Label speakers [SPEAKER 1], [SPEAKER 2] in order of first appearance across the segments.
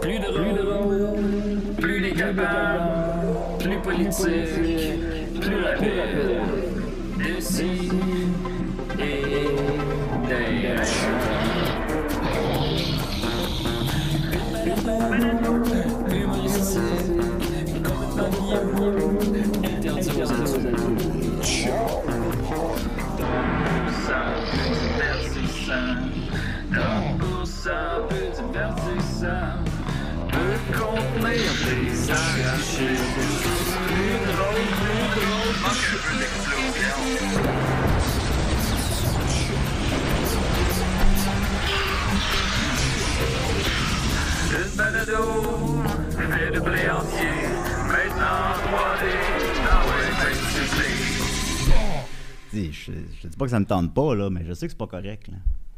[SPEAKER 1] Plus drôle, plus décapable, plus politique, plus rapide. D'ici et d'ailleurs. Humoristique, compagnie, interdit aux adultes. Ciao. Ça, divertissant. Donc pour ça, peu divertissant. Peut contenir des arrachés. Plus drôle, plus drôle. Manque un peu d'explosion. Une balado fait de blé entier. Maintenant 3D dans le multiplé.
[SPEAKER 2] Dis, je, je dis pas que ça me tente pas, là, mais je sais que c'est pas correct. là.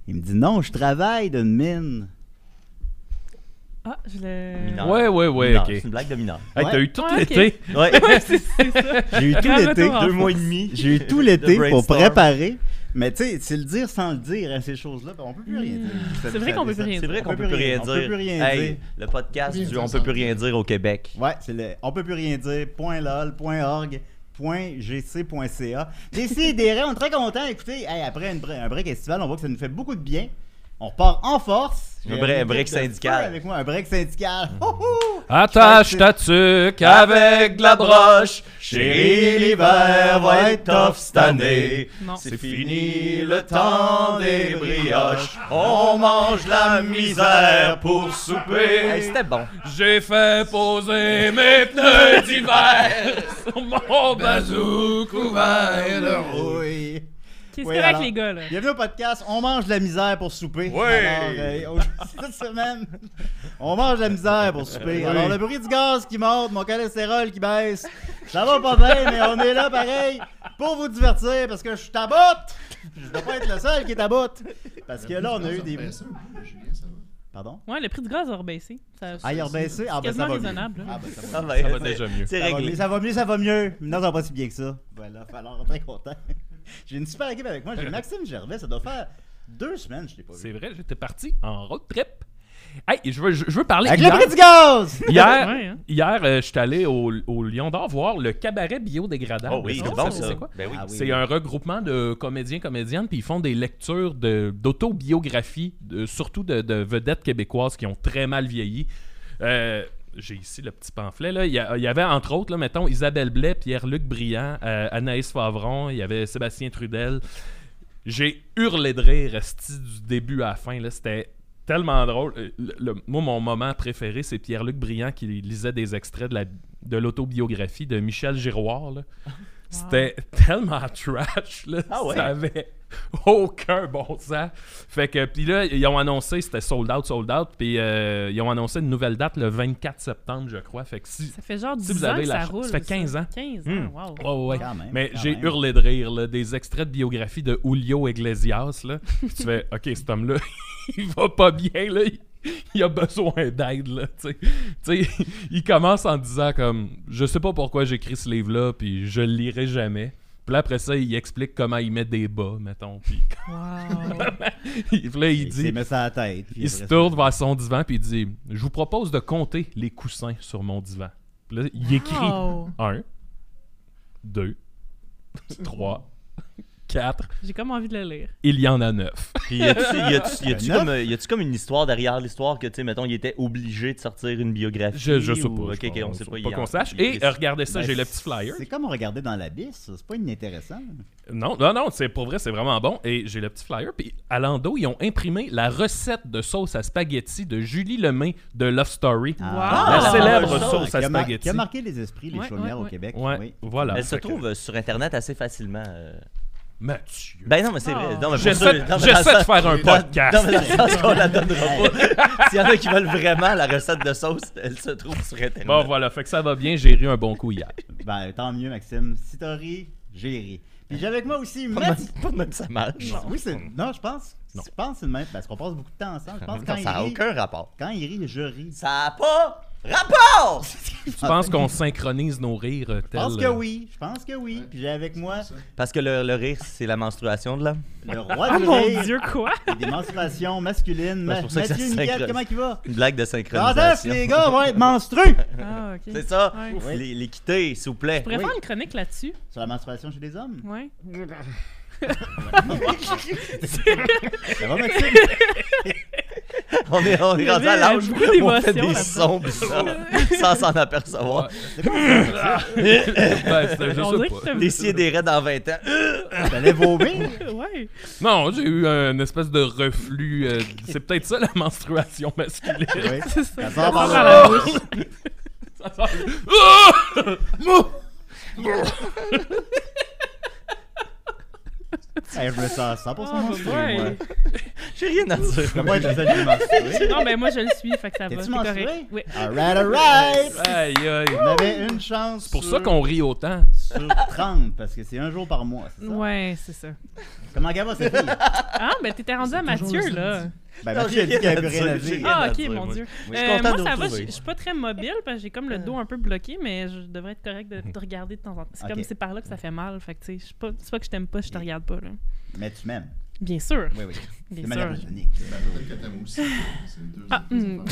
[SPEAKER 2] Il me dit non, je travaille d'une mine.
[SPEAKER 3] Ah, je l'ai.
[SPEAKER 4] Mineur. Ouais, ouais, ouais,
[SPEAKER 5] Mineur,
[SPEAKER 4] ok.
[SPEAKER 5] Hein? C'est une blague de mineur.
[SPEAKER 4] Hey,
[SPEAKER 2] Ouais.
[SPEAKER 4] T'as eu tout
[SPEAKER 3] Ouais, ok.
[SPEAKER 4] l'été.
[SPEAKER 5] Ouais,
[SPEAKER 3] Ouais, c'est c'est ça.
[SPEAKER 2] J'ai eu tout
[SPEAKER 3] Un
[SPEAKER 2] l'été,
[SPEAKER 3] retour en
[SPEAKER 5] deux
[SPEAKER 3] force.
[SPEAKER 5] mois et demi.
[SPEAKER 2] j'ai eu tout l'été
[SPEAKER 5] De
[SPEAKER 2] pour
[SPEAKER 5] brainstorm.
[SPEAKER 2] préparer. Mais tu sais, c'est le dire sans le dire, hein, ces choses-là, on peut plus rien dire. Ça-
[SPEAKER 3] C'est vrai
[SPEAKER 2] ça-
[SPEAKER 3] qu'on peut
[SPEAKER 2] ça-
[SPEAKER 3] plus rien
[SPEAKER 5] C'est vrai
[SPEAKER 2] On
[SPEAKER 5] qu'on peut plus rien dire.
[SPEAKER 2] on peut plus rien
[SPEAKER 5] Hey,
[SPEAKER 2] dire.
[SPEAKER 5] Le podcast du On peut plus rien dire au Québec.
[SPEAKER 2] Ouais, c'est le on peut plus rien dire. Point lol, point org, point gc, point ca. Décidérez, on est très content. Écoutez, hey, après une bre- un break estival, on voit que ça nous fait beaucoup de bien. On repart en force. J'ai
[SPEAKER 5] Un break-
[SPEAKER 2] une
[SPEAKER 5] un break
[SPEAKER 2] équipe de
[SPEAKER 5] syndical.
[SPEAKER 2] feu Avec moi, un break syndical. Ho, ho!
[SPEAKER 4] Attache
[SPEAKER 2] Je
[SPEAKER 4] ta
[SPEAKER 2] pense
[SPEAKER 4] tuque avec de la broche.
[SPEAKER 5] Chérie, l'hiver va être tough cette année.
[SPEAKER 3] Non.
[SPEAKER 5] C'est fini le temps des brioches. On mange la misère pour souper. Hey, c'était bon.
[SPEAKER 4] J'ai fait poser mes pneus d'hiver sur mon bazou couvert de
[SPEAKER 2] que-
[SPEAKER 4] rouille.
[SPEAKER 2] Oui.
[SPEAKER 3] Qui se
[SPEAKER 2] Oui,
[SPEAKER 3] correct,
[SPEAKER 2] alors.
[SPEAKER 3] les gars, là.
[SPEAKER 2] Bienvenue au podcast On mange de la misère pour souper.
[SPEAKER 4] Oui.
[SPEAKER 2] Alors, euh, aujourd'hui, cette semaine, on mange de la misère pour souper. Alors, le bruit du gaz qui monte, mon cholestérol qui baisse, ça va pas bien, mais on est là pareil pour vous divertir parce que je suis à bout. Je dois pas être le seul qui est à bout. Parce que là, on a eu des. Pardon?
[SPEAKER 3] Ouais, le prix du gaz a rebaissé. Ça,
[SPEAKER 2] Ah, il a rebaissé? Ah, ben, ça
[SPEAKER 3] quasiment
[SPEAKER 2] va mieux.
[SPEAKER 3] raisonnable, là.
[SPEAKER 2] Ah, ben, ça va mieux.
[SPEAKER 5] Ça va,
[SPEAKER 4] va déjà mieux.
[SPEAKER 5] C'est
[SPEAKER 2] Ça va mieux,
[SPEAKER 5] réglé.
[SPEAKER 2] ça va mieux, ça va mieux. Non, ça va pas si bien que ça. Voilà, alors très content. J'ai une super équipe avec moi. J'ai Maxime Gervais. Ça doit faire deux semaines que je l'ai pas
[SPEAKER 4] C'est
[SPEAKER 2] vu.
[SPEAKER 4] vrai, j'étais parti en road trip. Hey, je veux, je, je veux parler.
[SPEAKER 2] Avec le
[SPEAKER 4] hier,
[SPEAKER 2] prix du gaz!
[SPEAKER 4] hier,
[SPEAKER 3] Ouais, hein.
[SPEAKER 4] hier, euh, je suis allé au, au Lion d'Or voir le cabaret biodégradable.
[SPEAKER 5] Oh oui,
[SPEAKER 4] Est-ce que
[SPEAKER 5] c'est
[SPEAKER 4] vous
[SPEAKER 5] bon
[SPEAKER 4] savez
[SPEAKER 5] ça.
[SPEAKER 4] c'est quoi?
[SPEAKER 5] Ben oui.
[SPEAKER 2] Ah oui.
[SPEAKER 4] C'est un regroupement de comédiens, comédiennes, puis ils font des lectures de- d'autobiographies, de- surtout de, de vedettes québécoises qui ont très mal vieilli. Euh, J'ai ici le petit pamphlet. Là. Il, y a- il y avait entre autres, là, mettons, Isabelle Blais, Pierre-Luc Briand, euh, Anaïs Favron, il y avait Sébastien Trudel. J'ai hurlé de rire esti, du début à la fin. là. C'était tellement drôle. Euh, le- le- moi, mon moment préféré, c'est Pierre-Luc Briand qui lisait des extraits de la- de l'autobiographie de, Michel Giroir. là. C'était tellement trash, là.
[SPEAKER 5] Ah ouais?
[SPEAKER 4] Ça avait aucun bon sens. Fait que, puis là, ils ont annoncé, c'était sold out, sold out, puis euh, ils ont annoncé une nouvelle date le 24 septembre, je crois. Fait que si.
[SPEAKER 3] Ça fait genre
[SPEAKER 4] Si
[SPEAKER 3] 10
[SPEAKER 4] vous
[SPEAKER 3] ans
[SPEAKER 4] avez
[SPEAKER 3] que
[SPEAKER 4] la
[SPEAKER 3] ça
[SPEAKER 4] ch-
[SPEAKER 3] roule.
[SPEAKER 4] ça fait 15 ans.
[SPEAKER 3] 15 ans,
[SPEAKER 5] Hmm.
[SPEAKER 3] wow.
[SPEAKER 4] Oh, Ouais, ouais, ouais.
[SPEAKER 2] Quand même,
[SPEAKER 4] Mais
[SPEAKER 2] quand
[SPEAKER 4] j'ai
[SPEAKER 2] même.
[SPEAKER 4] hurlé de rire, là, des extraits de biographie de Julio Iglesias, là. Puis tu fais, OK, cet homme-là, il va pas bien, là. Il, il a besoin d'aide, là, tu sais. Tu sais, il commence en disant, comme, je sais pas pourquoi j'écris ce livre-là, puis je le lirai jamais. Puis là, après ça, il explique comment il met des bas, mettons. Puis,
[SPEAKER 3] Wow.
[SPEAKER 4] puis là, il
[SPEAKER 2] Il s'est
[SPEAKER 4] dit...
[SPEAKER 2] mis ça à la tête. puis
[SPEAKER 4] Il se
[SPEAKER 2] après ça-
[SPEAKER 4] tourne vers son divan, puis il dit, je vous propose de compter les coussins sur mon divan. Puis là, il écrit...
[SPEAKER 3] Wow.
[SPEAKER 4] 1, 2, 3, 4,
[SPEAKER 3] J'ai comme envie de le lire.
[SPEAKER 4] il y en a 9.
[SPEAKER 5] Puis y a-tu- y a-tu- y a-tu
[SPEAKER 2] Un
[SPEAKER 5] comme, euh, y a-tu comme une histoire derrière l'histoire que, tu sais, mettons, il était obligé de sortir une biographie?
[SPEAKER 4] Je, je sais pas.
[SPEAKER 5] ou- Ok,
[SPEAKER 4] je
[SPEAKER 5] ok, on
[SPEAKER 4] pense,
[SPEAKER 5] sait pas. il y
[SPEAKER 4] Pas
[SPEAKER 5] a-
[SPEAKER 4] qu'on sache.
[SPEAKER 5] il-
[SPEAKER 4] Et
[SPEAKER 5] il-
[SPEAKER 4] euh, regardez ça,
[SPEAKER 2] Ben,
[SPEAKER 4] j'ai le petit flyer.
[SPEAKER 2] C'est comme regarder dans l'abysse. ça. C'est pas inintéressant.
[SPEAKER 4] Non, non, non, c'est pour vrai, c'est vraiment bon. Et j'ai le petit flyer. Puis à l'endo, ils ont imprimé la recette de sauce à spaghetti de Julie Lemay de Love Story.
[SPEAKER 3] Ah,
[SPEAKER 4] la
[SPEAKER 3] ah,
[SPEAKER 4] célèbre
[SPEAKER 5] ah,
[SPEAKER 4] sauce à
[SPEAKER 2] qui a mar-
[SPEAKER 4] spaghetti.
[SPEAKER 2] Qui a marqué les esprits, les
[SPEAKER 3] Ouais,
[SPEAKER 2] chaumières
[SPEAKER 3] ouais,
[SPEAKER 2] au
[SPEAKER 3] ouais.
[SPEAKER 2] Québec.
[SPEAKER 4] Ouais,
[SPEAKER 2] oui.
[SPEAKER 4] voilà.
[SPEAKER 5] Elle se
[SPEAKER 4] Fait que-
[SPEAKER 5] trouve euh, sur Internet assez facilement. euh.
[SPEAKER 4] Mathieu.
[SPEAKER 5] Ben non, mais c'est vrai.
[SPEAKER 3] Ah.
[SPEAKER 5] Non, mais pour ça-
[SPEAKER 4] J'essaie
[SPEAKER 5] non, mais dans
[SPEAKER 4] j'essaie de
[SPEAKER 5] ça-
[SPEAKER 4] faire un
[SPEAKER 5] Non,
[SPEAKER 4] podcast.
[SPEAKER 5] mais dans le sens qu'on la donnera pas. S'il y en a qui veulent vraiment la recette de sauce, elle se trouve sur Internet.
[SPEAKER 4] Bon, voilà, fait que ça va bien, j'ai ri un bon coup hier.
[SPEAKER 2] Ben, tant mieux, Maxime. Si t'as ri, j'ai ri. Puis j'ai avec moi aussi Mathieu.
[SPEAKER 5] Pas de même ça marche.
[SPEAKER 2] Oui, c'est. Non, je pense. Je pense que c'est le même. Parce qu'on passe beaucoup de temps ensemble. Je pense que quand
[SPEAKER 5] Ça
[SPEAKER 2] il
[SPEAKER 5] n'a
[SPEAKER 2] rit.
[SPEAKER 5] aucun rapport.
[SPEAKER 2] Quand il rit, je ris.
[SPEAKER 5] Ça n'a pas Rapport!
[SPEAKER 4] Tu penses qu'on synchronise nos rires euh,
[SPEAKER 2] Je
[SPEAKER 4] tel,
[SPEAKER 2] pense que
[SPEAKER 4] euh,
[SPEAKER 2] oui. Je pense que oui. Puis j'ai avec moi
[SPEAKER 5] Parce que le, le rire, c'est la menstruation de l'homme.
[SPEAKER 2] le roi
[SPEAKER 3] Ah
[SPEAKER 2] du
[SPEAKER 3] mon
[SPEAKER 2] rire
[SPEAKER 3] Dieu, quoi?
[SPEAKER 2] et des menstruations masculines.
[SPEAKER 5] Ouais,
[SPEAKER 2] Ma-
[SPEAKER 5] c'est pour ça que ça
[SPEAKER 2] Mathieu Niquette,
[SPEAKER 5] synchronise.
[SPEAKER 2] comment il va?
[SPEAKER 5] Une blague de
[SPEAKER 2] Quand est-ce que
[SPEAKER 5] synchronisation.
[SPEAKER 2] les gars vont être menstrués?
[SPEAKER 3] Ah, ok.
[SPEAKER 5] C'est ça.
[SPEAKER 3] Ouais.
[SPEAKER 5] L- L'équité, s'il vous plaît.
[SPEAKER 3] Je pourrais
[SPEAKER 2] Oui.
[SPEAKER 3] faire une chronique là-dessus.
[SPEAKER 2] Sur la menstruation chez les hommes?
[SPEAKER 3] Ouais.
[SPEAKER 2] Ça va, Maxime?
[SPEAKER 5] On est, on
[SPEAKER 3] Il
[SPEAKER 5] est
[SPEAKER 3] y
[SPEAKER 5] rendu à
[SPEAKER 3] avait
[SPEAKER 5] l'âge
[SPEAKER 3] beaucoup
[SPEAKER 5] où on fait
[SPEAKER 3] d'émotions là-dedans.
[SPEAKER 5] des sons bizarres sans s'en apercevoir.
[SPEAKER 4] ben, c'était- je
[SPEAKER 3] On
[SPEAKER 4] sais
[SPEAKER 3] dirait
[SPEAKER 4] pas.
[SPEAKER 3] que je te-
[SPEAKER 5] Des des raies dans 20 ans.
[SPEAKER 2] T'allais vomir?
[SPEAKER 3] Ouais.
[SPEAKER 4] Non, j'ai eu un espèce de reflux. euh, c'est peut-être ça la menstruation masculine.
[SPEAKER 2] Oui.
[SPEAKER 3] C'est
[SPEAKER 2] Ça
[SPEAKER 3] ça.
[SPEAKER 2] sort par
[SPEAKER 3] Ça
[SPEAKER 2] la
[SPEAKER 3] sort
[SPEAKER 2] bouche.
[SPEAKER 4] Ah!
[SPEAKER 2] Hey, je me sens à 100%
[SPEAKER 3] Ah,
[SPEAKER 2] menstrué.
[SPEAKER 3] ouais.
[SPEAKER 2] moi.
[SPEAKER 5] J'ai rien à dire.
[SPEAKER 2] Comment est-ce que vous allez menstruer?
[SPEAKER 3] Non, ben moi je le suis, fait que ça va.
[SPEAKER 2] T'es-tu Ah,
[SPEAKER 3] C'est
[SPEAKER 2] menstrué?
[SPEAKER 3] correct. Oui.
[SPEAKER 2] Alright, alright!
[SPEAKER 4] Aïe, aïe.
[SPEAKER 2] On avait une chance
[SPEAKER 4] Pour
[SPEAKER 2] sur,
[SPEAKER 4] ça qu'on rit autant.
[SPEAKER 2] sur 30, parce que c'est un jour par mois, c'est ça?
[SPEAKER 3] Ouais, c'est ça.
[SPEAKER 2] Comment ça va, cette fille?
[SPEAKER 3] Ah, ben t'étais rendu à Mathieu, là.
[SPEAKER 2] Ben,
[SPEAKER 5] Non,
[SPEAKER 2] Mathieu a dit
[SPEAKER 5] j'ai
[SPEAKER 2] qu'il n'y
[SPEAKER 5] rien
[SPEAKER 2] avait
[SPEAKER 5] à
[SPEAKER 2] rien à
[SPEAKER 5] dire, j'ai
[SPEAKER 2] dire.
[SPEAKER 3] Ah,
[SPEAKER 5] à
[SPEAKER 3] ok,
[SPEAKER 5] dire,
[SPEAKER 3] mon
[SPEAKER 5] moi.
[SPEAKER 3] Dieu.
[SPEAKER 5] Oui. Je
[SPEAKER 3] Euh,
[SPEAKER 5] suis content
[SPEAKER 3] moi,
[SPEAKER 5] de vous
[SPEAKER 3] ça va,
[SPEAKER 5] retrouver.
[SPEAKER 3] je je suis pas très mobile parce que j'ai comme le dos un peu bloqué, mais je devrais être correct de te regarder de temps en temps. C'est
[SPEAKER 2] Ok.
[SPEAKER 3] comme c'est par là que ça fait mal, fait que tu sais, je suis pas- c'est pas que je t'aime pas, je te regarde pas, là.
[SPEAKER 2] Mais tu m'aimes.
[SPEAKER 3] Bien sûr,
[SPEAKER 2] Oui, oui.
[SPEAKER 3] bien
[SPEAKER 2] De manière
[SPEAKER 3] sûr.
[SPEAKER 2] unique.
[SPEAKER 6] Peut-être que t'aimes aussi. C'est une
[SPEAKER 3] Ah,
[SPEAKER 6] deuxième
[SPEAKER 3] hum.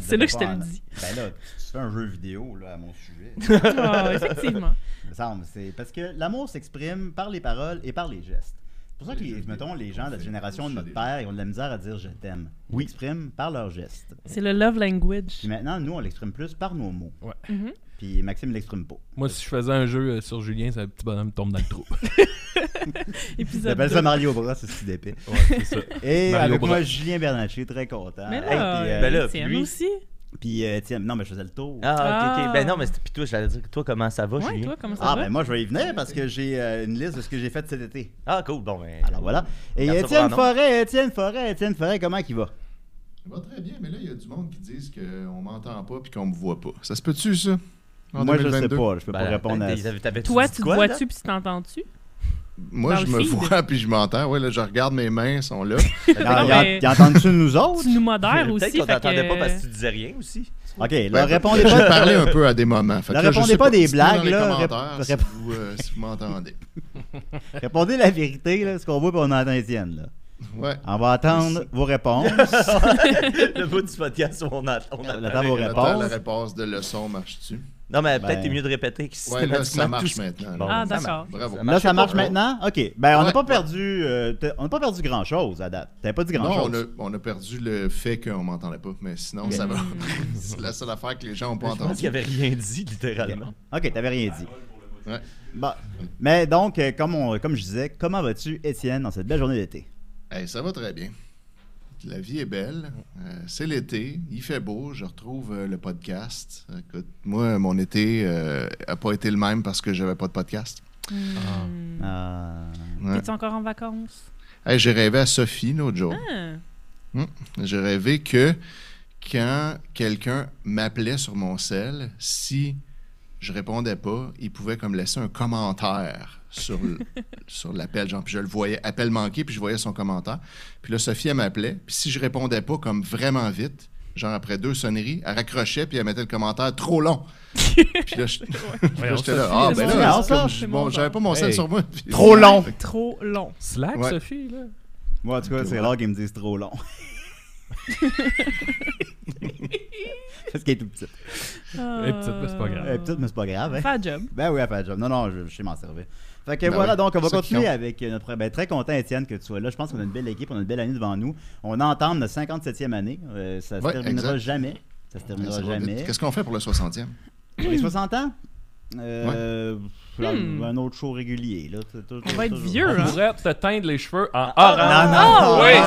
[SPEAKER 3] c'est là que je te le dis.
[SPEAKER 2] Ben là, tu fais un jeu vidéo là, à mon sujet.
[SPEAKER 3] Ah, effectivement.
[SPEAKER 2] Il me semble, c'est parce que l'amour s'exprime par les paroles et par les gestes. C'est pour ça que, les- mettons, les gens de la génération de notre père, ils ont de la misère à dire je t'aime. Ils l'expriment par leurs gestes.
[SPEAKER 3] C'est le love language.
[SPEAKER 2] Puis maintenant, nous, on l'exprime plus par nos mots.
[SPEAKER 4] Ouais.
[SPEAKER 3] Mhm.
[SPEAKER 2] Puis Maxime l'exprime pas.
[SPEAKER 4] Moi, si je faisais un jeu euh, sur Julien, ça, le petit bonhomme tombe dans le trou.
[SPEAKER 2] Il
[SPEAKER 3] Épisode
[SPEAKER 2] appelle ça
[SPEAKER 3] deux.
[SPEAKER 2] Mario Bros, c'est style d'épée.
[SPEAKER 4] Ouais, c'est ça.
[SPEAKER 2] Et
[SPEAKER 4] Mario
[SPEAKER 2] avec
[SPEAKER 4] Bros.
[SPEAKER 2] moi, Julien Bernatchez, très content.
[SPEAKER 3] Mais
[SPEAKER 2] Hey, puis,
[SPEAKER 3] là,
[SPEAKER 2] euh,
[SPEAKER 5] ben là,
[SPEAKER 3] c'est
[SPEAKER 5] lui-
[SPEAKER 3] aussi.
[SPEAKER 2] puis, euh, tiens, non, mais je faisais le tour.
[SPEAKER 5] Ah, ok,
[SPEAKER 3] Ah.
[SPEAKER 5] ok. Ben non, mais c'était- puis toi, j'allais dire, toi, comment ça va,
[SPEAKER 3] Ouais,
[SPEAKER 5] Julien?
[SPEAKER 3] toi, comment ça
[SPEAKER 2] Ah,
[SPEAKER 3] va?
[SPEAKER 2] ben moi, je vais y venir parce que j'ai euh, une liste de ce que j'ai fait cet été.
[SPEAKER 5] Ah, cool, bon, ben.
[SPEAKER 2] Alors voilà. Et
[SPEAKER 5] Regarde ça
[SPEAKER 2] Étienne
[SPEAKER 5] pour la
[SPEAKER 2] Forêt, Étienne Forêt, Étienne Forêt, comment il va?
[SPEAKER 6] Ça va très bien, mais là, il y a du monde qui disent qu'on m'entend pas puis qu'on me voit pas. Ça se peut-tu, ça? En
[SPEAKER 2] Moi, je
[SPEAKER 6] 2022?
[SPEAKER 2] sais pas, je peux
[SPEAKER 5] Ben,
[SPEAKER 2] pas répondre à
[SPEAKER 5] ben,
[SPEAKER 2] ça.
[SPEAKER 5] t'avais- t'avais-
[SPEAKER 3] Toi,
[SPEAKER 5] dit
[SPEAKER 3] tu te
[SPEAKER 5] quoi, là?
[SPEAKER 3] vois-tu puis tu t'entends-tu?
[SPEAKER 6] Moi,
[SPEAKER 3] Dans
[SPEAKER 6] je
[SPEAKER 3] le
[SPEAKER 6] me
[SPEAKER 3] feed.
[SPEAKER 6] vois puis je m'entends. Ouais, là, je regarde mes mains, sont là.
[SPEAKER 2] Y'en-
[SPEAKER 3] Non,
[SPEAKER 2] y'en-
[SPEAKER 3] mais-
[SPEAKER 2] y'en entends-tu nous autres?
[SPEAKER 3] Tu nous modères aussi.
[SPEAKER 5] Peut-être qu'on
[SPEAKER 3] fait
[SPEAKER 5] t'entendait
[SPEAKER 3] que-
[SPEAKER 5] pas parce que tu disais rien aussi.
[SPEAKER 2] Ok,
[SPEAKER 6] Ben,
[SPEAKER 2] là, répondez
[SPEAKER 6] J'ai
[SPEAKER 2] pas.
[SPEAKER 6] parlé un peu à des moments. Fait
[SPEAKER 2] Là,
[SPEAKER 6] que là, je
[SPEAKER 2] répondez
[SPEAKER 6] sais
[SPEAKER 2] pas des
[SPEAKER 6] Dites-moi dans
[SPEAKER 2] blagues, là,
[SPEAKER 6] les commentaires
[SPEAKER 2] rép-
[SPEAKER 6] si,
[SPEAKER 2] rép-
[SPEAKER 6] vous, euh, si vous m'entendez.
[SPEAKER 2] Répondez la vérité, là, ce qu'on voit, puis on entend Étienne, là.
[SPEAKER 6] Ouais.
[SPEAKER 2] On va attendre vos réponses.
[SPEAKER 5] Le bout du podcast où on attend.
[SPEAKER 2] On attend vos
[SPEAKER 6] Attends, la
[SPEAKER 2] réponses.
[SPEAKER 6] réponse de leçon marche-tu?
[SPEAKER 5] Non, mais peut-être
[SPEAKER 2] Ben.
[SPEAKER 5] t'es mieux de répéter que
[SPEAKER 6] Ouais, là, ça
[SPEAKER 5] systématiquement, tout
[SPEAKER 6] marche
[SPEAKER 5] ce-
[SPEAKER 6] maintenant.
[SPEAKER 5] Bon,
[SPEAKER 6] là.
[SPEAKER 3] Ah,
[SPEAKER 5] ça marche.
[SPEAKER 3] d'accord.
[SPEAKER 6] Bravo.
[SPEAKER 2] Là, ça marche
[SPEAKER 5] pas.
[SPEAKER 2] maintenant? OK. Ben, on n'a
[SPEAKER 6] Ouais.
[SPEAKER 2] pas perdu... euh, t'as- on n'a pas perdu grand-chose à date. T'avais pas dit
[SPEAKER 6] Non, on
[SPEAKER 2] grand-chose.
[SPEAKER 6] a, on a perdu le fait qu'on m'entendait pas, mais sinon, ça va. C'est la seule affaire que les gens n'ont pas
[SPEAKER 5] Je pense qu'il
[SPEAKER 6] entendu.
[SPEAKER 5] avait rien dit, littéralement.
[SPEAKER 2] OK, t'avais rien dit.
[SPEAKER 6] Ouais.
[SPEAKER 2] Bon. Mais donc, euh, comme, on- comme je disais, comment vas-tu, Étienne, dans cette belle journée d'été?
[SPEAKER 6] Hey, ça va très bien. La vie est belle. Euh, c'est l'été. Il fait beau. Je retrouve euh, le podcast. Écoute, moi, mon été euh, a pas été le même parce que j'avais pas de podcast.
[SPEAKER 3] Hmm.
[SPEAKER 2] Euh,
[SPEAKER 6] Ouais.
[SPEAKER 3] Es-tu encore en vacances?
[SPEAKER 6] Hey, J'ai rêvé à Sophie l'autre jour.
[SPEAKER 3] Ah.
[SPEAKER 6] J'ai rêvé que quand quelqu'un m'appelait sur mon cell, si je répondais pas, il pouvait comme laisser un commentaire sur, le- sur l'appel. Genre, puis je le voyais, appel manqué, puis je voyais son commentaire. Puis là, Sophie, elle m'appelait. Puis si je répondais pas comme vraiment vite, genre après deux sonneries, elle raccrochait, puis elle mettait le commentaire trop long. puis là, je- là, j'étais là, ah, ben
[SPEAKER 3] c'est
[SPEAKER 6] là,
[SPEAKER 2] mon sens,
[SPEAKER 6] c'est comme-
[SPEAKER 3] c'est mon
[SPEAKER 6] bon, j'avais
[SPEAKER 3] sens.
[SPEAKER 6] pas mon cell
[SPEAKER 4] Hey.
[SPEAKER 6] sur moi.
[SPEAKER 2] Trop long!
[SPEAKER 3] Trop long.
[SPEAKER 4] Slack,
[SPEAKER 6] Ouais.
[SPEAKER 4] Sophie, là.
[SPEAKER 2] Moi, en tout cas, c'est rare qu'ils me disent trop long. Parce qu'elle est tout petite.
[SPEAKER 3] Ah.
[SPEAKER 4] Eh, petite, mais c'est pas grave.
[SPEAKER 2] Elle est petite, mais c'est pas grave. Hein?
[SPEAKER 3] Fais un job.
[SPEAKER 2] Ben oui, elle fait le job. Non, non, je, je sais m'en servir. Fait que
[SPEAKER 6] Ben
[SPEAKER 2] voilà,
[SPEAKER 6] oui,
[SPEAKER 2] donc on va
[SPEAKER 6] c'est ça qui
[SPEAKER 2] continuer
[SPEAKER 6] compte.
[SPEAKER 2] avec notre. Ben, très content, Étienne, que tu sois là. Je pense qu'on a une belle équipe, on a une belle année devant nous. On entame notre 57e année. Euh, ça se
[SPEAKER 6] Ouais,
[SPEAKER 2] terminera
[SPEAKER 6] exact.
[SPEAKER 2] jamais. Ça se terminera
[SPEAKER 6] Ça va vite.
[SPEAKER 2] jamais.
[SPEAKER 6] Qu'est-ce qu'on fait pour le 60e?
[SPEAKER 2] Pour les 60 ans euh, genre, Un autre show régulier. Là, t- t-
[SPEAKER 3] Hmm. On
[SPEAKER 2] t-
[SPEAKER 3] va être
[SPEAKER 2] toujours.
[SPEAKER 4] On
[SPEAKER 3] vieux, hein?
[SPEAKER 4] pourrait te teindre les cheveux en
[SPEAKER 2] Ah, Non,
[SPEAKER 4] orange.
[SPEAKER 2] non,
[SPEAKER 4] oui,
[SPEAKER 2] Ah,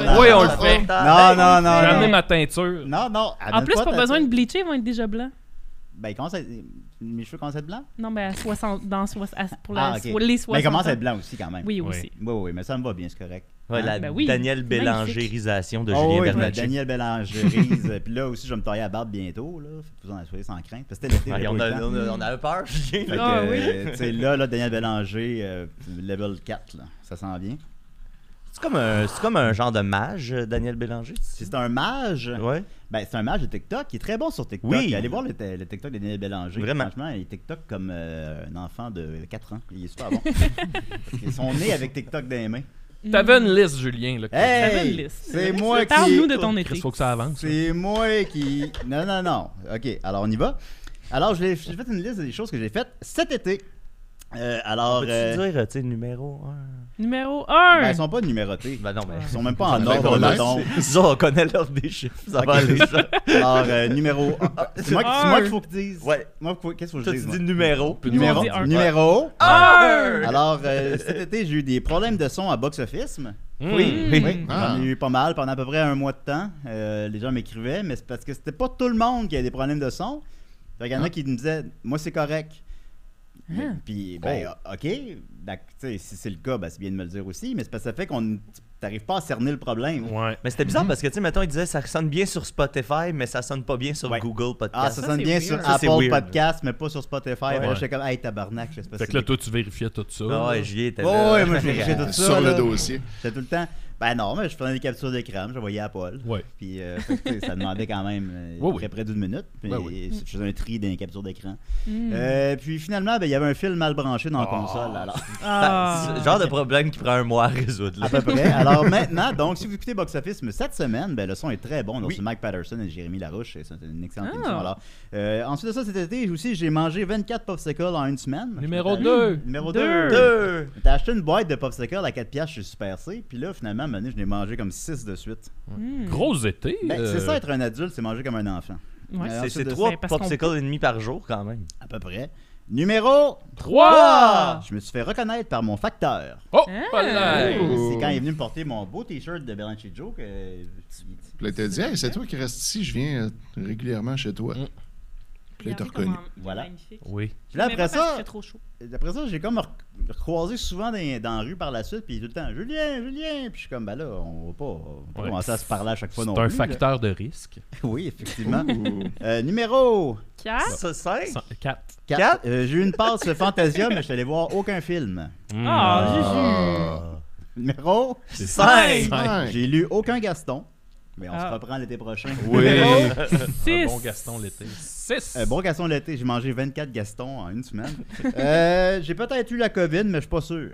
[SPEAKER 2] non, non, non,
[SPEAKER 4] oui,
[SPEAKER 2] non,
[SPEAKER 4] on le fait.
[SPEAKER 5] Ben
[SPEAKER 2] Non, non, non.
[SPEAKER 4] J'ai amené
[SPEAKER 2] non.
[SPEAKER 4] ma teinture.
[SPEAKER 2] Non, non.
[SPEAKER 3] En
[SPEAKER 2] amène
[SPEAKER 3] plus,
[SPEAKER 2] pas
[SPEAKER 3] pas
[SPEAKER 2] ta-
[SPEAKER 3] besoin de bleacher, ils vont être déjà blancs.
[SPEAKER 2] Ben, il commence à... Mes cheveux commencent à être blancs?
[SPEAKER 3] Non, mais à 60, dans soix- à- pour
[SPEAKER 2] Ah,
[SPEAKER 3] la,
[SPEAKER 2] ok.
[SPEAKER 3] so- les 60
[SPEAKER 2] Ben, il commence à
[SPEAKER 3] ans.
[SPEAKER 2] être blanc aussi, quand même.
[SPEAKER 3] Oui,
[SPEAKER 4] Oui.
[SPEAKER 3] aussi.
[SPEAKER 2] Oui, oui, mais ça me va bien, c'est correct.
[SPEAKER 5] Ouais, la
[SPEAKER 3] Ben oui,
[SPEAKER 5] Daniel
[SPEAKER 3] magnifique.
[SPEAKER 5] Bélangérisation de
[SPEAKER 2] Ah
[SPEAKER 5] Julien
[SPEAKER 2] oui,
[SPEAKER 5] Bernatchez.
[SPEAKER 2] Daniel Bélangerise. Puis là aussi, je vais me tailler la barbe bientôt. Là. Fait que Vous en soyez sans crainte. Parce que c'était l'été.
[SPEAKER 5] Ouais,
[SPEAKER 2] j'avais
[SPEAKER 5] on,
[SPEAKER 2] pas
[SPEAKER 5] a,
[SPEAKER 2] le temps.
[SPEAKER 5] on, a, on a eu peur, Julien.
[SPEAKER 2] Fait que,
[SPEAKER 3] Ah oui.
[SPEAKER 2] euh, tu sais, là, là, Daniel Bélanger, euh, level 4, là, ça sent bien.
[SPEAKER 5] C'est comme, un- c'est comme un genre de mage, euh, Daniel Bélanger. c'est-
[SPEAKER 2] C'est un mage.
[SPEAKER 5] Ouais.
[SPEAKER 2] Ben, c'est un mage de TikTok qui est très bon sur TikTok.
[SPEAKER 5] Oui.
[SPEAKER 2] Allez voir le, t- le TikTok de Daniel Bélanger.
[SPEAKER 5] Vraiment.
[SPEAKER 2] Franchement, il TikTok comme euh, un enfant de 4 ans. Il est super bon. Ils sont nés avec TikTok dans les mains.
[SPEAKER 4] T'avais une liste, Julien. Là, que-
[SPEAKER 3] T'avais une
[SPEAKER 2] Mm. Hey!
[SPEAKER 3] liste.
[SPEAKER 2] C'est moi
[SPEAKER 3] Parle-nous
[SPEAKER 2] qui.
[SPEAKER 3] de ton
[SPEAKER 4] Chris,
[SPEAKER 3] été.
[SPEAKER 4] faut que ça avance. là.
[SPEAKER 2] C'est moi qui. Non, non, non. OK, alors on y va. Alors, je l'ai- j'ai fait une liste des choses que j'ai faites cet été. Euh, alors.
[SPEAKER 5] Peux-tu
[SPEAKER 2] euh,
[SPEAKER 5] dire, euh, tu sais, numéro 1?
[SPEAKER 3] Numéro
[SPEAKER 2] ben,
[SPEAKER 3] 1.
[SPEAKER 2] elles sont pas numérotées.
[SPEAKER 5] Ben non, mais.
[SPEAKER 2] Ils sont même pas en
[SPEAKER 6] Ben,
[SPEAKER 2] ordre,
[SPEAKER 6] ben,
[SPEAKER 2] mettons.
[SPEAKER 5] Disons, on connaît l'ordre des chiffres, ça va aller.
[SPEAKER 2] Alors, euh, numéro. un. C'est moi, qui- c'est moi qu'il faut que je dise.
[SPEAKER 5] Ah, Ouais.
[SPEAKER 2] Moi, faut- qu'est-ce qu'il faut
[SPEAKER 5] Toi,
[SPEAKER 2] que je
[SPEAKER 5] tu
[SPEAKER 2] dise?
[SPEAKER 5] dis
[SPEAKER 2] moi?
[SPEAKER 5] numéro. puis
[SPEAKER 2] Numéro.
[SPEAKER 3] on dit un.
[SPEAKER 2] Numéro.
[SPEAKER 3] Un.
[SPEAKER 2] Alors, euh, cet été, j'ai eu des problèmes de son à box-office.
[SPEAKER 5] Mmh.
[SPEAKER 4] Mm.
[SPEAKER 2] Oui,
[SPEAKER 6] Ah.
[SPEAKER 2] j'en ai eu pas mal pendant à peu près un mois de temps. Euh, les gens m'écrivaient, mais c'est parce que c'était pas tout le monde qui a des problèmes de son. Fait
[SPEAKER 4] Ah.
[SPEAKER 2] qu'il y en a qui me disaient, moi c'est correct. Mais- Puis, ben,
[SPEAKER 4] Oh.
[SPEAKER 2] ok, ben, tu sais, si c'est le cas, ben, c'est bien de me le dire aussi, mais c'est parce que ça fait qu'on t'arrives pas à cerner le problème.
[SPEAKER 4] Ouais.
[SPEAKER 5] Mais c'était bizarre parce que, tu sais, mettons, il disait ça sonne bien sur Spotify, mais ça sonne pas bien sur
[SPEAKER 2] Ouais.
[SPEAKER 5] Google
[SPEAKER 2] Ah,
[SPEAKER 5] Podcast.
[SPEAKER 2] ça,
[SPEAKER 3] Ça,
[SPEAKER 2] sonne
[SPEAKER 3] c'est
[SPEAKER 2] bien
[SPEAKER 3] weird.
[SPEAKER 2] sur
[SPEAKER 5] Ça, c'est
[SPEAKER 2] Apple
[SPEAKER 5] weird.
[SPEAKER 2] Podcast, mais pas sur Spotify. Ben, là,
[SPEAKER 4] Ouais.
[SPEAKER 2] j'étais comme, hey, tabarnak, je sais pas
[SPEAKER 4] Fait
[SPEAKER 2] si
[SPEAKER 4] que là,
[SPEAKER 2] c'est-
[SPEAKER 4] toi, tu vérifiais tout ça.
[SPEAKER 5] Ah
[SPEAKER 4] là.
[SPEAKER 5] ouais, j'y étais.
[SPEAKER 2] Ouais,
[SPEAKER 5] là.
[SPEAKER 2] ouais, moi, j'ai- j'ai tout ça.
[SPEAKER 6] Sur
[SPEAKER 2] là.
[SPEAKER 6] le dossier.
[SPEAKER 2] J'étais tout le temps. Ben non, mais je prenais des captures d'écran, je voyais à Paul.
[SPEAKER 4] Ouais.
[SPEAKER 2] Puis euh, fait que, tu sais, ça demandait quand même euh,
[SPEAKER 4] Oui, oui.
[SPEAKER 2] près, près d'une minute. Puis
[SPEAKER 4] Oui, oui.
[SPEAKER 2] je faisais un tri dans les captures d'écran.
[SPEAKER 3] Mm.
[SPEAKER 2] Euh, puis finalement, ben, il y avait un fil mal branché dans la
[SPEAKER 4] Ah.
[SPEAKER 2] console. Alors,
[SPEAKER 5] Ah,
[SPEAKER 3] Ah.
[SPEAKER 5] c'est le genre de problème qui prend un mois à résoudre. là.
[SPEAKER 2] à peu près. Alors maintenant, donc, si vous écoutez Box Office, mais cette semaine, ben, le son est très bon. Donc,
[SPEAKER 4] Oui.
[SPEAKER 2] c'est Mike Patterson et Jérémy Larouche. et C'est une excellente
[SPEAKER 3] Ah.
[SPEAKER 2] émission. Alors, euh, ensuite de ça, cet été, aussi, j'ai mangé 24 popsicles en une semaine.
[SPEAKER 4] Numéro
[SPEAKER 2] Je m'étais-
[SPEAKER 4] 2.
[SPEAKER 2] Numéro 2.
[SPEAKER 3] Deux.
[SPEAKER 5] Deux.
[SPEAKER 2] T'as acheté une boîte de popsicles à 4 piastres chez Super C, puis là, finalement, à un moment donné, je l'ai mangé comme 6 de suite.
[SPEAKER 3] Mm.
[SPEAKER 4] Gros été.
[SPEAKER 2] Ben,
[SPEAKER 4] euh,
[SPEAKER 2] c'est ça, être un adulte, c'est manger comme un enfant. Euh,
[SPEAKER 3] Ouais.
[SPEAKER 5] C'est- C'est
[SPEAKER 2] ensuite de
[SPEAKER 5] trois
[SPEAKER 3] ça, parce qu'on
[SPEAKER 5] popsicles et demi par jour quand même.
[SPEAKER 2] À peu près. Numéro
[SPEAKER 4] 3!
[SPEAKER 2] Je me suis fait reconnaître par mon facteur.
[SPEAKER 4] Oh!
[SPEAKER 3] Ah.
[SPEAKER 4] pas l'air.
[SPEAKER 2] C'est quand il est venu me porter mon beau t-shirt de Berlin chez Joe que.
[SPEAKER 6] Puis là, il t'a dit, Hey, c'est toi qui restes ici, je viens euh, régulièrement chez toi.
[SPEAKER 4] Mm.
[SPEAKER 6] Puis là, il
[SPEAKER 3] Regardez
[SPEAKER 6] t'a reconnu.
[SPEAKER 3] comment il est
[SPEAKER 2] Voilà.
[SPEAKER 3] magnifique.
[SPEAKER 4] Oui.
[SPEAKER 2] Puis là,
[SPEAKER 3] Mais
[SPEAKER 2] après
[SPEAKER 3] pas parce qu'il
[SPEAKER 2] ça,
[SPEAKER 3] fait trop chaud.
[SPEAKER 2] après ça, j'ai comme rec- croisé souvent dans, dans la rue par la suite, puis tout le temps, Julien, Julien. Puis je suis comme, ben là, on va pas, on va pas
[SPEAKER 4] Ouais.
[SPEAKER 2] commencer à se parler à chaque fois
[SPEAKER 4] C'est
[SPEAKER 2] non
[SPEAKER 4] un
[SPEAKER 2] plus, là.
[SPEAKER 4] facteur de risque.
[SPEAKER 2] Oui, effectivement.
[SPEAKER 6] Ouh.
[SPEAKER 2] Euh, numéro
[SPEAKER 3] Quatre?
[SPEAKER 5] Ça, cinq?
[SPEAKER 4] 4.
[SPEAKER 2] 4.
[SPEAKER 5] Quatre?
[SPEAKER 2] j'ai eu une passe Fantasia, mais je suis allé voir aucun film.
[SPEAKER 4] Hmm. Ah,
[SPEAKER 3] Ah,
[SPEAKER 2] Numéro
[SPEAKER 5] Cinq!
[SPEAKER 6] Ouais.
[SPEAKER 2] J'ai lu aucun Gaston. Mais on
[SPEAKER 3] Ah.
[SPEAKER 2] se reprend l'été prochain.
[SPEAKER 4] Oui.
[SPEAKER 3] Six.
[SPEAKER 4] Un bon Gaston l'été. 6.
[SPEAKER 2] Euh, bon Gaston l'été, j'ai mangé 24 Gaston en une semaine. Euh, j'ai peut-être eu la COVID, mais je suis pas sûr.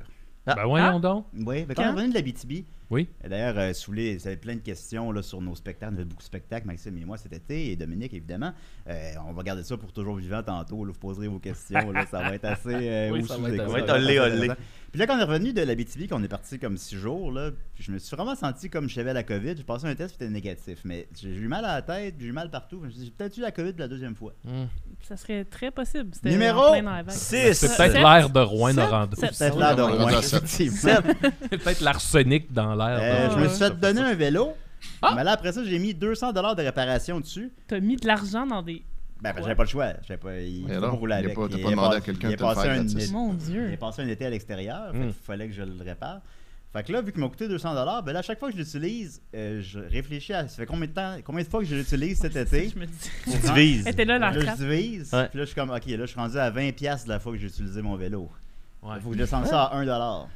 [SPEAKER 4] Ben voyons
[SPEAKER 3] Ah.
[SPEAKER 4] donc.
[SPEAKER 2] Oui, mais quand
[SPEAKER 3] Quand?
[SPEAKER 2] on est revenu de la BTB,
[SPEAKER 4] Hein? Oui.
[SPEAKER 2] d'ailleurs, euh, Soulé, ça avait plein de questions là, sur nos spectacles. On avait beaucoup de spectacles, Maxime et moi, cet été, et Dominique, évidemment. Euh, on va garder ça pour toujours vivant tantôt. là. vous poserez vos questions. là. ça va être assez. euh,
[SPEAKER 4] Oui,
[SPEAKER 2] ou
[SPEAKER 4] ça
[SPEAKER 2] sous-
[SPEAKER 4] va être-
[SPEAKER 2] écoute,
[SPEAKER 4] ça va
[SPEAKER 5] être
[SPEAKER 2] ça assez
[SPEAKER 5] olé, olé.
[SPEAKER 2] intéressant. Puis là, quand on est revenu de la BTB, qu'on est parti comme six jours, là, puis je me suis vraiment senti comme si j'avais la COVID. J'ai passé un test, c'était négatif. Mais j'ai j'ai eu mal à la tête, j'ai eu mal partout. Je me suis dit, j'ai peut-être eu la COVID pour la deuxième fois.
[SPEAKER 3] Ça serait très possible. C'était
[SPEAKER 2] Numéro
[SPEAKER 3] en plein dans la vague.
[SPEAKER 5] Six.
[SPEAKER 4] C'est peut-être
[SPEAKER 3] Sept.
[SPEAKER 4] l'air de Rouen
[SPEAKER 3] Sept.
[SPEAKER 4] Norando.
[SPEAKER 3] Sept.
[SPEAKER 2] Peut-être là,
[SPEAKER 6] on va
[SPEAKER 2] donc,
[SPEAKER 6] dire ça.
[SPEAKER 2] effectivement.
[SPEAKER 5] Sept.
[SPEAKER 4] C'est peut-être l'arsenic dans l'air.
[SPEAKER 2] Euh,
[SPEAKER 4] de
[SPEAKER 2] je
[SPEAKER 4] Rouen.
[SPEAKER 2] me suis fait donner un vélo.
[SPEAKER 4] Ah!
[SPEAKER 2] Mais là, après ça, j'ai mis 200 de réparation dessus.
[SPEAKER 3] T'as mis de l'argent dans des.
[SPEAKER 2] Ben, parce que
[SPEAKER 3] Ouais.
[SPEAKER 2] j'avais pas le choix. J'avais pas, il
[SPEAKER 6] Mais
[SPEAKER 2] faut
[SPEAKER 6] alors,
[SPEAKER 2] pas rouler
[SPEAKER 6] il a
[SPEAKER 2] avec.
[SPEAKER 6] pas- t'as
[SPEAKER 2] Il
[SPEAKER 6] pas
[SPEAKER 2] est
[SPEAKER 6] demandé
[SPEAKER 2] pas-
[SPEAKER 6] à
[SPEAKER 2] il
[SPEAKER 6] quelqu'un de
[SPEAKER 2] est
[SPEAKER 6] te le
[SPEAKER 2] passé
[SPEAKER 6] faire
[SPEAKER 2] un-
[SPEAKER 6] gratis. Hmm.
[SPEAKER 3] Mon Dieu.
[SPEAKER 2] J'ai passé un été à l'extérieur,
[SPEAKER 4] Mm.
[SPEAKER 2] il fallait que je le répare. Fait que là, vu qu'il m'a coûté 200 ben là, à chaque fois que je l'utilise, euh, je réfléchis à ça fait combien de temps, combien de fois que je l'utilise cet été.
[SPEAKER 3] Je me dis.
[SPEAKER 5] Tu divises.
[SPEAKER 3] Elle était là, la
[SPEAKER 2] Là, je
[SPEAKER 3] trappe.
[SPEAKER 2] divise,
[SPEAKER 5] Ouais.
[SPEAKER 2] puis là, je suis comme, ok, là, je suis rendu à 20$ piastres de la fois que j'ai utilisé mon vélo.
[SPEAKER 4] Ouais.
[SPEAKER 2] Faut que je descende ça à 1$.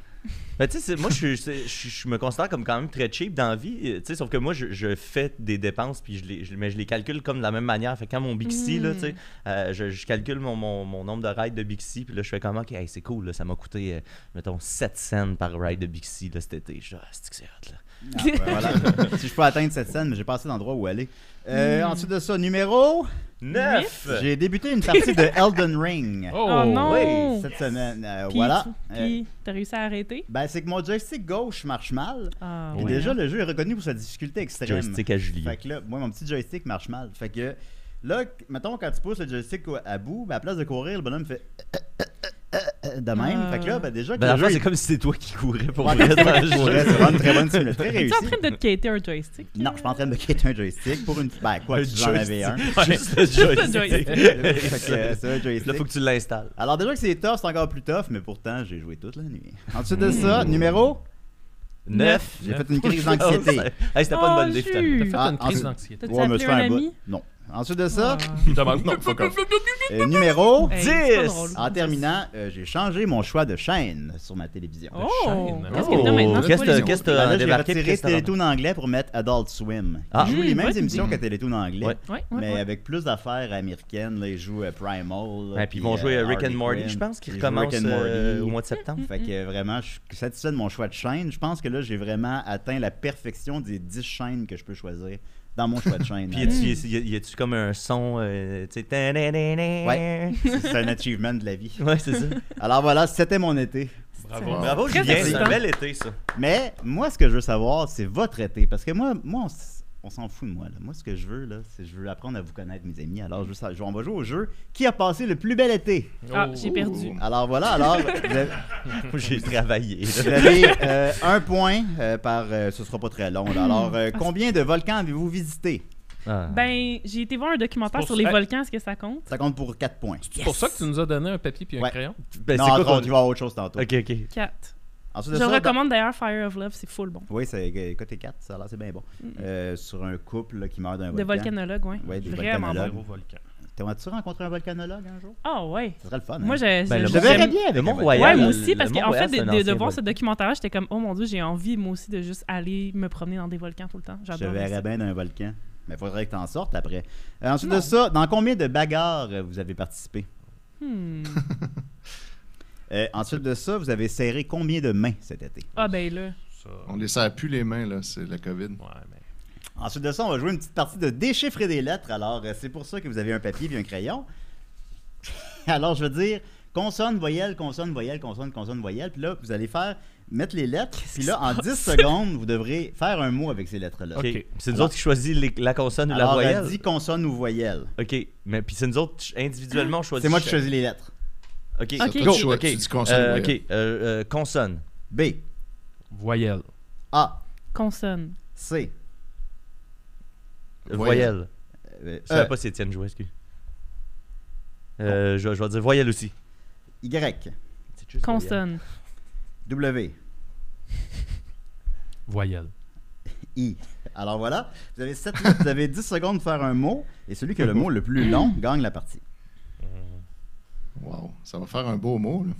[SPEAKER 5] Mais tu sais, c'est- moi, je, suis- c'est- je, je me considère comme quand même très cheap dans la vie. euh, Tu sais, sauf que moi, je, je fais des dépenses, puis je les, je- mais je les calcule comme de la même manière. Fait que quand mon Bixi,
[SPEAKER 3] Mm.
[SPEAKER 5] là, tu sais, euh, je, je calcule mon, mon, mon nombre de rides de Bixi, puis là, je fais comme, OK, hey, c'est cool, là, ça m'a coûté, euh, mettons, 7 cents par ride de Bixi, là, cet été. Je dis, ah, c'est que c'est hot, là.
[SPEAKER 2] Ah, ben, voilà. si je peux atteindre cette scène, mais j'ai pas assez d'endroits où aller. Euh, Ensuite de ça, numéro,
[SPEAKER 5] Neuf!
[SPEAKER 2] j'ai débuté une partie de Elden Ring.
[SPEAKER 4] Oh,
[SPEAKER 3] Oh non.
[SPEAKER 5] oui,
[SPEAKER 2] Cette semaine, Euh,
[SPEAKER 3] Puis,
[SPEAKER 2] voilà.
[SPEAKER 3] tu-
[SPEAKER 2] Euh,
[SPEAKER 3] Puis, t'as réussi à arrêter?
[SPEAKER 2] Ben, c'est que mon joystick gauche marche mal.
[SPEAKER 3] Ah,
[SPEAKER 2] Puis
[SPEAKER 3] ouais.
[SPEAKER 2] déjà, le jeu est reconnu pour sa difficulté extrême.
[SPEAKER 5] Joystick à Julie.
[SPEAKER 2] Fait que là, moi, mon petit joystick marche mal. Fait que là, qu- mettons, quand tu pousses le joystick au- à bout, ben, à place de courir, le bonhomme fait de même.
[SPEAKER 3] Ah.
[SPEAKER 2] Fait que là, ben, déjà, que
[SPEAKER 5] Ben,
[SPEAKER 2] le
[SPEAKER 5] en fait,
[SPEAKER 2] jeu
[SPEAKER 5] c'est comme si c'était toi qui courais pour
[SPEAKER 2] Ouais,
[SPEAKER 5] vrai
[SPEAKER 2] c'est
[SPEAKER 5] dans le jeu.
[SPEAKER 2] Ouais, c'est vraiment une très bonne simule, très
[SPEAKER 3] Es-tu en
[SPEAKER 2] réussie.
[SPEAKER 3] train de te quitter un joystick?
[SPEAKER 2] Non, je suis pas en train de me quitter un joystick pour une. Ben, quoi,
[SPEAKER 5] Un
[SPEAKER 2] si j'en avais un.
[SPEAKER 5] joystick. Juste le
[SPEAKER 3] un joystick.
[SPEAKER 5] joystick.
[SPEAKER 2] Fait que, euh, c'est un
[SPEAKER 5] Là, faut
[SPEAKER 2] joystick.
[SPEAKER 5] que tu l'installes.
[SPEAKER 2] Alors, déjà que c'est tough, c'est encore plus tough, mais pourtant, j'ai joué toute la nuit. Mmh. Ensuite de ça, numéro,
[SPEAKER 5] Neuf!
[SPEAKER 2] j'ai fait une crise d'anxiété.
[SPEAKER 5] Hey, c'était pas une
[SPEAKER 3] Oh,
[SPEAKER 5] bonne idée,
[SPEAKER 3] chut.
[SPEAKER 5] finalement.
[SPEAKER 4] T'as fait
[SPEAKER 2] Ah,
[SPEAKER 4] une crise
[SPEAKER 2] ensuite-
[SPEAKER 4] d'anxiété.
[SPEAKER 3] T'as-tu
[SPEAKER 2] Ouais, mais
[SPEAKER 3] appelé
[SPEAKER 2] je fais
[SPEAKER 3] un
[SPEAKER 2] un bout.
[SPEAKER 3] ami? Ah.
[SPEAKER 2] Non. Ensuite de ça,
[SPEAKER 4] Il demande-
[SPEAKER 6] Non, fuck off.
[SPEAKER 2] euh, numéro.
[SPEAKER 3] Hey, c'est pas
[SPEAKER 5] 10.
[SPEAKER 3] drôle.
[SPEAKER 2] En terminant, euh, j'ai changé mon choix de chaîne sur ma télévision.
[SPEAKER 3] Oh!
[SPEAKER 4] chaîne. hein?
[SPEAKER 3] Qu'est-ce qu'il y a maintenant?
[SPEAKER 5] qu'est-ce
[SPEAKER 3] C'est quoi les
[SPEAKER 5] que- qu'est-ce que
[SPEAKER 2] Ben là,
[SPEAKER 5] t'as
[SPEAKER 2] j'ai
[SPEAKER 5] débarqué? puis
[SPEAKER 2] retiré
[SPEAKER 5] qu'est-ce que t'as
[SPEAKER 2] Télétoon anglais pour mettre Adult Swim.
[SPEAKER 5] Ah.
[SPEAKER 2] Ils jouent
[SPEAKER 3] Mmh,
[SPEAKER 2] les mêmes
[SPEAKER 3] bonne
[SPEAKER 2] émissions
[SPEAKER 5] idée.
[SPEAKER 2] que Télétoon anglais,
[SPEAKER 5] Ouais.
[SPEAKER 3] Ouais, ouais,
[SPEAKER 2] mais
[SPEAKER 3] ouais.
[SPEAKER 2] avec plus d'affaires américaines. Là, ils jouent euh, Primal. là,
[SPEAKER 5] Ouais, puis ils vont
[SPEAKER 2] euh,
[SPEAKER 5] jouer euh, Rick and
[SPEAKER 2] Harley
[SPEAKER 5] Morty,
[SPEAKER 2] Quinn.
[SPEAKER 5] je pense, qui
[SPEAKER 2] Ils jouent Rick
[SPEAKER 5] recommence
[SPEAKER 2] and Morty.
[SPEAKER 5] euh, au mois de septembre.
[SPEAKER 2] Fait que euh, vraiment, je suis satisfait de mon choix de chaîne. Je pense que là, j'ai vraiment atteint la perfection des 10 chaînes que je peux choisir dans mon choix de chaîne.
[SPEAKER 5] Puis y a-tu- y a- y a-tu comme un son, euh, tu sais, ta-da-da-da.
[SPEAKER 2] Ouais. c'est un achievement de la vie.
[SPEAKER 5] Ouais, c'est ça.
[SPEAKER 2] Alors voilà, c'était mon été.
[SPEAKER 4] Bravo.
[SPEAKER 5] Bravo,
[SPEAKER 3] Très
[SPEAKER 5] Julien, c'est un
[SPEAKER 3] excitant.
[SPEAKER 5] bel été, ça.
[SPEAKER 2] Mais moi, ce que je veux savoir, c'est votre été. Parce que moi, moi on, s- on s'en fout de moi. Là. Moi, ce que je veux, là, c'est je veux apprendre à vous connaître, mes amis. Alors, je veux sa- je- on va jouer au jeu Qui a passé le plus bel été
[SPEAKER 3] Ah,
[SPEAKER 4] Oh.
[SPEAKER 3] j'ai perdu.
[SPEAKER 2] Alors voilà, alors, vous avez,
[SPEAKER 5] J'ai travaillé.
[SPEAKER 2] vous avez, euh, un point euh, par. euh, ce sera pas très long. là. Alors, euh, combien de volcans avez-vous visité
[SPEAKER 5] Ah.
[SPEAKER 3] Ben, j'ai été voir un documentaire
[SPEAKER 4] C'est
[SPEAKER 3] sur
[SPEAKER 4] pour
[SPEAKER 3] les
[SPEAKER 4] ça-
[SPEAKER 3] volcans, est-ce que ça compte?
[SPEAKER 2] Ça compte pour 4 points.
[SPEAKER 4] C'est pour ça que tu nous as donné un papier puis un
[SPEAKER 2] Ouais.
[SPEAKER 4] crayon.
[SPEAKER 5] Ben,
[SPEAKER 2] non,
[SPEAKER 5] c'est
[SPEAKER 2] entre
[SPEAKER 5] quoi qu'on-
[SPEAKER 2] autres, il va y avoir autre chose tantôt.
[SPEAKER 5] Ok, ok.
[SPEAKER 3] 4.
[SPEAKER 2] Ensuite de
[SPEAKER 3] Je
[SPEAKER 2] ça,
[SPEAKER 3] recommande d'ailleurs Fire of Love, c'est full bon.
[SPEAKER 2] dans- Oui, c'est côté 4, ça a l'air, c'est bien bon. Euh, sur un couple là, qui meurt d'un
[SPEAKER 3] Mm. De
[SPEAKER 2] volcan.
[SPEAKER 3] volcanologue, ouais.
[SPEAKER 2] Ouais, des
[SPEAKER 3] Vraiment
[SPEAKER 2] volcanologues.
[SPEAKER 3] bon.
[SPEAKER 4] Au volcan.
[SPEAKER 2] T'as-tu rencontré un volcanologue un jour?
[SPEAKER 3] Ah ouais.
[SPEAKER 2] Ça serait le fun.
[SPEAKER 3] Moi,
[SPEAKER 2] hein?
[SPEAKER 3] j'ai.
[SPEAKER 5] Ben,
[SPEAKER 3] j'ai-
[SPEAKER 5] le
[SPEAKER 2] Je
[SPEAKER 5] Mont-
[SPEAKER 2] te verrais
[SPEAKER 3] j'aime-
[SPEAKER 2] bien avec
[SPEAKER 5] le
[SPEAKER 2] un
[SPEAKER 5] Mont-Royal.
[SPEAKER 3] Ouais,
[SPEAKER 5] le-
[SPEAKER 3] moi
[SPEAKER 5] le
[SPEAKER 3] aussi, parce qu'en
[SPEAKER 5] Mont-Royal,
[SPEAKER 3] fait, de,
[SPEAKER 5] c'est un
[SPEAKER 3] de- de
[SPEAKER 5] ancien
[SPEAKER 3] voir
[SPEAKER 5] volcan.
[SPEAKER 3] ce documentaire, j'étais comme, oh mon dieu, j'ai envie, moi aussi, de juste aller me promener dans des volcans tout le temps.
[SPEAKER 2] Je te
[SPEAKER 3] J'adore.
[SPEAKER 2] verrais bien d'un volcan. Mais faudrait que t'en sortes après. Euh, ensuite de ça, dans combien de bagarres euh, vous avez participé?
[SPEAKER 3] Hmm.
[SPEAKER 2] Euh, ensuite de ça, vous avez serré combien de mains cet été?
[SPEAKER 3] Ah ben là.
[SPEAKER 4] Ça.
[SPEAKER 6] On les sert plus les mains, là, c'est la COVID.
[SPEAKER 4] Ouais, mais.
[SPEAKER 2] Ensuite de ça, on va jouer une petite partie de déchiffrer des lettres. Alors, euh, c'est pour ça que vous avez un papier et un crayon. Alors, je veux dire consonne, voyelle, consonne, voyelle, consonne, consonne, voyelle. Puis là, vous allez faire mettre les lettres. Puis là, en 10 secondes, vous devrez faire un mot avec ces lettres-là.
[SPEAKER 5] Ok.
[SPEAKER 4] Ok.
[SPEAKER 5] C'est nous autres qui choisit les- la consonne ou la
[SPEAKER 2] Alors,
[SPEAKER 5] voyelle.
[SPEAKER 2] elle dit consonne ou voyelle.
[SPEAKER 5] Ok, mais puis c'est nous autres ch- individuellement on choisit.
[SPEAKER 2] C'est moi qui choisis les lettres.
[SPEAKER 5] Ok,
[SPEAKER 3] Ok.
[SPEAKER 6] C'est à toi
[SPEAKER 3] Go.
[SPEAKER 6] de choix-
[SPEAKER 5] Ok.
[SPEAKER 6] Tu dis consonne,
[SPEAKER 5] Euh, ok,
[SPEAKER 6] voyelle.
[SPEAKER 5] euh, euh, consonne.
[SPEAKER 2] B,
[SPEAKER 4] Voyelle.
[SPEAKER 2] A,
[SPEAKER 3] Consonne.
[SPEAKER 2] C,
[SPEAKER 5] Euh,
[SPEAKER 6] Voyelle.
[SPEAKER 5] Voyelle.
[SPEAKER 2] euh,
[SPEAKER 5] Je
[SPEAKER 2] E,
[SPEAKER 5] savais pas si Étienne jouait, excuse. Euh, je, je vais dire voyelle aussi.
[SPEAKER 2] Y,
[SPEAKER 5] C'est juste
[SPEAKER 3] Consonne.
[SPEAKER 2] W,
[SPEAKER 4] Voyelle.
[SPEAKER 2] I. Alors voilà, vous avez, sept lettres, vous avez 10 secondes pour faire un mot, et celui qui
[SPEAKER 5] Mhm.
[SPEAKER 2] a le mot le plus long gagne la partie.
[SPEAKER 6] Wow, ça va faire un beau mot, là.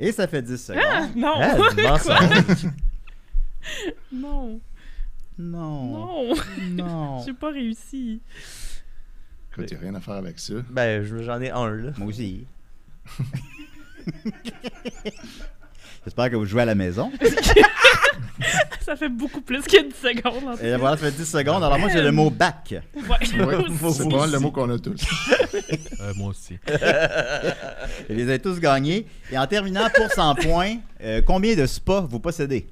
[SPEAKER 2] Et ça fait 10 secondes.
[SPEAKER 3] Non.
[SPEAKER 5] voyelle. Ah, du mensonge.
[SPEAKER 3] non.
[SPEAKER 2] Non.
[SPEAKER 3] Non.
[SPEAKER 2] Non.
[SPEAKER 3] J'ai pas réussi.
[SPEAKER 6] Écoute, il n'y a rien à faire avec ça.
[SPEAKER 5] ben, je- j'en ai un là.
[SPEAKER 2] Moi aussi. J'espère que vous jouez à la maison.
[SPEAKER 3] Ça fait beaucoup plus que 10 secondes. en tout
[SPEAKER 2] Et
[SPEAKER 3] cas.
[SPEAKER 2] voilà, ça fait 10 secondes. Alors moi, j'ai le mot bac.
[SPEAKER 3] Ouais.
[SPEAKER 6] Ouais, c'est pas mal le mot qu'on a tous.
[SPEAKER 4] Euh, moi aussi.
[SPEAKER 2] Et Vous avez tous gagné. Et en terminant pour 100 points, euh, combien de spas vous possédez?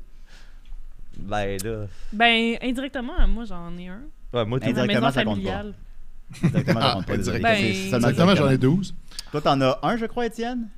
[SPEAKER 5] Ben là.
[SPEAKER 3] Ben, indirectement, moi j'en ai un.
[SPEAKER 5] Ouais, moi tout.
[SPEAKER 2] Indirectement,
[SPEAKER 3] Dans la maison
[SPEAKER 2] ça compte pas.
[SPEAKER 3] familiale.
[SPEAKER 2] Exactement,
[SPEAKER 6] Ah,
[SPEAKER 3] Ben-
[SPEAKER 6] Exactement, j'en ai 12.
[SPEAKER 2] Toi, t'en as un, je crois, Étienne?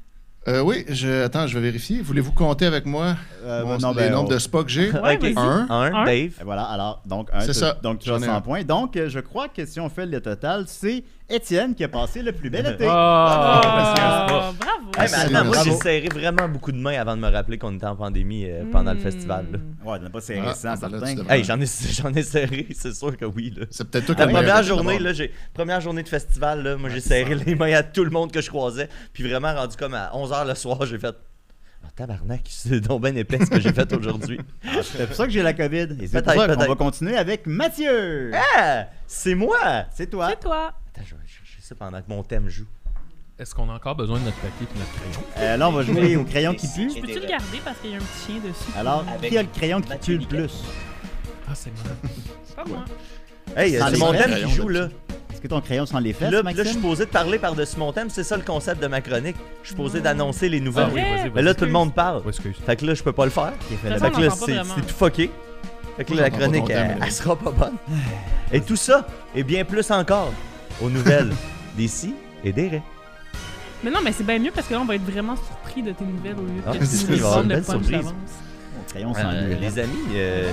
[SPEAKER 6] Euh, oui, je... attends, je vais vérifier. Voulez-vous compter avec moi
[SPEAKER 2] Euh,
[SPEAKER 6] mon-
[SPEAKER 2] ben, non,
[SPEAKER 6] les
[SPEAKER 2] ben,
[SPEAKER 6] nombres
[SPEAKER 2] on-
[SPEAKER 6] de spas que j'ai?
[SPEAKER 3] Ouais, vas-y.
[SPEAKER 6] Un.
[SPEAKER 5] Un,
[SPEAKER 3] Un.
[SPEAKER 5] Dave.
[SPEAKER 2] Voilà, alors, donc, un,
[SPEAKER 6] C'est
[SPEAKER 2] tu-
[SPEAKER 6] ça,
[SPEAKER 2] donc tu
[SPEAKER 6] j'en
[SPEAKER 2] as
[SPEAKER 6] ai
[SPEAKER 2] 100
[SPEAKER 6] un.
[SPEAKER 2] points. Donc, euh, je crois que si on fait le total, c'est Étienne qui a passé le plus bel été.
[SPEAKER 4] Ah,
[SPEAKER 3] Ah, bravo.
[SPEAKER 5] Hey, mais attends, moi
[SPEAKER 6] Bravo.
[SPEAKER 5] j'ai serré vraiment beaucoup de mains avant de me rappeler qu'on était en pandémie euh, pendant le
[SPEAKER 3] Hmm.
[SPEAKER 5] festival. là.
[SPEAKER 2] Ouais, t'en as pas serré
[SPEAKER 6] Ah,
[SPEAKER 2] 100,
[SPEAKER 6] ben là, tu
[SPEAKER 2] certain.
[SPEAKER 6] devrais-
[SPEAKER 5] Hey, j'en ai, j'en ai serré, c'est sûr que oui. Là.
[SPEAKER 6] C'est peut-être toi qui
[SPEAKER 5] La
[SPEAKER 6] as le meilleur
[SPEAKER 5] première
[SPEAKER 6] résultat
[SPEAKER 5] journée,
[SPEAKER 6] d'abord.
[SPEAKER 5] là, j'ai première journée de festival, là, moi j'ai serré les mains à tout le monde que je croisais, puis vraiment rendu comme à 11h le soir, j'ai fait Ah, tabarnak, c'est donc ben épais ce que j'ai fait aujourd'hui.
[SPEAKER 2] Ah, C'est pour ça que j'ai la COVID. Et c'est pour
[SPEAKER 5] Peut-être,
[SPEAKER 2] ça qu'on
[SPEAKER 5] peut-être.
[SPEAKER 2] va continuer avec Mathieu.
[SPEAKER 5] Ah, c'est moi. Attends,
[SPEAKER 2] C'est toi.
[SPEAKER 3] C'est toi.
[SPEAKER 5] je vais chercher ça pendant que mon thème joue.
[SPEAKER 4] Est-ce qu'on a encore besoin de notre papier et notre crayon?
[SPEAKER 2] Euh, là, on va jouer au crayon qui pue.
[SPEAKER 3] Je peux-tu le garder parce qu'il y a un petit chien dessus?
[SPEAKER 2] Alors, qui a le crayon qui
[SPEAKER 5] Mathieu
[SPEAKER 2] pue le plus?
[SPEAKER 4] Ah, c'est moi.
[SPEAKER 3] C'est Pas moi.
[SPEAKER 5] Hey,
[SPEAKER 2] Sans
[SPEAKER 5] c'est
[SPEAKER 2] les
[SPEAKER 5] mon thème
[SPEAKER 6] crayons,
[SPEAKER 5] qui joue là.
[SPEAKER 6] d'habitude.
[SPEAKER 2] Est-ce que ton crayon sent les
[SPEAKER 5] Puis
[SPEAKER 2] fesses,
[SPEAKER 5] là, puis là, je suis
[SPEAKER 2] Maxime?
[SPEAKER 5] posé de parler par-dessus mon thème, c'est ça le concept de ma chronique. Je suis posé d'annoncer les
[SPEAKER 4] Ah
[SPEAKER 5] nouvelles.
[SPEAKER 4] oui, vas-y, vas-y.
[SPEAKER 5] Mais là, tout le monde parle.
[SPEAKER 4] Oh, excuse.
[SPEAKER 5] Fait que là, je peux pas le faire.
[SPEAKER 2] Qui a fait
[SPEAKER 3] Ça
[SPEAKER 2] le
[SPEAKER 3] sent
[SPEAKER 5] Fait
[SPEAKER 2] bac.
[SPEAKER 5] que là,
[SPEAKER 3] entend pas
[SPEAKER 5] c'est
[SPEAKER 3] vraiment.
[SPEAKER 5] c'est tout fucké. Fait que
[SPEAKER 6] Moi,
[SPEAKER 5] là, la
[SPEAKER 6] j'entends pas
[SPEAKER 5] chronique,
[SPEAKER 6] ton thème,
[SPEAKER 5] elle,
[SPEAKER 6] là.
[SPEAKER 5] elle sera pas bonne. Et tout ça, et bien plus encore, aux nouvelles des si et des ré.
[SPEAKER 3] Mais non, mais c'est bien mieux parce que là, on va être vraiment surpris de tes nouvelles au lieu de
[SPEAKER 5] Ah,
[SPEAKER 3] que tu
[SPEAKER 5] c'est ça, il va y avoir
[SPEAKER 3] nous
[SPEAKER 5] une
[SPEAKER 3] donnes
[SPEAKER 5] belle
[SPEAKER 3] le punch
[SPEAKER 5] surprise.
[SPEAKER 3] d'avance.
[SPEAKER 6] hein.
[SPEAKER 2] Mon crayon sent
[SPEAKER 5] Euh,
[SPEAKER 2] l'urètre.
[SPEAKER 5] les amis, euh,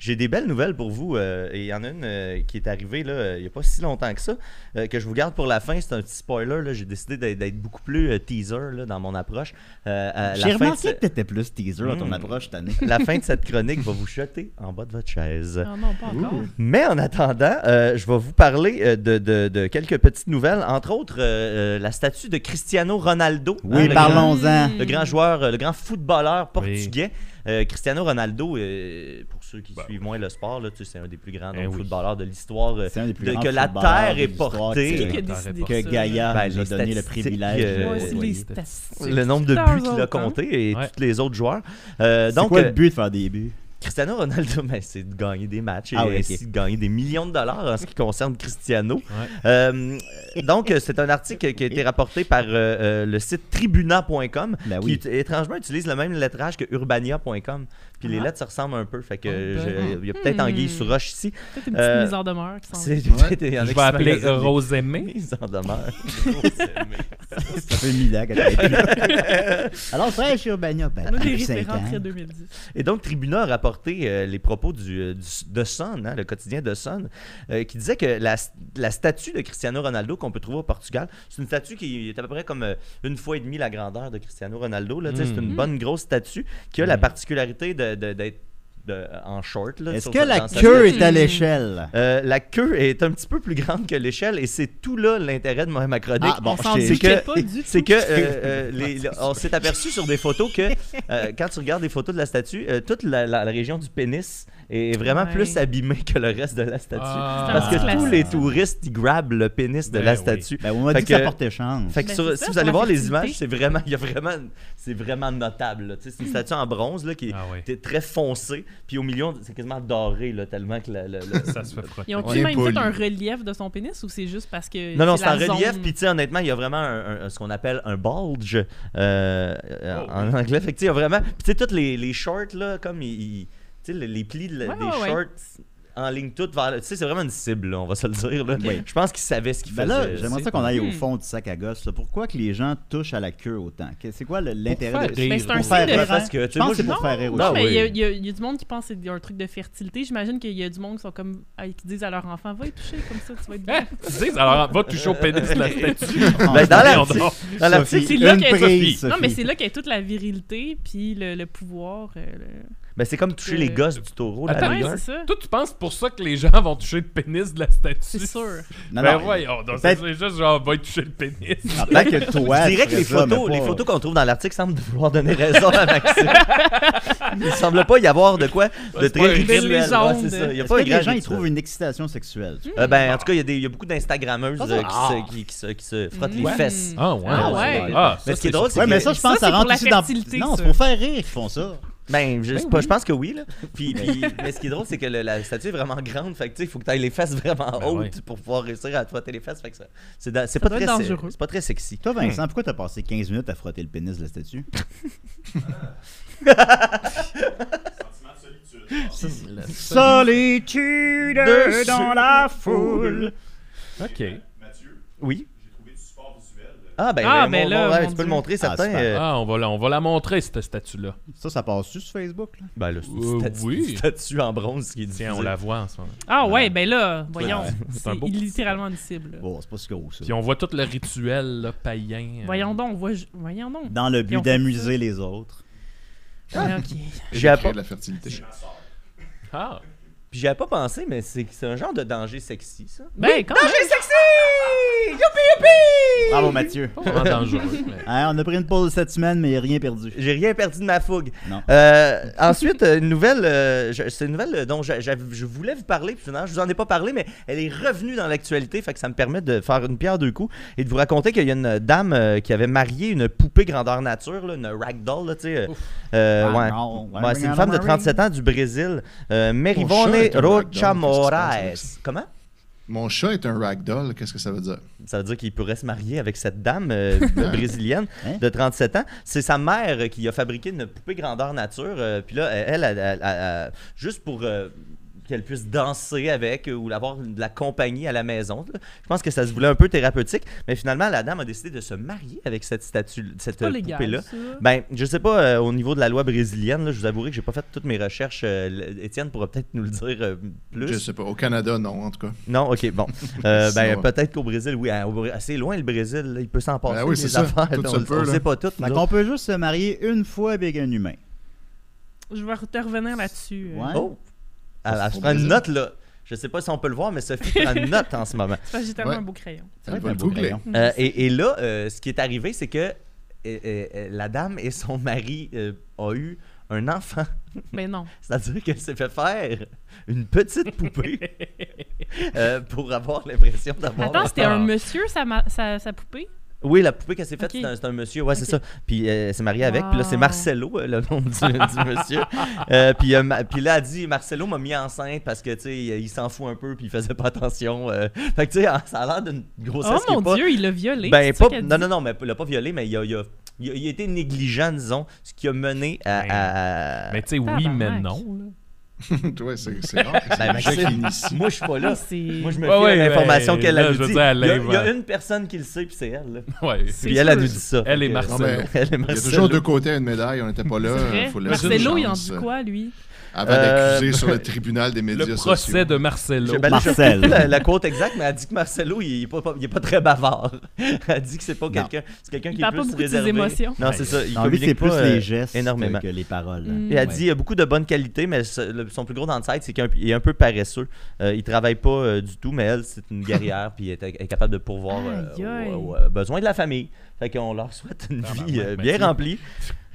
[SPEAKER 5] J'ai des belles nouvelles pour vous. euh, et il y en a une euh, qui est arrivée là, euh, il n'y a pas si longtemps que ça, euh, que je vous garde pour la fin. C'est un petit spoiler. là. J'ai décidé d'être- d'être beaucoup plus euh, teaser là, dans mon approche. Euh, à la
[SPEAKER 2] J'ai
[SPEAKER 5] fin de
[SPEAKER 2] remarqué
[SPEAKER 5] ce-
[SPEAKER 2] que t'étais plus teaser à ton approche cette année.
[SPEAKER 5] la fin de cette chronique va vous jeter en bas de votre chaise.
[SPEAKER 3] Ah, Non, non, pas encore.
[SPEAKER 5] Mais en attendant, euh, je vais vous parler euh, de, de- de quelques petites nouvelles, entre autres euh, euh, la statue de Cristiano Ronaldo. hein,
[SPEAKER 2] Oui,
[SPEAKER 5] le
[SPEAKER 2] parlons-en.
[SPEAKER 5] grand- Le grand joueur, euh, le grand footballeur portugais. Euh, Cristiano Ronaldo, euh, pour ceux qui suivent moins le sport, là, tu sais, c'est un des plus grands donc,
[SPEAKER 4] Eh oui.
[SPEAKER 5] footballeurs de l'histoire. euh,
[SPEAKER 2] C'est un des plus
[SPEAKER 5] de-
[SPEAKER 2] grands
[SPEAKER 5] que la
[SPEAKER 2] footballeurs
[SPEAKER 5] Terre
[SPEAKER 2] de
[SPEAKER 5] est
[SPEAKER 2] l'histoire,
[SPEAKER 5] portée.
[SPEAKER 2] tu sais,
[SPEAKER 3] Qui a
[SPEAKER 4] Ben,
[SPEAKER 3] décidé
[SPEAKER 2] Que
[SPEAKER 3] ça?
[SPEAKER 2] Gaïa
[SPEAKER 5] Ben,
[SPEAKER 2] nous a
[SPEAKER 5] les
[SPEAKER 2] donné le
[SPEAKER 5] statistiques,
[SPEAKER 2] privilège.
[SPEAKER 5] euh,
[SPEAKER 3] Moi
[SPEAKER 2] de-
[SPEAKER 3] aussi,
[SPEAKER 5] oui. Euh,
[SPEAKER 3] les
[SPEAKER 2] voyez.
[SPEAKER 3] statistiques.
[SPEAKER 5] le nombre de
[SPEAKER 3] Stars
[SPEAKER 5] buts qu'il a
[SPEAKER 3] autant.
[SPEAKER 5] compté et
[SPEAKER 4] Ouais.
[SPEAKER 5] tous les autres joueurs. Euh,
[SPEAKER 2] C'est
[SPEAKER 5] donc,
[SPEAKER 2] quoi
[SPEAKER 5] euh,
[SPEAKER 2] le but de faire des buts?
[SPEAKER 5] Cristiano Ronaldo, ben, c'est de gagner des matchs et
[SPEAKER 2] Ah oui, ok.
[SPEAKER 5] ainsi de gagner des millions de dollars en ce qui concerne Cristiano.
[SPEAKER 4] Ouais.
[SPEAKER 5] Euh, donc, euh, c'est un article qui a été rapporté par euh, euh, le site tribuna.com
[SPEAKER 4] Ah
[SPEAKER 2] Ben
[SPEAKER 5] qui,
[SPEAKER 2] oui.
[SPEAKER 5] ut- étrangement, utilise le même lettrage que urbania.com. Puis les lettres se ressemblent un peu. Fait que
[SPEAKER 4] Ah
[SPEAKER 5] je-
[SPEAKER 4] ben.
[SPEAKER 5] il y a peut-être
[SPEAKER 3] Hmm.
[SPEAKER 5] Anguille sur roche ici.
[SPEAKER 3] Peut-être une petite
[SPEAKER 5] Euh,
[SPEAKER 3] mise en demeure qui s'en
[SPEAKER 5] C'est
[SPEAKER 6] Ouais.
[SPEAKER 5] peut-être- il y en a
[SPEAKER 4] Je
[SPEAKER 5] qui
[SPEAKER 4] vais
[SPEAKER 5] se
[SPEAKER 4] appeler
[SPEAKER 5] magasinent des-
[SPEAKER 4] Rosemée.
[SPEAKER 5] Mise en demeure.
[SPEAKER 2] Ça fait mille ans qu'elle avait plus. Alors, frère, je suis Urbania. Ben,
[SPEAKER 3] On a des
[SPEAKER 2] 5
[SPEAKER 3] références
[SPEAKER 2] ans.
[SPEAKER 3] très 2010.
[SPEAKER 5] Et donc, Tribuna a rapporté euh, les propos du, euh, du- de Sun, hein, le quotidien de Sun, euh, qui disait que la, la statue de Cristiano Ronaldo qu'on peut trouver au Portugal, c'est une statue qui est à peu près comme euh, une fois et demie la grandeur de Cristiano Ronaldo. là, tu sais, C'est une
[SPEAKER 4] Mm.
[SPEAKER 5] bonne grosse statue qui a
[SPEAKER 2] Mm.
[SPEAKER 5] la particularité de- de- d'être de- en short. là,
[SPEAKER 2] Est-ce
[SPEAKER 5] sur
[SPEAKER 2] que
[SPEAKER 5] sa-
[SPEAKER 2] la
[SPEAKER 5] dans sa
[SPEAKER 2] queue
[SPEAKER 3] tête.
[SPEAKER 2] est à l'échelle?
[SPEAKER 5] euh, la queue est un petit peu plus grande que l'échelle et c'est tout là l'intérêt de ma chronique.
[SPEAKER 2] Ah, bon,
[SPEAKER 3] on s'en
[SPEAKER 2] je t'ai-
[SPEAKER 5] c'est
[SPEAKER 3] doutait
[SPEAKER 5] que-
[SPEAKER 3] pas du
[SPEAKER 5] C'est
[SPEAKER 3] tout.
[SPEAKER 5] que euh, euh, les- les- on s'est aperçu sur des photos que euh, quand tu regardes des photos de la statue, euh, toute la, la- la région du pénis est vraiment
[SPEAKER 3] Ouais.
[SPEAKER 5] plus abîmée que le reste de la statue.
[SPEAKER 4] Ah.
[SPEAKER 5] Parce que
[SPEAKER 3] C'est un
[SPEAKER 5] tous
[SPEAKER 3] classique.
[SPEAKER 5] les touristes, ils grabent le pénis de
[SPEAKER 4] Ben
[SPEAKER 5] la
[SPEAKER 4] oui.
[SPEAKER 5] statue.
[SPEAKER 2] Ben, on m'a
[SPEAKER 5] Fait
[SPEAKER 2] dit que ça
[SPEAKER 5] que-
[SPEAKER 2] portait chance.
[SPEAKER 5] Fait que
[SPEAKER 3] Ben,
[SPEAKER 5] sur-
[SPEAKER 3] c'est ça,
[SPEAKER 5] si vous
[SPEAKER 3] pour
[SPEAKER 5] allez
[SPEAKER 3] la
[SPEAKER 5] voir les
[SPEAKER 3] fertilité. Hmm.
[SPEAKER 5] images, c'est vraiment, il y a vraiment, c'est vraiment notable. là. Tu sais, C'est une statue en bronze là, qui est
[SPEAKER 4] Ah ouais.
[SPEAKER 5] t- très foncée, puis au milieu, c'est quasiment doré là, tellement que le- le- le-
[SPEAKER 4] Ça se fait frotter.
[SPEAKER 3] Ils ont
[SPEAKER 6] Ouais.
[SPEAKER 3] même
[SPEAKER 6] Poli.
[SPEAKER 3] fait un relief de son pénis ou c'est juste parce que.
[SPEAKER 5] Non, non, c'est
[SPEAKER 3] la
[SPEAKER 5] en relief,
[SPEAKER 3] zone?
[SPEAKER 5] puis tu sais, honnêtement, il y a vraiment un, un- ce qu'on appelle un bulge euh, euh,
[SPEAKER 4] Oh.
[SPEAKER 5] en anglais. Fait que tu sais, il y a vraiment. Puis tu sais, toutes les, les shorts, là, comme ils. ils- tu sais, les, les plis de la-
[SPEAKER 3] Ouais,
[SPEAKER 5] des
[SPEAKER 3] ouais, ouais.
[SPEAKER 5] shorts en ligne toute vers. le- Tu sais, c'est vraiment une cible, là, on va se le dire. Là.
[SPEAKER 2] Oui.
[SPEAKER 5] Je pense qu'ils savaient ce qu'ils
[SPEAKER 2] Ben
[SPEAKER 5] faisaient.
[SPEAKER 2] là, j'aimerais
[SPEAKER 5] tu
[SPEAKER 2] ça
[SPEAKER 5] sais.
[SPEAKER 2] qu'on aille au
[SPEAKER 3] Hmm.
[SPEAKER 2] fond du sac à gosse. là. Pourquoi que les gens touchent à la queue autant? Que- C'est quoi le- l'intérêt
[SPEAKER 4] faire
[SPEAKER 2] de...
[SPEAKER 4] rire.
[SPEAKER 3] Ben, c'est un
[SPEAKER 2] Pour
[SPEAKER 3] signe
[SPEAKER 2] faire
[SPEAKER 3] de
[SPEAKER 2] rire.
[SPEAKER 5] Parce que, tu sais,
[SPEAKER 2] Je pense
[SPEAKER 5] moi,
[SPEAKER 2] que c'est
[SPEAKER 5] je-
[SPEAKER 2] pour faire rire
[SPEAKER 5] Non,
[SPEAKER 2] aussi.
[SPEAKER 3] Non, mais il y a-
[SPEAKER 5] oui.
[SPEAKER 3] il y, a- il y a du monde qui pense que c'est un truc de fertilité. J'imagine qu'il y a du monde qui sont comme ah, qui disent à leur enfant va y toucher comme ça, tu vas être bien.
[SPEAKER 4] Hein? Tu sais, alors va toucher au pénis de la statue.
[SPEAKER 5] Ben, dans la-
[SPEAKER 4] Voyons donc.
[SPEAKER 5] dans la
[SPEAKER 2] Sophie,
[SPEAKER 5] petite-
[SPEAKER 3] C'est là
[SPEAKER 2] une
[SPEAKER 3] qu'elle est
[SPEAKER 2] prise,
[SPEAKER 3] Non, mais
[SPEAKER 2] Sophie.
[SPEAKER 3] c'est là qu'est toute la virilité puis le, le pouvoir. euh, le-
[SPEAKER 5] Ben, c'est comme toucher
[SPEAKER 3] Euh,
[SPEAKER 5] les gosses du taureau, la
[SPEAKER 4] Attends,
[SPEAKER 3] Ouais,
[SPEAKER 5] rigueur.
[SPEAKER 3] c'est ça.
[SPEAKER 4] Toi, tu penses pour ça que les gens vont toucher le pénis de la statue?
[SPEAKER 3] C'est sûr.
[SPEAKER 2] Non,
[SPEAKER 4] Ben
[SPEAKER 2] non,
[SPEAKER 4] voyons, donc c'est
[SPEAKER 2] peut-être-
[SPEAKER 4] c'est juste genre, va y toucher le pénis.
[SPEAKER 2] en tant que toi,
[SPEAKER 5] Je dirais que
[SPEAKER 2] tu
[SPEAKER 5] les
[SPEAKER 2] ferais ça, mais
[SPEAKER 5] photos, les
[SPEAKER 2] pas-
[SPEAKER 5] photos qu'on trouve dans l'article semblent vouloir donner raison à Maxime. Il semble pas y avoir de quoi de
[SPEAKER 4] c'est pas
[SPEAKER 5] très
[SPEAKER 4] une
[SPEAKER 5] rituel.
[SPEAKER 3] belle légende.
[SPEAKER 5] Ouais, c'est ça. Il y
[SPEAKER 2] Est-ce
[SPEAKER 5] a pas
[SPEAKER 2] que
[SPEAKER 5] un grand
[SPEAKER 2] les gens ils
[SPEAKER 5] rituel.
[SPEAKER 2] trouvent une excitation sexuelle?
[SPEAKER 5] Euh, ben, en tout cas, il y a des- il y, a beaucoup d'Instagrammeuses
[SPEAKER 2] Ah,
[SPEAKER 5] euh, qui,
[SPEAKER 2] ah.
[SPEAKER 5] se, qui, qui se, qui se frottent
[SPEAKER 3] Mm.
[SPEAKER 5] les fesses.
[SPEAKER 4] Ah ouais.
[SPEAKER 3] Ah ouais.
[SPEAKER 4] Ah, ça,
[SPEAKER 5] mais ce qui est
[SPEAKER 4] c'est
[SPEAKER 5] drôle, c'est
[SPEAKER 2] Ouais,
[SPEAKER 5] que.
[SPEAKER 2] mais ça, je pense que ça
[SPEAKER 3] Ça, c'est
[SPEAKER 2] rentre
[SPEAKER 3] pour la
[SPEAKER 2] aussi dans.
[SPEAKER 3] fertilité,
[SPEAKER 2] Non, c'est
[SPEAKER 3] ça.
[SPEAKER 2] pour faire rire qu'ils font ça.
[SPEAKER 5] Ben, je, sais pas, je pense que oui, là. Puis,
[SPEAKER 3] Ben
[SPEAKER 5] puis- mais ce qui est drôle, c'est que le- la statue est vraiment grande. Fait que, tu sais, il faut que tu aies les fesses vraiment
[SPEAKER 4] Ben
[SPEAKER 5] hautes
[SPEAKER 4] ouais.
[SPEAKER 5] pour pouvoir réussir à te frotter les fesses. Fait que ça. C'est da- c'est
[SPEAKER 3] Ça
[SPEAKER 5] pas,
[SPEAKER 3] doit
[SPEAKER 5] très
[SPEAKER 3] être
[SPEAKER 5] se-
[SPEAKER 3] dangereux.
[SPEAKER 5] c'est pas très sexy.
[SPEAKER 2] Toi, Vincent, pourquoi t'as passé 15 minutes à frotter le pénis de la statue? Solitude
[SPEAKER 5] Dessus.
[SPEAKER 2] dans la foule.
[SPEAKER 4] OK.
[SPEAKER 5] Oui. Ah, ben,
[SPEAKER 3] Ah,
[SPEAKER 5] ben,
[SPEAKER 3] ben
[SPEAKER 5] mon-
[SPEAKER 3] là,
[SPEAKER 5] mon- ouais,
[SPEAKER 3] mon
[SPEAKER 5] tu peux le
[SPEAKER 3] Dieu.
[SPEAKER 5] montrer, certains.
[SPEAKER 2] super.
[SPEAKER 5] euh,
[SPEAKER 4] Ah, on va, la- on va la montrer, cette statue-là.
[SPEAKER 2] Ça, ça passe-tu sur Facebook? Là?
[SPEAKER 5] Ben là, c'est une
[SPEAKER 4] Euh,
[SPEAKER 5] statue,
[SPEAKER 4] oui.
[SPEAKER 5] une statue en bronze qui est diffusée.
[SPEAKER 4] Tiens, on la voit en ce moment.
[SPEAKER 3] Ah ouais, ben là, voyons,
[SPEAKER 4] c'est
[SPEAKER 3] c'est
[SPEAKER 4] un beau-
[SPEAKER 3] littéralement une cible.
[SPEAKER 2] Bon, c'est pas si gros, ça.
[SPEAKER 4] Puis on voit tout le rituel là, païen. euh,
[SPEAKER 3] Voyons donc, on voit, ju- voyons donc.
[SPEAKER 2] Dans le
[SPEAKER 3] Ils
[SPEAKER 2] but
[SPEAKER 3] ont fait
[SPEAKER 2] d'amuser les autres.
[SPEAKER 3] Ouais, ok.
[SPEAKER 5] J'ai
[SPEAKER 6] J'ai
[SPEAKER 5] appro-
[SPEAKER 6] de la fertilité.
[SPEAKER 4] Ah,
[SPEAKER 5] Puis j'y avais pas pensé, mais c'est c'est un genre de danger sexy, ça.
[SPEAKER 3] Ben quand même.
[SPEAKER 5] sexy! Youpi, youpi!
[SPEAKER 2] Bravo, Mathieu.
[SPEAKER 4] pas vraiment dangereux. mais-
[SPEAKER 2] Hein, on a pris une pause cette semaine, mais rien perdu.
[SPEAKER 5] J'ai rien perdu de ma fougue.
[SPEAKER 2] Non.
[SPEAKER 5] Euh, ensuite, euh, une nouvelle, euh, je- c'est une nouvelle euh, dont j'a- j'avais- je voulais vous parler, puis finalement, je vous en ai pas parlé, mais elle est revenue dans l'actualité, fait que ça me permet de faire une pierre deux coups et de vous raconter qu'il y a une dame euh, qui avait marié une poupée grandeur nature, là, une ragdoll, là, tu sais. euh,
[SPEAKER 4] Ouf.
[SPEAKER 5] euh,
[SPEAKER 2] Ah
[SPEAKER 5] ouais.
[SPEAKER 2] non,
[SPEAKER 5] Ouais,
[SPEAKER 2] bring
[SPEAKER 5] c'est une
[SPEAKER 2] on
[SPEAKER 5] femme
[SPEAKER 2] a
[SPEAKER 5] de
[SPEAKER 2] Marie.
[SPEAKER 5] 37 ans du Brésil, euh,
[SPEAKER 6] Mon
[SPEAKER 5] Merivone
[SPEAKER 6] chat est un ragdoll, qu'est-ce qui se
[SPEAKER 5] Rocha
[SPEAKER 6] passe,
[SPEAKER 5] Moraes.
[SPEAKER 6] Alex?
[SPEAKER 5] Comment?
[SPEAKER 6] Mon chat est un ragdoll, qu'est-ce que ça veut dire?
[SPEAKER 5] Ça veut dire qu'il pourrait se marier avec cette dame euh, brésilienne
[SPEAKER 2] Hein?
[SPEAKER 5] de 37 ans. C'est sa mère euh, qui a fabriqué une poupée grandeur nature. euh, puis là, elle, elle, elle- elle- elle- juste pour euh, qu'elle puisse danser avec euh, ou avoir de la compagnie à la maison. là. Je pense que ça se voulait un peu thérapeutique, mais finalement, la dame a décidé de se marier avec cette statue, cette
[SPEAKER 3] pas
[SPEAKER 5] euh,
[SPEAKER 3] légal,
[SPEAKER 5] poupée-là.
[SPEAKER 3] ça.
[SPEAKER 5] Ben, je sais pas, euh, au niveau de la loi brésilienne, là, je vous avouerai que j'ai pas fait toutes mes recherches. euh, l- Étienne pourra peut-être nous le dire euh, plus.
[SPEAKER 6] Je sais pas. Au Canada, non, en tout cas.
[SPEAKER 5] Non, ok, bon. Euh, ben,
[SPEAKER 6] Sinon, ouais.
[SPEAKER 5] peut-être qu'au Brésil, oui, hein, au Brésil- assez loin le Brésil, là, il peut s'en passer
[SPEAKER 6] Ben oui,
[SPEAKER 5] des
[SPEAKER 6] c'est ça.
[SPEAKER 5] affaires,
[SPEAKER 6] Tout
[SPEAKER 5] on,
[SPEAKER 6] se
[SPEAKER 5] le-
[SPEAKER 6] peut,
[SPEAKER 5] on
[SPEAKER 6] là.
[SPEAKER 5] sait pas tout.
[SPEAKER 2] Fait
[SPEAKER 5] nous
[SPEAKER 2] qu'on
[SPEAKER 5] autres.
[SPEAKER 2] peut juste se marier une fois avec un humain.
[SPEAKER 3] Je vais te revenir là-dessus. euh.
[SPEAKER 2] Ouais.
[SPEAKER 5] Oh, Ah,
[SPEAKER 6] Au
[SPEAKER 5] je prends une
[SPEAKER 6] Brésil.
[SPEAKER 5] note là. Je sais pas si on peut le voir, mais Sophie prend une note en ce moment.
[SPEAKER 3] C'est parce que j'ai tellement
[SPEAKER 6] Ouais.
[SPEAKER 3] un beau crayon.
[SPEAKER 2] Ça doit
[SPEAKER 6] Elle va
[SPEAKER 2] être
[SPEAKER 6] le
[SPEAKER 2] un beau
[SPEAKER 6] googler.
[SPEAKER 2] crayon.
[SPEAKER 5] Euh, et, et là, euh, ce qui est arrivé, c'est que euh, euh, euh, la dame et son mari euh, ont eu un enfant.
[SPEAKER 3] Mais Ben non.
[SPEAKER 5] C'est-à-dire qu'elle s'est fait faire une petite poupée euh, pour avoir l'impression d'avoir.
[SPEAKER 3] Attends, c'était un monsieur, sa, ma- sa, sa poupée?
[SPEAKER 5] Oui, la poupée qu'elle s'est faite,
[SPEAKER 3] Ok.
[SPEAKER 5] c'est un- c'est un, monsieur. Ouais, c'est
[SPEAKER 3] Ok.
[SPEAKER 5] ça. Puis euh, elle s'est mariée avec. Puis là, c'est
[SPEAKER 3] Wow.
[SPEAKER 5] Marcelo, euh, le nom du, du monsieur. Euh, puis, euh, ma- puis là, elle dit Marcelo m'a mis enceinte parce que, tu sais, il, il s'en fout un peu, puis il faisait pas attention. euh. Fait que, tu sais, ça a l'air d'une grossesse qui
[SPEAKER 3] oh
[SPEAKER 5] est
[SPEAKER 3] mon
[SPEAKER 5] pas.
[SPEAKER 3] Dieu, il l'a violée.
[SPEAKER 5] Ben,
[SPEAKER 3] c'est ça
[SPEAKER 5] pas,
[SPEAKER 3] qu'elle
[SPEAKER 5] non,
[SPEAKER 3] dit?
[SPEAKER 5] non, non, mais il l'a pas violé, mais il a, il, a, il a- il a été négligent, disons, ce qui a mené à.
[SPEAKER 4] Ben,
[SPEAKER 5] à- à-
[SPEAKER 4] Mais tu sais, oui, mais
[SPEAKER 3] Tabarnak.
[SPEAKER 4] non. là.
[SPEAKER 6] ouais, c'est c'est rare. que
[SPEAKER 5] Ben,
[SPEAKER 6] C'est Michel
[SPEAKER 5] Maxime.
[SPEAKER 6] qui initie.
[SPEAKER 5] Moi, je suis pas là.
[SPEAKER 3] Ah, c'est-
[SPEAKER 5] Moi, je me
[SPEAKER 4] Ouais,
[SPEAKER 5] fie
[SPEAKER 4] ouais,
[SPEAKER 5] à l'information
[SPEAKER 4] ben,
[SPEAKER 5] qu'elle
[SPEAKER 4] là,
[SPEAKER 5] a
[SPEAKER 4] je
[SPEAKER 5] nous
[SPEAKER 4] veux
[SPEAKER 5] dit.
[SPEAKER 4] dire, elle
[SPEAKER 5] il, y a, il y a
[SPEAKER 4] l'invente.
[SPEAKER 5] une personne qui le sait, puis c'est elle. là.
[SPEAKER 4] Ouais.
[SPEAKER 3] C'est
[SPEAKER 5] Puis euh, elle a
[SPEAKER 3] sûr.
[SPEAKER 5] nous dit ça.
[SPEAKER 4] Elle et
[SPEAKER 5] Fait que-
[SPEAKER 6] Non,
[SPEAKER 4] Marcelo.
[SPEAKER 6] mais
[SPEAKER 5] Elle est
[SPEAKER 6] il y a
[SPEAKER 5] Marcelo.
[SPEAKER 6] toujours deux côtés à une médaille. On n'était pas
[SPEAKER 3] C'est
[SPEAKER 6] là.
[SPEAKER 3] vrai.
[SPEAKER 6] Il faut laisser une
[SPEAKER 3] Marcelo, il en
[SPEAKER 6] chance,
[SPEAKER 3] dit
[SPEAKER 6] euh,
[SPEAKER 3] quoi, lui?
[SPEAKER 6] Avant
[SPEAKER 5] Euh,
[SPEAKER 6] d'accuser sur le tribunal des médias
[SPEAKER 4] Le
[SPEAKER 6] sociaux.
[SPEAKER 4] procès de Marcelo.
[SPEAKER 5] Je- ben, là, je-
[SPEAKER 2] Marcel.
[SPEAKER 5] La, la quote exacte, mais elle dit que Marcelo, il est pas, pas- il est pas très bavard. Elle dit que c'est pas quelqu'un, c'est quelqu'un
[SPEAKER 3] Il
[SPEAKER 5] qui est
[SPEAKER 3] parle pas
[SPEAKER 5] plus
[SPEAKER 3] beaucoup de ses
[SPEAKER 5] réservé.
[SPEAKER 3] émotions.
[SPEAKER 5] Non, c'est ça. Il
[SPEAKER 2] Non, lui,
[SPEAKER 5] communique
[SPEAKER 2] c'est plus
[SPEAKER 5] pas, euh,
[SPEAKER 2] les gestes
[SPEAKER 5] énormément.
[SPEAKER 2] que les paroles.
[SPEAKER 3] Mm.
[SPEAKER 5] Et elle
[SPEAKER 2] Ouais.
[SPEAKER 5] dit il y a beaucoup de bonnes qualités, mais ce- le- son plus gros downside, c'est qu'il est un- il est un peu paresseux. Euh, il travaille pas euh, du tout, mais elle, c'est une guerrière, puis elle est, elle est capable de pourvoir euh,
[SPEAKER 3] Aïe, aïe.
[SPEAKER 5] aux, aux besoins de la famille. Fait qu'on leur souhaite une
[SPEAKER 4] Ah, ben,
[SPEAKER 5] vie
[SPEAKER 4] ben,
[SPEAKER 5] euh,
[SPEAKER 4] ben,
[SPEAKER 5] bien
[SPEAKER 4] tu-
[SPEAKER 5] remplie.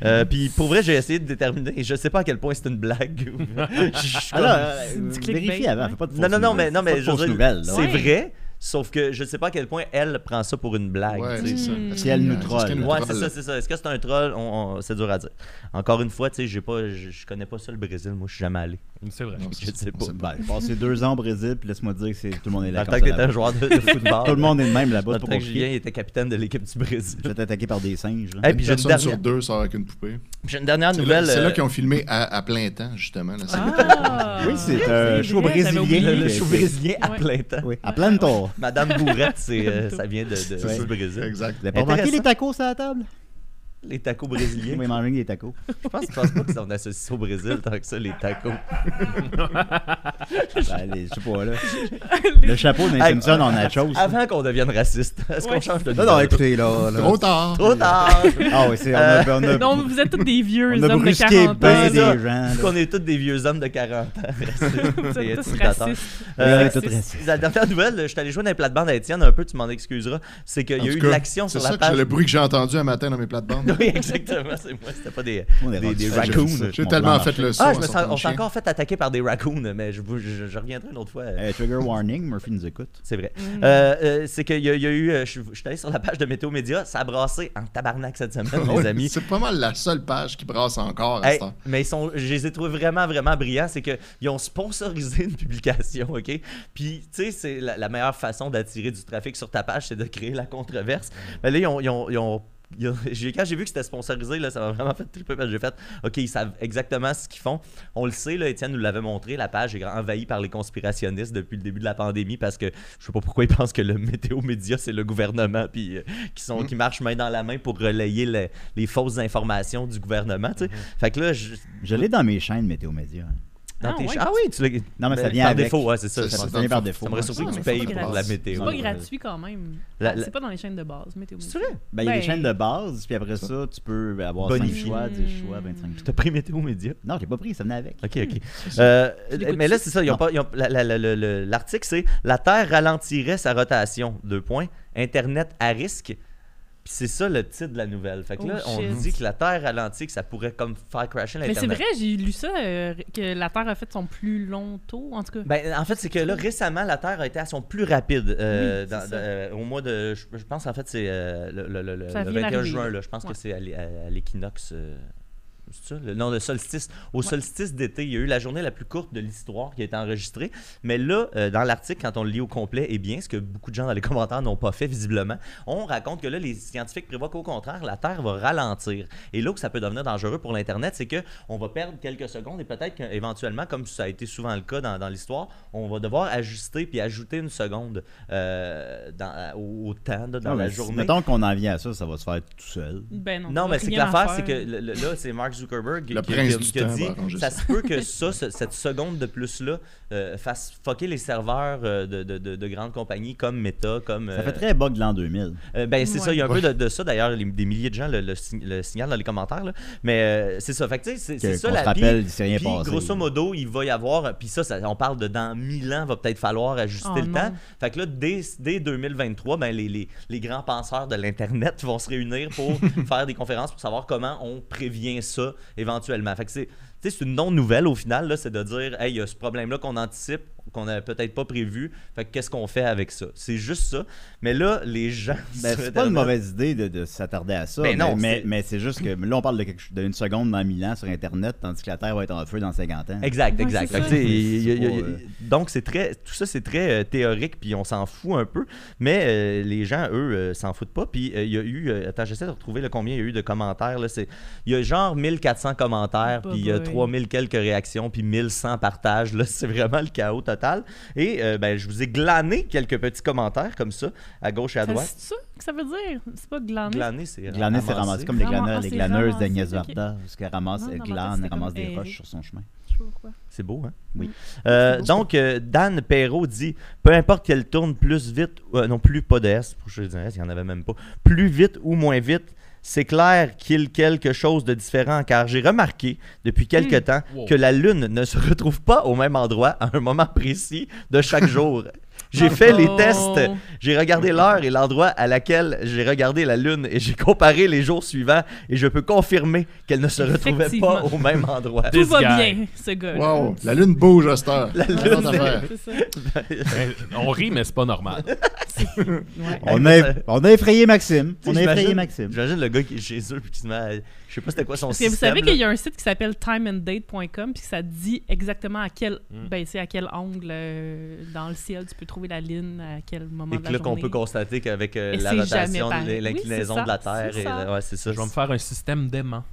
[SPEAKER 5] Euh, puis pour vrai, j'ai essayé de déterminer, et je sais pas à quel point c'est une blague. ou- je suis comme-
[SPEAKER 2] Alors, euh,
[SPEAKER 3] C'est du clickbait,
[SPEAKER 2] vérifie avant.
[SPEAKER 3] ouais.
[SPEAKER 2] Fais pas de
[SPEAKER 5] non, non, non, mais, non, mais
[SPEAKER 2] je
[SPEAKER 5] je veux dire,
[SPEAKER 2] nouvelles. là.
[SPEAKER 5] c'est
[SPEAKER 3] Ouais.
[SPEAKER 5] vrai, sauf que je sais pas à quel point elle prend ça pour une blague.
[SPEAKER 6] Ouais,
[SPEAKER 5] tu sais.
[SPEAKER 6] c'est ça.
[SPEAKER 3] Mm.
[SPEAKER 6] Est-ce
[SPEAKER 2] Si elle
[SPEAKER 6] qu'il-
[SPEAKER 2] nous
[SPEAKER 6] est-ce qu'il
[SPEAKER 2] troll.
[SPEAKER 6] nous
[SPEAKER 5] Ouais,
[SPEAKER 6] troll?
[SPEAKER 5] c'est ça, c'est ça. Est-ce que c'est un troll On- on- C'est dur à dire. Encore une fois, tu sais, j'ai pas, je je connais pas ça le Brésil. Moi, je suis jamais allé.
[SPEAKER 4] C'est vrai.
[SPEAKER 6] Non,
[SPEAKER 5] Je
[SPEAKER 6] c'est-
[SPEAKER 5] sais
[SPEAKER 6] on
[SPEAKER 5] pas.
[SPEAKER 6] sait
[SPEAKER 2] Ben, j'ai passé deux ans au Brésil, puis laisse-moi dire que c'est- tout le monde est
[SPEAKER 5] Dans
[SPEAKER 2] là.
[SPEAKER 5] le
[SPEAKER 2] comme ça,
[SPEAKER 5] temps que t'étais un
[SPEAKER 2] là-bas.
[SPEAKER 5] joueur de, de football,
[SPEAKER 2] Tout le monde est de même
[SPEAKER 5] Dans
[SPEAKER 2] là-bas,
[SPEAKER 5] le
[SPEAKER 2] c'est
[SPEAKER 5] temps
[SPEAKER 2] pas
[SPEAKER 5] que
[SPEAKER 2] compliqué.
[SPEAKER 5] Julien était capitaine de l'équipe du Brésil.
[SPEAKER 2] Je vais être attaqué par des singes. là.
[SPEAKER 5] Hey,
[SPEAKER 6] Une
[SPEAKER 5] puis j'ai une
[SPEAKER 6] personne
[SPEAKER 5] dernière-
[SPEAKER 6] sur deux sort avec une poupée.
[SPEAKER 5] J'ai une dernière
[SPEAKER 6] C'est là-
[SPEAKER 5] nouvelle.
[SPEAKER 6] C'est là
[SPEAKER 5] euh,
[SPEAKER 6] qu'ils ont filmé à, à plein temps, justement. là, c'est-
[SPEAKER 3] Ah!
[SPEAKER 2] Oui, c'est un show
[SPEAKER 3] vrai, j'avais
[SPEAKER 2] brésilien.
[SPEAKER 5] le, le
[SPEAKER 3] oublié.
[SPEAKER 5] show brésilien à
[SPEAKER 3] Ouais.
[SPEAKER 5] plein temps.
[SPEAKER 2] Oui, à plein tour.
[SPEAKER 5] Madame Bourrette, c'est, euh, ça vient de, de-
[SPEAKER 6] C'est
[SPEAKER 5] du
[SPEAKER 6] ça.
[SPEAKER 5] Brésil.
[SPEAKER 6] Exact.
[SPEAKER 2] Vous avez pas remarqué
[SPEAKER 5] Intéressant.
[SPEAKER 2] les tacos à la table?
[SPEAKER 5] Les tacos
[SPEAKER 2] Oui,
[SPEAKER 5] brésiliens.
[SPEAKER 2] manger des tacos.
[SPEAKER 5] Je pense, je pense pas qu'ils sont associés au Brésil tant que ça, les tacos.
[SPEAKER 2] Ben, les- je sais pas, là. Le chapeau d'un
[SPEAKER 5] Hey,
[SPEAKER 2] Simpson en nachos.
[SPEAKER 5] Avant qu'on devienne raciste, est-ce qu'on
[SPEAKER 3] Ouais.
[SPEAKER 5] change de
[SPEAKER 2] Non,
[SPEAKER 5] nouvelle?
[SPEAKER 2] non, écoutez, là. là.
[SPEAKER 6] Trop tard.
[SPEAKER 5] Trop tard!
[SPEAKER 2] Ah oui, c'est. On a, on a,
[SPEAKER 3] Non, vous êtes tous des vieux
[SPEAKER 2] on a
[SPEAKER 3] hommes de
[SPEAKER 2] brusqué
[SPEAKER 3] 40
[SPEAKER 2] bien
[SPEAKER 5] c'est
[SPEAKER 2] des
[SPEAKER 3] ans.
[SPEAKER 5] ça.
[SPEAKER 2] gens. là.
[SPEAKER 5] Parce qu'on est tous des vieux hommes de 40 ans.
[SPEAKER 3] Vous
[SPEAKER 5] C'est
[SPEAKER 3] êtes tous
[SPEAKER 5] intimidateur.
[SPEAKER 3] racistes.
[SPEAKER 5] Euh,
[SPEAKER 2] Ouais, tout reste.
[SPEAKER 5] La dernière nouvelle, je suis allé jouer dans les plates-bandes à Étienne un peu, tu m'en excuseras. C'est qu'il y
[SPEAKER 6] En
[SPEAKER 5] a eu
[SPEAKER 6] tout
[SPEAKER 5] de
[SPEAKER 6] cas,
[SPEAKER 5] l'action sur
[SPEAKER 6] C'est ça
[SPEAKER 5] la
[SPEAKER 6] que c'est
[SPEAKER 5] page.
[SPEAKER 6] le bruit que j'ai entendu un matin dans mes plates-bandes.
[SPEAKER 5] Oui, exactement, c'est moi, c'était pas des,
[SPEAKER 2] On est
[SPEAKER 5] des,
[SPEAKER 2] rendu
[SPEAKER 5] des
[SPEAKER 2] ça, je
[SPEAKER 5] raccoons.
[SPEAKER 2] sais ça.
[SPEAKER 6] J'ai
[SPEAKER 2] Mon
[SPEAKER 6] tellement
[SPEAKER 2] blanc
[SPEAKER 6] fait le son.
[SPEAKER 5] Ah,
[SPEAKER 6] en
[SPEAKER 5] je me sens-
[SPEAKER 6] sortant
[SPEAKER 5] on
[SPEAKER 6] de
[SPEAKER 5] s'est
[SPEAKER 6] chez.
[SPEAKER 5] encore fait attaquer par des raccoons, mais je, vous- je- je reviendrai une autre fois.
[SPEAKER 2] Euh, trigger warning, Murphy nous écoute.
[SPEAKER 5] C'est vrai. Euh, euh, c'est qu'il y, a- il y a eu. euh, Je suis je suis allé sur la page de Météo Média, ça a brassé en tabarnak cette semaine,
[SPEAKER 6] Ouais,
[SPEAKER 5] les hein, amis.
[SPEAKER 6] C'est pas mal la seule page qui brasse encore à
[SPEAKER 5] Hey,
[SPEAKER 6] ce temps.
[SPEAKER 5] mais ils sont, je les ai trouvés vraiment, vraiment brillants. C'est qu'ils ont sponsorisé une publication, OK? Puis, tu sais, c'est la, la meilleure façon d'attirer du trafic sur ta page, c'est de créer la controverse. Mais là, ils ont. ils ont- ils ont- ils ont- j'ai- quand j'ai vu que c'était sponsorisé, là, ça m'a vraiment fait triper parce que j'ai fait OK, ils savent exactement ce qu'ils font. On le sait, là, Étienne nous l'avait montré, la page est envahie par les conspirationnistes depuis le début de la pandémie parce que je sais pas pourquoi ils pensent que le météo média, c'est le gouvernement puis euh, qui, sont,
[SPEAKER 6] Mm.
[SPEAKER 5] qui marchent main dans la main pour relayer le- les fausses informations du gouvernement. tu sais. Fait que là, je,
[SPEAKER 2] Je l'ai dans mes chaînes Météo Média.
[SPEAKER 5] dans
[SPEAKER 3] Ah
[SPEAKER 5] tes
[SPEAKER 3] ouais.
[SPEAKER 5] cha- Ah oui, tu l'as.
[SPEAKER 2] Non, mais ça
[SPEAKER 5] Ben,
[SPEAKER 2] vient
[SPEAKER 5] Par
[SPEAKER 2] avec.
[SPEAKER 5] défaut, ouais, c'est ça.
[SPEAKER 6] C'est-
[SPEAKER 5] Ça,
[SPEAKER 2] Ça
[SPEAKER 6] c'est
[SPEAKER 2] vient
[SPEAKER 6] dans
[SPEAKER 2] par
[SPEAKER 6] le
[SPEAKER 2] défaut.
[SPEAKER 5] ça m'aurait surpris
[SPEAKER 6] Non,
[SPEAKER 5] que tu
[SPEAKER 6] mais
[SPEAKER 5] payes
[SPEAKER 3] c'est
[SPEAKER 5] pour
[SPEAKER 3] gratuit.
[SPEAKER 5] la
[SPEAKER 3] C'est
[SPEAKER 5] météo.
[SPEAKER 3] pas
[SPEAKER 2] Ouais.
[SPEAKER 3] gratuit quand même.
[SPEAKER 5] La- la-
[SPEAKER 3] C'est pas dans les chaînes de base, mais t'es
[SPEAKER 5] C'est vrai.
[SPEAKER 2] Ben, il y a des
[SPEAKER 3] Ben-
[SPEAKER 2] chaînes de base, puis après ça, tu peux avoir
[SPEAKER 5] Bonifier.
[SPEAKER 2] 5 choix, 10 choix, 25 choix.
[SPEAKER 5] T'as pris météo média.
[SPEAKER 2] Non, je l'ai pas pris, ça venait avec.
[SPEAKER 5] Ok, ok. Euh,
[SPEAKER 3] l'écoutes-tu?
[SPEAKER 5] mais là, c'est ça. ils ont
[SPEAKER 2] Non.
[SPEAKER 5] pas- ils ont- la- la- la- la- la- L'article, c'est La Terre ralentirait sa rotation. Deux points. Internet à risque. Puis c'est ça le titre de la nouvelle. Fait que là,
[SPEAKER 3] Oh,
[SPEAKER 5] on
[SPEAKER 3] shit.
[SPEAKER 5] dit que la Terre ralentit, que ça pourrait comme faire crasher
[SPEAKER 3] Mais
[SPEAKER 5] l'Internet.
[SPEAKER 3] c'est vrai, j'ai lu ça, euh, que la Terre a fait son plus long tour, en tout cas.
[SPEAKER 5] Ben, en fait, c'est que là, récemment, la Terre a été à son plus rapide. euh,
[SPEAKER 3] Oui, c'est
[SPEAKER 5] dans-
[SPEAKER 3] ça.
[SPEAKER 5] dans- euh, au mois de. Je, je pense, en fait, c'est euh, le, le- le- le-
[SPEAKER 3] Ça
[SPEAKER 5] le
[SPEAKER 3] vient
[SPEAKER 5] 21
[SPEAKER 3] d'arriver,
[SPEAKER 5] juin.
[SPEAKER 3] là.
[SPEAKER 5] Là, je pense
[SPEAKER 3] Ouais.
[SPEAKER 5] que c'est à l'é- à, à l'équinoxe. euh, c'est ça, le, non, le solstice. Au solstice d'été, il y a eu la journée la plus courte de l'histoire qui a été enregistrée. Mais là, euh, dans l'article, quand on le lit au complet, et bien, ce que beaucoup de gens dans les commentaires n'ont pas fait visiblement, on raconte que là, les scientifiques prévoient qu'au contraire, la Terre va ralentir. Et là où ça peut devenir dangereux pour l'Internet, c'est que on va perdre quelques secondes et peut-être qu'éventuellement, comme ça a été souvent le cas dans, dans l'histoire, on va devoir ajuster puis ajouter une seconde euh, dans- au, au temps, là, dans
[SPEAKER 2] Non,
[SPEAKER 5] la
[SPEAKER 2] mais si-
[SPEAKER 5] journée.
[SPEAKER 2] Mettons qu'on en vient à ça, ça va se faire tout seul.
[SPEAKER 3] Ben non.
[SPEAKER 5] Non, mais c'est que
[SPEAKER 3] rien à
[SPEAKER 5] l'affaire, c'est
[SPEAKER 3] faire.
[SPEAKER 5] que le- le- là, c'est Mark Zuckerberg qui,
[SPEAKER 6] Le
[SPEAKER 5] qui-
[SPEAKER 6] prince
[SPEAKER 5] qui-
[SPEAKER 6] du
[SPEAKER 5] qui
[SPEAKER 6] temps va
[SPEAKER 5] dit
[SPEAKER 6] arranger
[SPEAKER 5] ça se peut que ça, ce- cette seconde de plus-là, euh, fasse fucker les serveurs euh, de, de- de- de grandes compagnies comme Meta, comme.
[SPEAKER 2] Ça
[SPEAKER 5] euh,
[SPEAKER 2] fait très bug de l'an 2000.
[SPEAKER 5] euh, ben, c'est
[SPEAKER 3] Ouais.
[SPEAKER 5] ça, il y a un peu de, de ça d'ailleurs, les- des milliers de gens le, le sig- le signalent dans les commentaires, là. mais euh, c'est ça, fait que tu sais, c'est
[SPEAKER 2] Que-
[SPEAKER 5] c'est ça
[SPEAKER 2] qu'on
[SPEAKER 5] la
[SPEAKER 2] se rappelle,
[SPEAKER 5] puis-
[SPEAKER 2] il s'est rien
[SPEAKER 5] puis,
[SPEAKER 2] passé.
[SPEAKER 5] grosso modo, il va y avoir, puis ça, ça- on parle de dans 1000 ans, va peut-être falloir ajuster
[SPEAKER 3] Oh
[SPEAKER 5] le
[SPEAKER 3] non.
[SPEAKER 5] temps. Fait que là, dès, dès 2023, ben, les, les- les grands penseurs de l'Internet vont se réunir pour faire des conférences pour savoir comment on prévient ça éventuellement. Fait que c'est tu sais, c'est une non-nouvelle au final, là, c'est de dire, hey, il y a ce problème-là qu'on anticipe, qu'on n'avait peut-être pas prévu, fait que qu'est-ce qu'on fait avec ça? C'est juste ça. Mais là, les gens.
[SPEAKER 2] Ben,
[SPEAKER 5] sur
[SPEAKER 2] c'est pas une
[SPEAKER 5] Internet-
[SPEAKER 2] mauvaise idée de, de s'attarder à ça.
[SPEAKER 5] Ben non,
[SPEAKER 2] mais, mais-
[SPEAKER 5] c'est-
[SPEAKER 2] mais c'est juste que là, on parle de quelque chose- d'une seconde dans 1000 ans sur Internet, tandis que la Terre va être en feu dans 50 ans.
[SPEAKER 5] Exact,
[SPEAKER 3] Ouais,
[SPEAKER 5] exact.
[SPEAKER 3] c'est
[SPEAKER 5] Fait que,
[SPEAKER 3] ça.
[SPEAKER 5] tu sais, il y a- il y a-
[SPEAKER 2] C'est pas,
[SPEAKER 5] il y a- donc c'est très, tout ça c'est très euh, théorique puis on s'en fout un peu, mais euh, les gens eux euh, s'en foutent pas. Puis euh, il y a eu, euh, attends j'essaie de retrouver le combien il y a eu de commentaires là, c'est, il y a genre 1400 commentaires
[SPEAKER 3] Bah
[SPEAKER 5] puis il y a
[SPEAKER 3] boy.
[SPEAKER 5] 3000 quelques réactions puis 1100 partages là, c'est vraiment le chaos total. Et euh, ben je vous ai glané quelques petits commentaires comme ça à gauche et à
[SPEAKER 3] Ça,
[SPEAKER 5] droite.
[SPEAKER 3] C'est ça que ça veut dire? C'est pas glaner.
[SPEAKER 5] Glané c'est
[SPEAKER 2] Glaner, c'est ramasser
[SPEAKER 5] ramasser.
[SPEAKER 2] comme les,
[SPEAKER 3] Ramasser,
[SPEAKER 2] glaneurs, les
[SPEAKER 3] c'est
[SPEAKER 2] glaneuses
[SPEAKER 3] ramasser,
[SPEAKER 2] d'Agnès
[SPEAKER 3] ok.
[SPEAKER 2] Varda, parce qu'elle ramasse,
[SPEAKER 3] Non,
[SPEAKER 2] elle
[SPEAKER 3] ramasser,
[SPEAKER 2] glane,
[SPEAKER 3] c'est
[SPEAKER 2] elle ramasse
[SPEAKER 3] comme
[SPEAKER 2] des
[SPEAKER 3] aérer.
[SPEAKER 2] roches sur son chemin.
[SPEAKER 3] Je sais pas pourquoi.
[SPEAKER 5] C'est beau, hein?
[SPEAKER 2] Oui.
[SPEAKER 5] Euh, donc, euh, Dan Perrault dit Peu importe qu'elle tourne plus vite, euh, non, plus pas de S, pour je dis un S, il n'y en avait même pas, plus vite ou moins vite, c'est clair qu'il y a quelque chose de différent, car j'ai remarqué depuis quelque
[SPEAKER 3] Hmm.
[SPEAKER 5] temps
[SPEAKER 4] Wow.
[SPEAKER 5] que la Lune ne se retrouve pas au même endroit à un moment précis de chaque jour. J'ai fait les
[SPEAKER 3] Oh.
[SPEAKER 5] tests, j'ai regardé l'heure et l'endroit à laquelle j'ai regardé la Lune et j'ai comparé les jours suivants et je peux confirmer qu'elle ne se retrouvait pas
[SPEAKER 3] Effectivement.
[SPEAKER 5] au même endroit.
[SPEAKER 3] Tout
[SPEAKER 4] This
[SPEAKER 3] va
[SPEAKER 4] guy.
[SPEAKER 3] bien, ce gars.
[SPEAKER 6] Wow, la lune bouge à cette heure.
[SPEAKER 5] La
[SPEAKER 6] Pas
[SPEAKER 5] lune,
[SPEAKER 6] grande affaire.
[SPEAKER 3] C'est ça.
[SPEAKER 4] Ben, on rit, mais c'est pas normal.
[SPEAKER 3] Ouais.
[SPEAKER 2] On
[SPEAKER 5] mais
[SPEAKER 2] a,
[SPEAKER 5] ça-
[SPEAKER 2] on a effrayé Maxime.
[SPEAKER 5] Tu sais,
[SPEAKER 2] On a effrayé
[SPEAKER 5] j'imagine-
[SPEAKER 2] Maxime.
[SPEAKER 5] J'imagine le gars qui est chez eux puis qui se met à- Je sais pas c'était quoi son
[SPEAKER 3] Parce que vous
[SPEAKER 5] système,
[SPEAKER 3] savez
[SPEAKER 5] là.
[SPEAKER 3] qu'il y a un site qui s'appelle timeanddate.com puis ça dit exactement à quel
[SPEAKER 4] Mm.
[SPEAKER 3] ben c'est à quel angle euh, dans le ciel tu peux trouver la lune à quel moment
[SPEAKER 5] Et
[SPEAKER 3] de
[SPEAKER 5] que
[SPEAKER 3] la
[SPEAKER 5] là, qu'on
[SPEAKER 3] journée.
[SPEAKER 5] peut constater qu'avec euh,
[SPEAKER 3] Et
[SPEAKER 5] la
[SPEAKER 3] c'est
[SPEAKER 5] rotation,
[SPEAKER 3] jamais pareil.
[SPEAKER 5] l- l'inclinaison
[SPEAKER 3] Oui, c'est
[SPEAKER 5] de la
[SPEAKER 3] ça,
[SPEAKER 5] Terre,
[SPEAKER 3] c'est
[SPEAKER 5] et, euh,
[SPEAKER 3] ça.
[SPEAKER 5] ouais, c'est ça,
[SPEAKER 4] Je vais me faire un système d'aimant.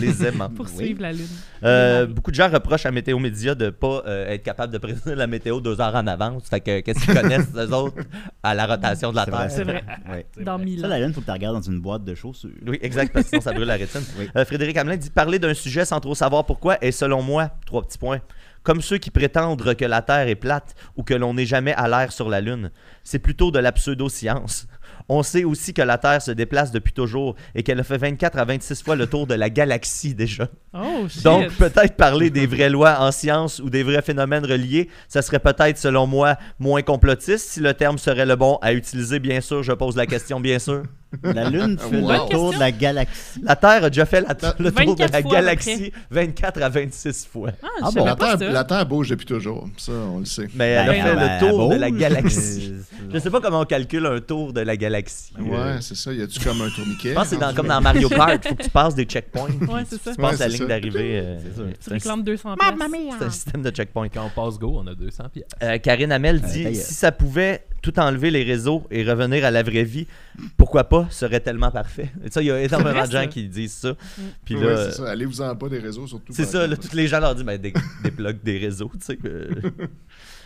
[SPEAKER 5] les aimants.
[SPEAKER 3] pour suivre la lune.
[SPEAKER 5] Euh, beaucoup de gens reprochent à Météo Média de pas euh, être capable de prédire la météo deux heures en avance. Fait que qu'est-ce qu'ils connaissent, eux autres, à la rotation de la
[SPEAKER 2] C'est vrai,
[SPEAKER 5] Terre?
[SPEAKER 3] C'est vrai.
[SPEAKER 2] Ouais.
[SPEAKER 3] Dans mille
[SPEAKER 2] Ça,
[SPEAKER 3] ans.
[SPEAKER 2] la lune, faut que tu regardes dans une boîte de chaussures.
[SPEAKER 5] Oui, exact, parce que sinon ça brûle la rétine.
[SPEAKER 2] Oui.
[SPEAKER 5] Euh, Frédéric Hamelin dit parler d'un sujet sans trop savoir pourquoi et selon moi, trois petits points. Comme ceux qui prétendent que la Terre est plate ou que l'on n'est jamais à l'air sur la Lune. C'est plutôt de la pseudo-science. On sait aussi que la Terre se déplace depuis toujours et qu'elle a fait 24 à 26 fois le tour de la galaxie déjà.
[SPEAKER 3] Oh shit.
[SPEAKER 5] Donc, peut-être parler des vraies lois en science ou des vrais phénomènes reliés, ça serait peut-être, selon moi, moins complotiste si le terme serait le bon à utiliser, bien sûr. Je pose la question, bien sûr.
[SPEAKER 2] La lune fait
[SPEAKER 6] Wow.
[SPEAKER 2] le tour de la galaxie.
[SPEAKER 5] La Terre a déjà fait la- le tour de
[SPEAKER 3] 24
[SPEAKER 5] la
[SPEAKER 3] fois à peu
[SPEAKER 5] galaxie 24 à 26 fois.
[SPEAKER 3] ah,
[SPEAKER 2] Ah
[SPEAKER 3] je
[SPEAKER 2] bon.
[SPEAKER 3] savais
[SPEAKER 6] La
[SPEAKER 3] pas
[SPEAKER 6] Terre,
[SPEAKER 3] ça.
[SPEAKER 6] la Terre bouge depuis toujours, ça on le sait.
[SPEAKER 5] Mais elle
[SPEAKER 2] Ben,
[SPEAKER 5] a fait
[SPEAKER 2] ben,
[SPEAKER 5] le tour
[SPEAKER 2] elle
[SPEAKER 5] de la
[SPEAKER 2] bouge,
[SPEAKER 5] galaxie.
[SPEAKER 2] mais-
[SPEAKER 5] Je sais pas comment on calcule un tour de la galaxie. Euh,
[SPEAKER 6] Ouais, c'est ça. Y a-tu comme un tourniquet?
[SPEAKER 5] Je pense que c'est dans-
[SPEAKER 6] rendu
[SPEAKER 5] comme
[SPEAKER 6] là?
[SPEAKER 5] dans Mario Kart, faut que tu passes des checkpoints.
[SPEAKER 3] Ouais,
[SPEAKER 5] puis
[SPEAKER 3] c'est ça.
[SPEAKER 5] Tu passes
[SPEAKER 6] Ouais,
[SPEAKER 5] la
[SPEAKER 6] c'est
[SPEAKER 5] ligne
[SPEAKER 6] ça.
[SPEAKER 5] d'arrivée. euh,
[SPEAKER 3] Tu
[SPEAKER 5] c'est un-
[SPEAKER 3] réclames 200 pièces.
[SPEAKER 5] c'est un système de checkpoints.
[SPEAKER 4] Quand on passe go, on a 200 pièces.
[SPEAKER 5] Euh, Karine Hamel
[SPEAKER 2] Euh,
[SPEAKER 5] dit
[SPEAKER 2] d'ailleurs.
[SPEAKER 5] si ça pouvait tout enlever les réseaux et revenir à la vraie vie, pourquoi pas Serait tellement parfait. Et ça, il y a énormément
[SPEAKER 3] vrai,
[SPEAKER 5] de gens
[SPEAKER 3] ça.
[SPEAKER 5] qui disent ça. Puis
[SPEAKER 6] Ouais,
[SPEAKER 5] là,
[SPEAKER 6] c'est ça. Allez-vous-en pas des réseaux, surtout.
[SPEAKER 5] c'est
[SPEAKER 6] par
[SPEAKER 5] ça. Là,
[SPEAKER 6] exemple.
[SPEAKER 5] tous les gens leur disent ben, dé- déplugue des réseaux, tu sais. euh.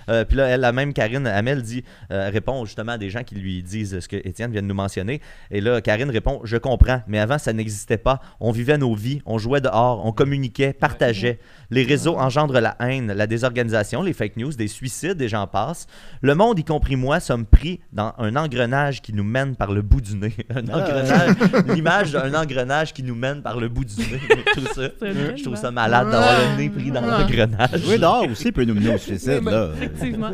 [SPEAKER 5] Euh, puis là, elle, la même Karine Hamel dit euh, répond justement à des gens qui lui disent ce que Étienne vient de nous mentionner. Et là, Karine répond Je comprends, mais avant, ça n'existait pas. On vivait nos vies, on jouait dehors, on communiquait, partageait. Les réseaux engendrent la haine, la désorganisation, les fake news, des suicides et j'en passe. Le monde, y compris moi, sommes pris dans un engrenage qui nous mène par le bout du nez. Un
[SPEAKER 2] Ah,
[SPEAKER 5] engrenage, l'image d'un engrenage qui nous mène par le bout du nez. Tout ça. Je trouve ça malade d'avoir le nez pris dans
[SPEAKER 3] Ah.
[SPEAKER 5] l'engrenage.
[SPEAKER 2] Jouer dehors aussi peut nous mener au suicide, là.
[SPEAKER 3] Effectivement.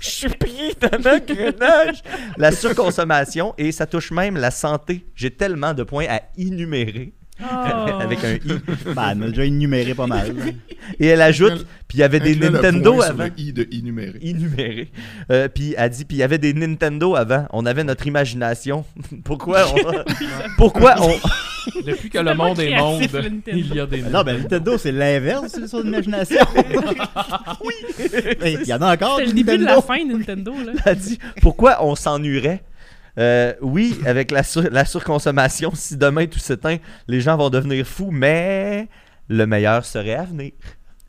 [SPEAKER 5] je suis pris dans l'engrenage. La surconsommation et ça touche même la santé. J'ai tellement de points à énumérer
[SPEAKER 3] Oh.
[SPEAKER 5] avec un i.
[SPEAKER 2] Ben, elle m'a déjà énuméré pas mal.
[SPEAKER 5] Et elle ajoute, puis il y avait des
[SPEAKER 6] Inclut le
[SPEAKER 5] Nintendo
[SPEAKER 6] point sur le
[SPEAKER 5] avant.
[SPEAKER 6] i de innumérer.
[SPEAKER 5] Énuméré. Euh, puis elle dit, puis il y avait des Nintendo avant. On avait notre imagination. Pourquoi on, pourquoi on,
[SPEAKER 4] Depuis que le monde est
[SPEAKER 3] tellement
[SPEAKER 4] monde,
[SPEAKER 3] créatif, le Nintendo.
[SPEAKER 4] il y a des.
[SPEAKER 2] Non, ben Nintendo, c'est l'inverse c'est son imagination. oui! Il y en a encore.
[SPEAKER 3] C'était le
[SPEAKER 2] du
[SPEAKER 3] début de la
[SPEAKER 2] Nintendo.
[SPEAKER 3] fin Nintendo, là.
[SPEAKER 5] a dit pourquoi on s'ennuierait Euh, oui, avec la, sur- la surconsommation, si demain tout s'éteint, les gens vont devenir fous, mais le meilleur serait à venir.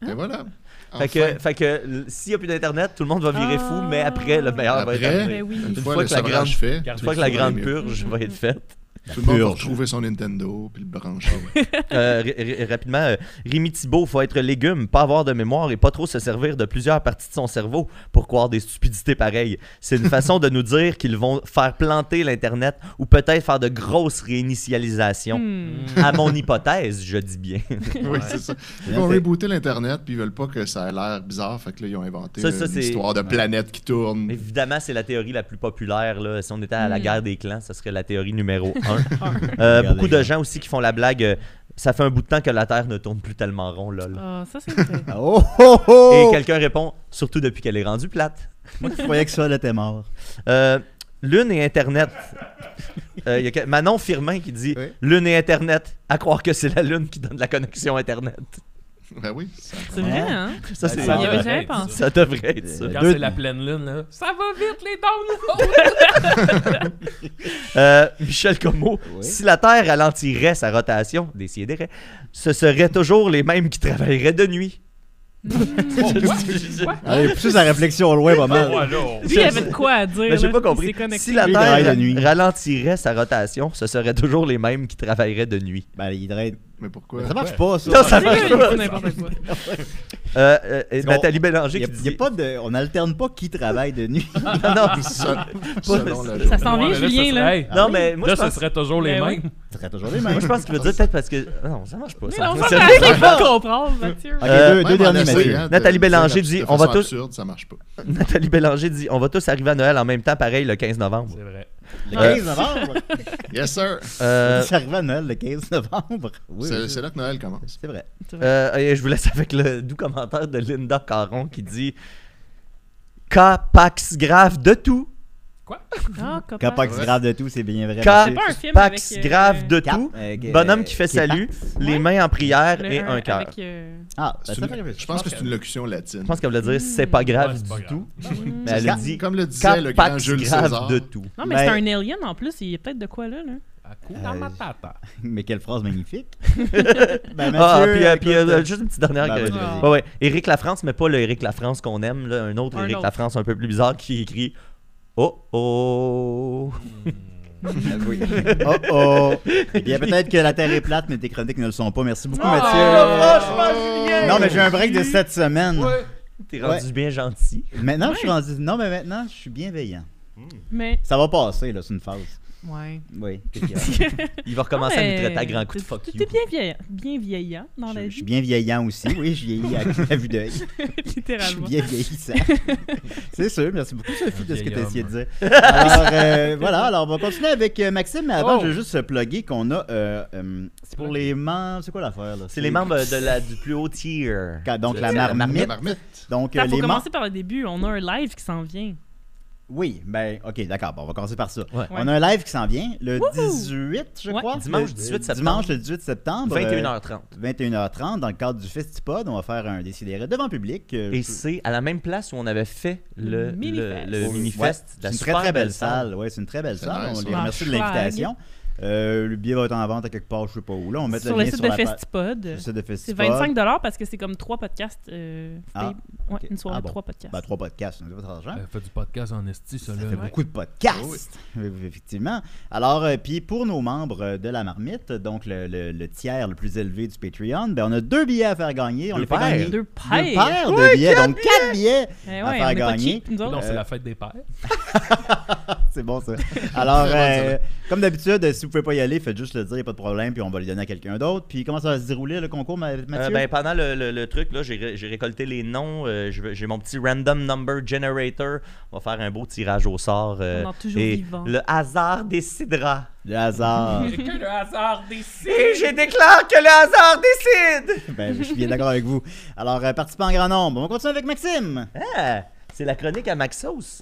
[SPEAKER 6] Et voilà.
[SPEAKER 5] Hein? Fait
[SPEAKER 6] Enfin.
[SPEAKER 5] que, fait que l- s'il n'y a plus d'Internet, tout le monde va virer fou,
[SPEAKER 3] Ah.
[SPEAKER 5] mais après, le meilleur va
[SPEAKER 6] Après,
[SPEAKER 5] être à
[SPEAKER 3] Ben
[SPEAKER 5] venir.
[SPEAKER 3] oui.
[SPEAKER 6] Une
[SPEAKER 5] Une
[SPEAKER 6] fois,
[SPEAKER 5] fois
[SPEAKER 6] le
[SPEAKER 5] que la
[SPEAKER 6] sevrage
[SPEAKER 5] grande-
[SPEAKER 6] fait,
[SPEAKER 5] Une fois que la
[SPEAKER 6] les
[SPEAKER 5] grande
[SPEAKER 6] fous,
[SPEAKER 5] purge va être faite.
[SPEAKER 6] tout le monde va
[SPEAKER 2] Purge.
[SPEAKER 6] retrouver son Nintendo puis le brancher.
[SPEAKER 5] Euh, r- r- rapidement, euh, Rémi Thibault, faut être légume, pas avoir de mémoire et pas trop se servir de plusieurs parties de son cerveau pour croire des stupidités pareilles. C'est une façon de nous dire qu'ils vont faire planter l'Internet ou peut-être faire de grosses réinitialisations.
[SPEAKER 3] Hmm.
[SPEAKER 5] À mon hypothèse, je dis bien.
[SPEAKER 6] oui, c'est ça. Ils
[SPEAKER 2] Bien
[SPEAKER 6] vont
[SPEAKER 2] fait.
[SPEAKER 6] rebooter l'Internet puis ils veulent pas que ça ait l'air bizarre. Fait que là, ils ont inventé
[SPEAKER 5] Ça, ça,
[SPEAKER 6] une
[SPEAKER 5] c'est-
[SPEAKER 6] histoire de planète qui tourne.
[SPEAKER 5] Évidemment, c'est la théorie la plus populaire. Là. Si on était à la
[SPEAKER 6] Hmm.
[SPEAKER 3] Mm.
[SPEAKER 5] guerre des clans, ce serait la théorie numéro
[SPEAKER 3] Ah.
[SPEAKER 5] 1. Euh,
[SPEAKER 2] Guerre
[SPEAKER 5] beaucoup
[SPEAKER 2] des
[SPEAKER 5] de gens aussi qui font la blague. euh, ça fait un bout de temps que la Terre ne tourne plus tellement rond, lol.
[SPEAKER 3] Ah, ça, c'est vrai.
[SPEAKER 2] Oh, oh, oh!
[SPEAKER 5] Et quelqu'un répond, surtout depuis qu'elle est rendue plate.
[SPEAKER 2] Moi qui croyais que ça, elle était mort.
[SPEAKER 5] Euh, Lune et Internet. Euh, il y a que- Manon Firmin qui dit
[SPEAKER 6] Oui.
[SPEAKER 5] Lune et Internet, à croire que c'est la Lune qui donne la connexion Internet.
[SPEAKER 6] Ben oui. ça-
[SPEAKER 3] C'est vrai, hein?
[SPEAKER 5] Ça, c'est-
[SPEAKER 3] Il y avait
[SPEAKER 4] devrait
[SPEAKER 3] jamais
[SPEAKER 4] être
[SPEAKER 3] pensé.
[SPEAKER 5] ça devrait être ça.
[SPEAKER 4] Quand
[SPEAKER 2] Deux-
[SPEAKER 4] c'est la pleine lune, là.
[SPEAKER 3] Ça va vite, les dons!
[SPEAKER 5] Euh, Michel Comeau,
[SPEAKER 2] Oui.
[SPEAKER 5] si la Terre ralentirait sa rotation, déciderait, ce seraient toujours les mêmes qui travailleraient de nuit. Ah.
[SPEAKER 2] Allez, pousse la réflexion loin, pas
[SPEAKER 4] Oh,
[SPEAKER 2] mal.
[SPEAKER 4] alors.
[SPEAKER 3] Lui, il avait de quoi à dire.
[SPEAKER 5] Mais Ben, j'ai
[SPEAKER 3] là,
[SPEAKER 5] pas
[SPEAKER 3] puis
[SPEAKER 5] compris.
[SPEAKER 3] il s'est connecté.
[SPEAKER 5] Si la
[SPEAKER 2] Lui, il travaille
[SPEAKER 5] Terre
[SPEAKER 2] de nuit.
[SPEAKER 5] ralentirait sa rotation, ce seraient toujours les mêmes qui travailleraient de nuit.
[SPEAKER 2] Ben, il draine.
[SPEAKER 6] Mais pourquoi?
[SPEAKER 2] Ça marche pas, ça.
[SPEAKER 5] Non, ça
[SPEAKER 3] C'est
[SPEAKER 5] marche
[SPEAKER 3] vrai, il
[SPEAKER 5] pas.
[SPEAKER 3] dit n'importe quoi.
[SPEAKER 5] Euh, euh, et
[SPEAKER 2] Parce qu'on-
[SPEAKER 5] Nathalie Bélanger
[SPEAKER 2] Y a-
[SPEAKER 5] qui
[SPEAKER 2] y a
[SPEAKER 5] dit
[SPEAKER 2] pas de, on alterne pas qui travaille de nuit.
[SPEAKER 5] Non, non,
[SPEAKER 6] Ça-
[SPEAKER 5] ça-
[SPEAKER 6] selon la
[SPEAKER 3] Ça
[SPEAKER 6] journée.
[SPEAKER 3] s'en vient,
[SPEAKER 4] Ouais, là, ça
[SPEAKER 3] Julien,
[SPEAKER 4] serait-
[SPEAKER 3] là.
[SPEAKER 4] Hey,
[SPEAKER 5] non, mais moi
[SPEAKER 4] là,
[SPEAKER 5] je pense
[SPEAKER 4] ce serait toujours les
[SPEAKER 3] Ben oui.
[SPEAKER 4] mêmes.
[SPEAKER 2] Ça serait toujours les
[SPEAKER 5] Moi,
[SPEAKER 2] mêmes.
[SPEAKER 5] je pense qu'il veut dire peut-être parce que. Ah, Non, ça marche pas.
[SPEAKER 3] Mais
[SPEAKER 5] ça.
[SPEAKER 3] non,
[SPEAKER 5] Ça-
[SPEAKER 3] ça, je sais pas comprendre, Mathieu.
[SPEAKER 2] Ok,
[SPEAKER 5] Euh,
[SPEAKER 2] deux, deux
[SPEAKER 6] Même en hein,
[SPEAKER 2] derniers,
[SPEAKER 6] essayant
[SPEAKER 2] Mathieu.
[SPEAKER 6] de-
[SPEAKER 5] Nathalie
[SPEAKER 6] de
[SPEAKER 5] Bélanger
[SPEAKER 6] faire
[SPEAKER 5] dit,
[SPEAKER 6] de
[SPEAKER 5] on va
[SPEAKER 6] façon
[SPEAKER 5] tous-
[SPEAKER 6] absurde, ça marche pas.
[SPEAKER 5] Nathalie Bélanger dit on va tous arriver à Noël en même temps, pareil, le 15 novembre.
[SPEAKER 4] C'est vrai.
[SPEAKER 2] Le
[SPEAKER 5] Euh,
[SPEAKER 2] 15 novembre.
[SPEAKER 6] Yes, sir.
[SPEAKER 5] Euh,
[SPEAKER 2] C'est arrivé à Noël le 15 novembre. Oui,
[SPEAKER 6] C'est
[SPEAKER 2] oui,
[SPEAKER 6] c'est là que Noël commence.
[SPEAKER 2] c'est vrai.
[SPEAKER 3] Ah,
[SPEAKER 5] euh, et je vous laisse avec le doux commentaire de Linda Caron qui dit Capax grave de tout. Euh,
[SPEAKER 3] Ah,
[SPEAKER 2] Quand
[SPEAKER 3] copain.
[SPEAKER 2] Pax grave de tout, c'est bien vrai.
[SPEAKER 5] Capax
[SPEAKER 2] Mathieu.
[SPEAKER 3] pas un film avec, euh,
[SPEAKER 5] grave de
[SPEAKER 2] Cap,
[SPEAKER 5] tout.
[SPEAKER 2] euh, que-
[SPEAKER 5] Bonhomme qui fait
[SPEAKER 2] est
[SPEAKER 5] salut,
[SPEAKER 2] Pax.
[SPEAKER 5] les mains en prière
[SPEAKER 3] Le
[SPEAKER 5] et
[SPEAKER 3] un
[SPEAKER 5] un cœur.
[SPEAKER 3] avec, euh,
[SPEAKER 2] Ah, ben,
[SPEAKER 6] C'est
[SPEAKER 2] ça
[SPEAKER 6] une-
[SPEAKER 2] fait réfléchir.
[SPEAKER 6] Je pense que c'est une locution latine.
[SPEAKER 5] Je pense qu'elle voulait dire c'est pas grave
[SPEAKER 4] Ouais, c'est
[SPEAKER 5] du
[SPEAKER 4] pas grave.
[SPEAKER 5] tout.
[SPEAKER 3] hmm.
[SPEAKER 5] Mais elle a
[SPEAKER 2] Cap-
[SPEAKER 5] dit
[SPEAKER 6] Comme le disait le grand
[SPEAKER 5] Capax
[SPEAKER 6] Jules
[SPEAKER 5] grave
[SPEAKER 6] César.
[SPEAKER 5] de tout.
[SPEAKER 3] Non, mais
[SPEAKER 2] Ben-
[SPEAKER 3] c'est un alien en plus, il y a peut-être de quoi là. là.
[SPEAKER 4] À coup
[SPEAKER 5] Euh,
[SPEAKER 4] dans ma tata.
[SPEAKER 2] Mais quelle phrase magnifique. ben,
[SPEAKER 5] Ah, puis, euh,
[SPEAKER 2] écoute,
[SPEAKER 5] puis, euh,
[SPEAKER 2] euh,
[SPEAKER 5] juste une petite dernière.
[SPEAKER 2] ben,
[SPEAKER 5] que-
[SPEAKER 2] vas-y,
[SPEAKER 3] Ah.
[SPEAKER 2] vas-y.
[SPEAKER 5] Ouais, ouais. Éric Lafrance, mais pas le Éric Lafrance qu'on aime, là, un autre
[SPEAKER 3] Un
[SPEAKER 5] Éric
[SPEAKER 3] autre.
[SPEAKER 5] Lafrance un peu plus bizarre qui écrit Oh oh.
[SPEAKER 2] Oui. Oh oh! Eh bien, peut-être que la Terre est plate, mais tes chroniques ne le sont pas. Merci beaucoup,
[SPEAKER 4] Ah!
[SPEAKER 5] Oh,
[SPEAKER 2] Mathieu. Non, mais j'ai un break de 7 semaines.
[SPEAKER 5] Hmm. T'es rendu bien gentil.
[SPEAKER 2] Maintenant, je suis rendu. Non, mais maintenant, je suis bienveillant.
[SPEAKER 3] Mais,
[SPEAKER 2] Ça va passer, là, c'est une phase.
[SPEAKER 3] ouais.
[SPEAKER 2] Oui.
[SPEAKER 5] Il va recommencer
[SPEAKER 3] Non,
[SPEAKER 5] à nous
[SPEAKER 3] mais
[SPEAKER 5] traiter à grand coup de
[SPEAKER 3] t'es-
[SPEAKER 5] fuck you.
[SPEAKER 3] T'es bien vieillant, bien vieillant dans la
[SPEAKER 2] Je, je suis
[SPEAKER 3] vie,
[SPEAKER 2] bien vieillant aussi. Oui, je vieillis à, à vue d'œil. Je suis
[SPEAKER 3] littéralement.
[SPEAKER 2] bien vieillissant. c'est sûr. Merci beaucoup, Sophie, de ce que tu as essayé
[SPEAKER 4] Vieil
[SPEAKER 2] de dire. Alors, euh, voilà. Alors, on va continuer avec euh, Maxime. Mais avant,
[SPEAKER 4] Oh.
[SPEAKER 2] je veux juste plugger qu'on a. euh, euh, c'est pour les membres. C'est quoi l'affaire, là?
[SPEAKER 5] C'est les membres de la, du plus haut tier.
[SPEAKER 2] Quand- Donc, la
[SPEAKER 6] La
[SPEAKER 2] marmite.
[SPEAKER 6] marmite.
[SPEAKER 2] Donc, euh,
[SPEAKER 3] Il faut
[SPEAKER 2] les membres.
[SPEAKER 3] commencer par le début, on a un live qui s'en vient.
[SPEAKER 2] Oui, ben, ok, d'accord. Bon, on va commencer par ça.
[SPEAKER 5] Ouais.
[SPEAKER 2] On a un live qui s'en vient le
[SPEAKER 3] Wouhou!
[SPEAKER 2] 18, je
[SPEAKER 3] Ouais.
[SPEAKER 2] crois.
[SPEAKER 5] Dimanche
[SPEAKER 2] Le-
[SPEAKER 5] 18 septembre.
[SPEAKER 2] Dimanche le 18 septembre. euh,
[SPEAKER 5] 21h30.
[SPEAKER 2] 21h30, dans le cadre du Festipod, on va faire un décidéré devant le public. euh,
[SPEAKER 5] Et
[SPEAKER 2] je-
[SPEAKER 5] c'est à la même place où on avait fait le
[SPEAKER 3] Le mini-fest.
[SPEAKER 5] le- le
[SPEAKER 2] Ouais,
[SPEAKER 5] mini-fest.
[SPEAKER 2] c'est
[SPEAKER 5] la
[SPEAKER 2] une très
[SPEAKER 5] super
[SPEAKER 2] très belle salle. Ouais, c'est une très belle
[SPEAKER 6] C'est
[SPEAKER 2] salle.
[SPEAKER 6] nice,
[SPEAKER 2] on les
[SPEAKER 6] ouais.
[SPEAKER 2] remercie de
[SPEAKER 3] Schlag.
[SPEAKER 2] l'invitation. Euh, le billet va être en vente à quelque part, je sais pas où. Là, on met
[SPEAKER 3] Sur
[SPEAKER 2] le
[SPEAKER 3] le
[SPEAKER 2] lien
[SPEAKER 3] site
[SPEAKER 2] sur
[SPEAKER 3] de
[SPEAKER 2] la page-
[SPEAKER 3] Festipod.
[SPEAKER 2] le site de
[SPEAKER 3] C'est
[SPEAKER 2] Festipod.
[SPEAKER 3] 25 parce que c'est comme trois podcasts. euh,
[SPEAKER 2] Ah,
[SPEAKER 3] payés. Ouais,
[SPEAKER 2] ok.
[SPEAKER 3] Une soirée,
[SPEAKER 2] Ah bon.
[SPEAKER 3] trois podcasts.
[SPEAKER 2] Ben, trois podcasts, on a pas votre argent.
[SPEAKER 4] Elle fait du podcast en esti, ça, là.
[SPEAKER 2] Ça fait
[SPEAKER 4] Ouais.
[SPEAKER 2] beaucoup de podcasts, effectivement. Alors, euh, puis pour nos membres euh, de la marmite, donc le, le- le tiers le plus élevé du Patreon, ben on a deux billets à faire gagner. On
[SPEAKER 5] Deux
[SPEAKER 2] les fait
[SPEAKER 5] paires.
[SPEAKER 2] gagner.
[SPEAKER 3] Deux
[SPEAKER 2] Deux
[SPEAKER 3] pailles.
[SPEAKER 2] paires de billets, donc quatre billets
[SPEAKER 3] Eh ouais,
[SPEAKER 2] à
[SPEAKER 3] on
[SPEAKER 2] faire
[SPEAKER 3] est pas
[SPEAKER 2] gagner.
[SPEAKER 3] cheap, nous autres.
[SPEAKER 4] Non,
[SPEAKER 5] Euh,
[SPEAKER 4] c'est la fête des pères.
[SPEAKER 2] C'est bon ça. Alors, euh, comme d'habitude, euh, si vous pouvez pas y aller, faites juste le dire, y a pas de problème, puis on va le donner à quelqu'un d'autre. Puis comment ça va se dérouler le concours, Ma- Mathieu?
[SPEAKER 5] Euh, ben, pendant le, le- le truc, là, j'ai ré- j'ai récolté les noms. euh, je vais- j'ai mon petit random number generator. On va faire un beau tirage au sort. euh,
[SPEAKER 3] On est toujours
[SPEAKER 5] et
[SPEAKER 3] vivant.
[SPEAKER 5] le hasard décidera.
[SPEAKER 2] Le hasard.
[SPEAKER 4] Que le hasard décide.
[SPEAKER 5] Et je déclare que le hasard décide.
[SPEAKER 2] ben, je suis bien d'accord avec vous. Alors, euh, participants en grand nombre. On continue avec Maxime.
[SPEAKER 5] Ah, c'est la chronique à Maxos.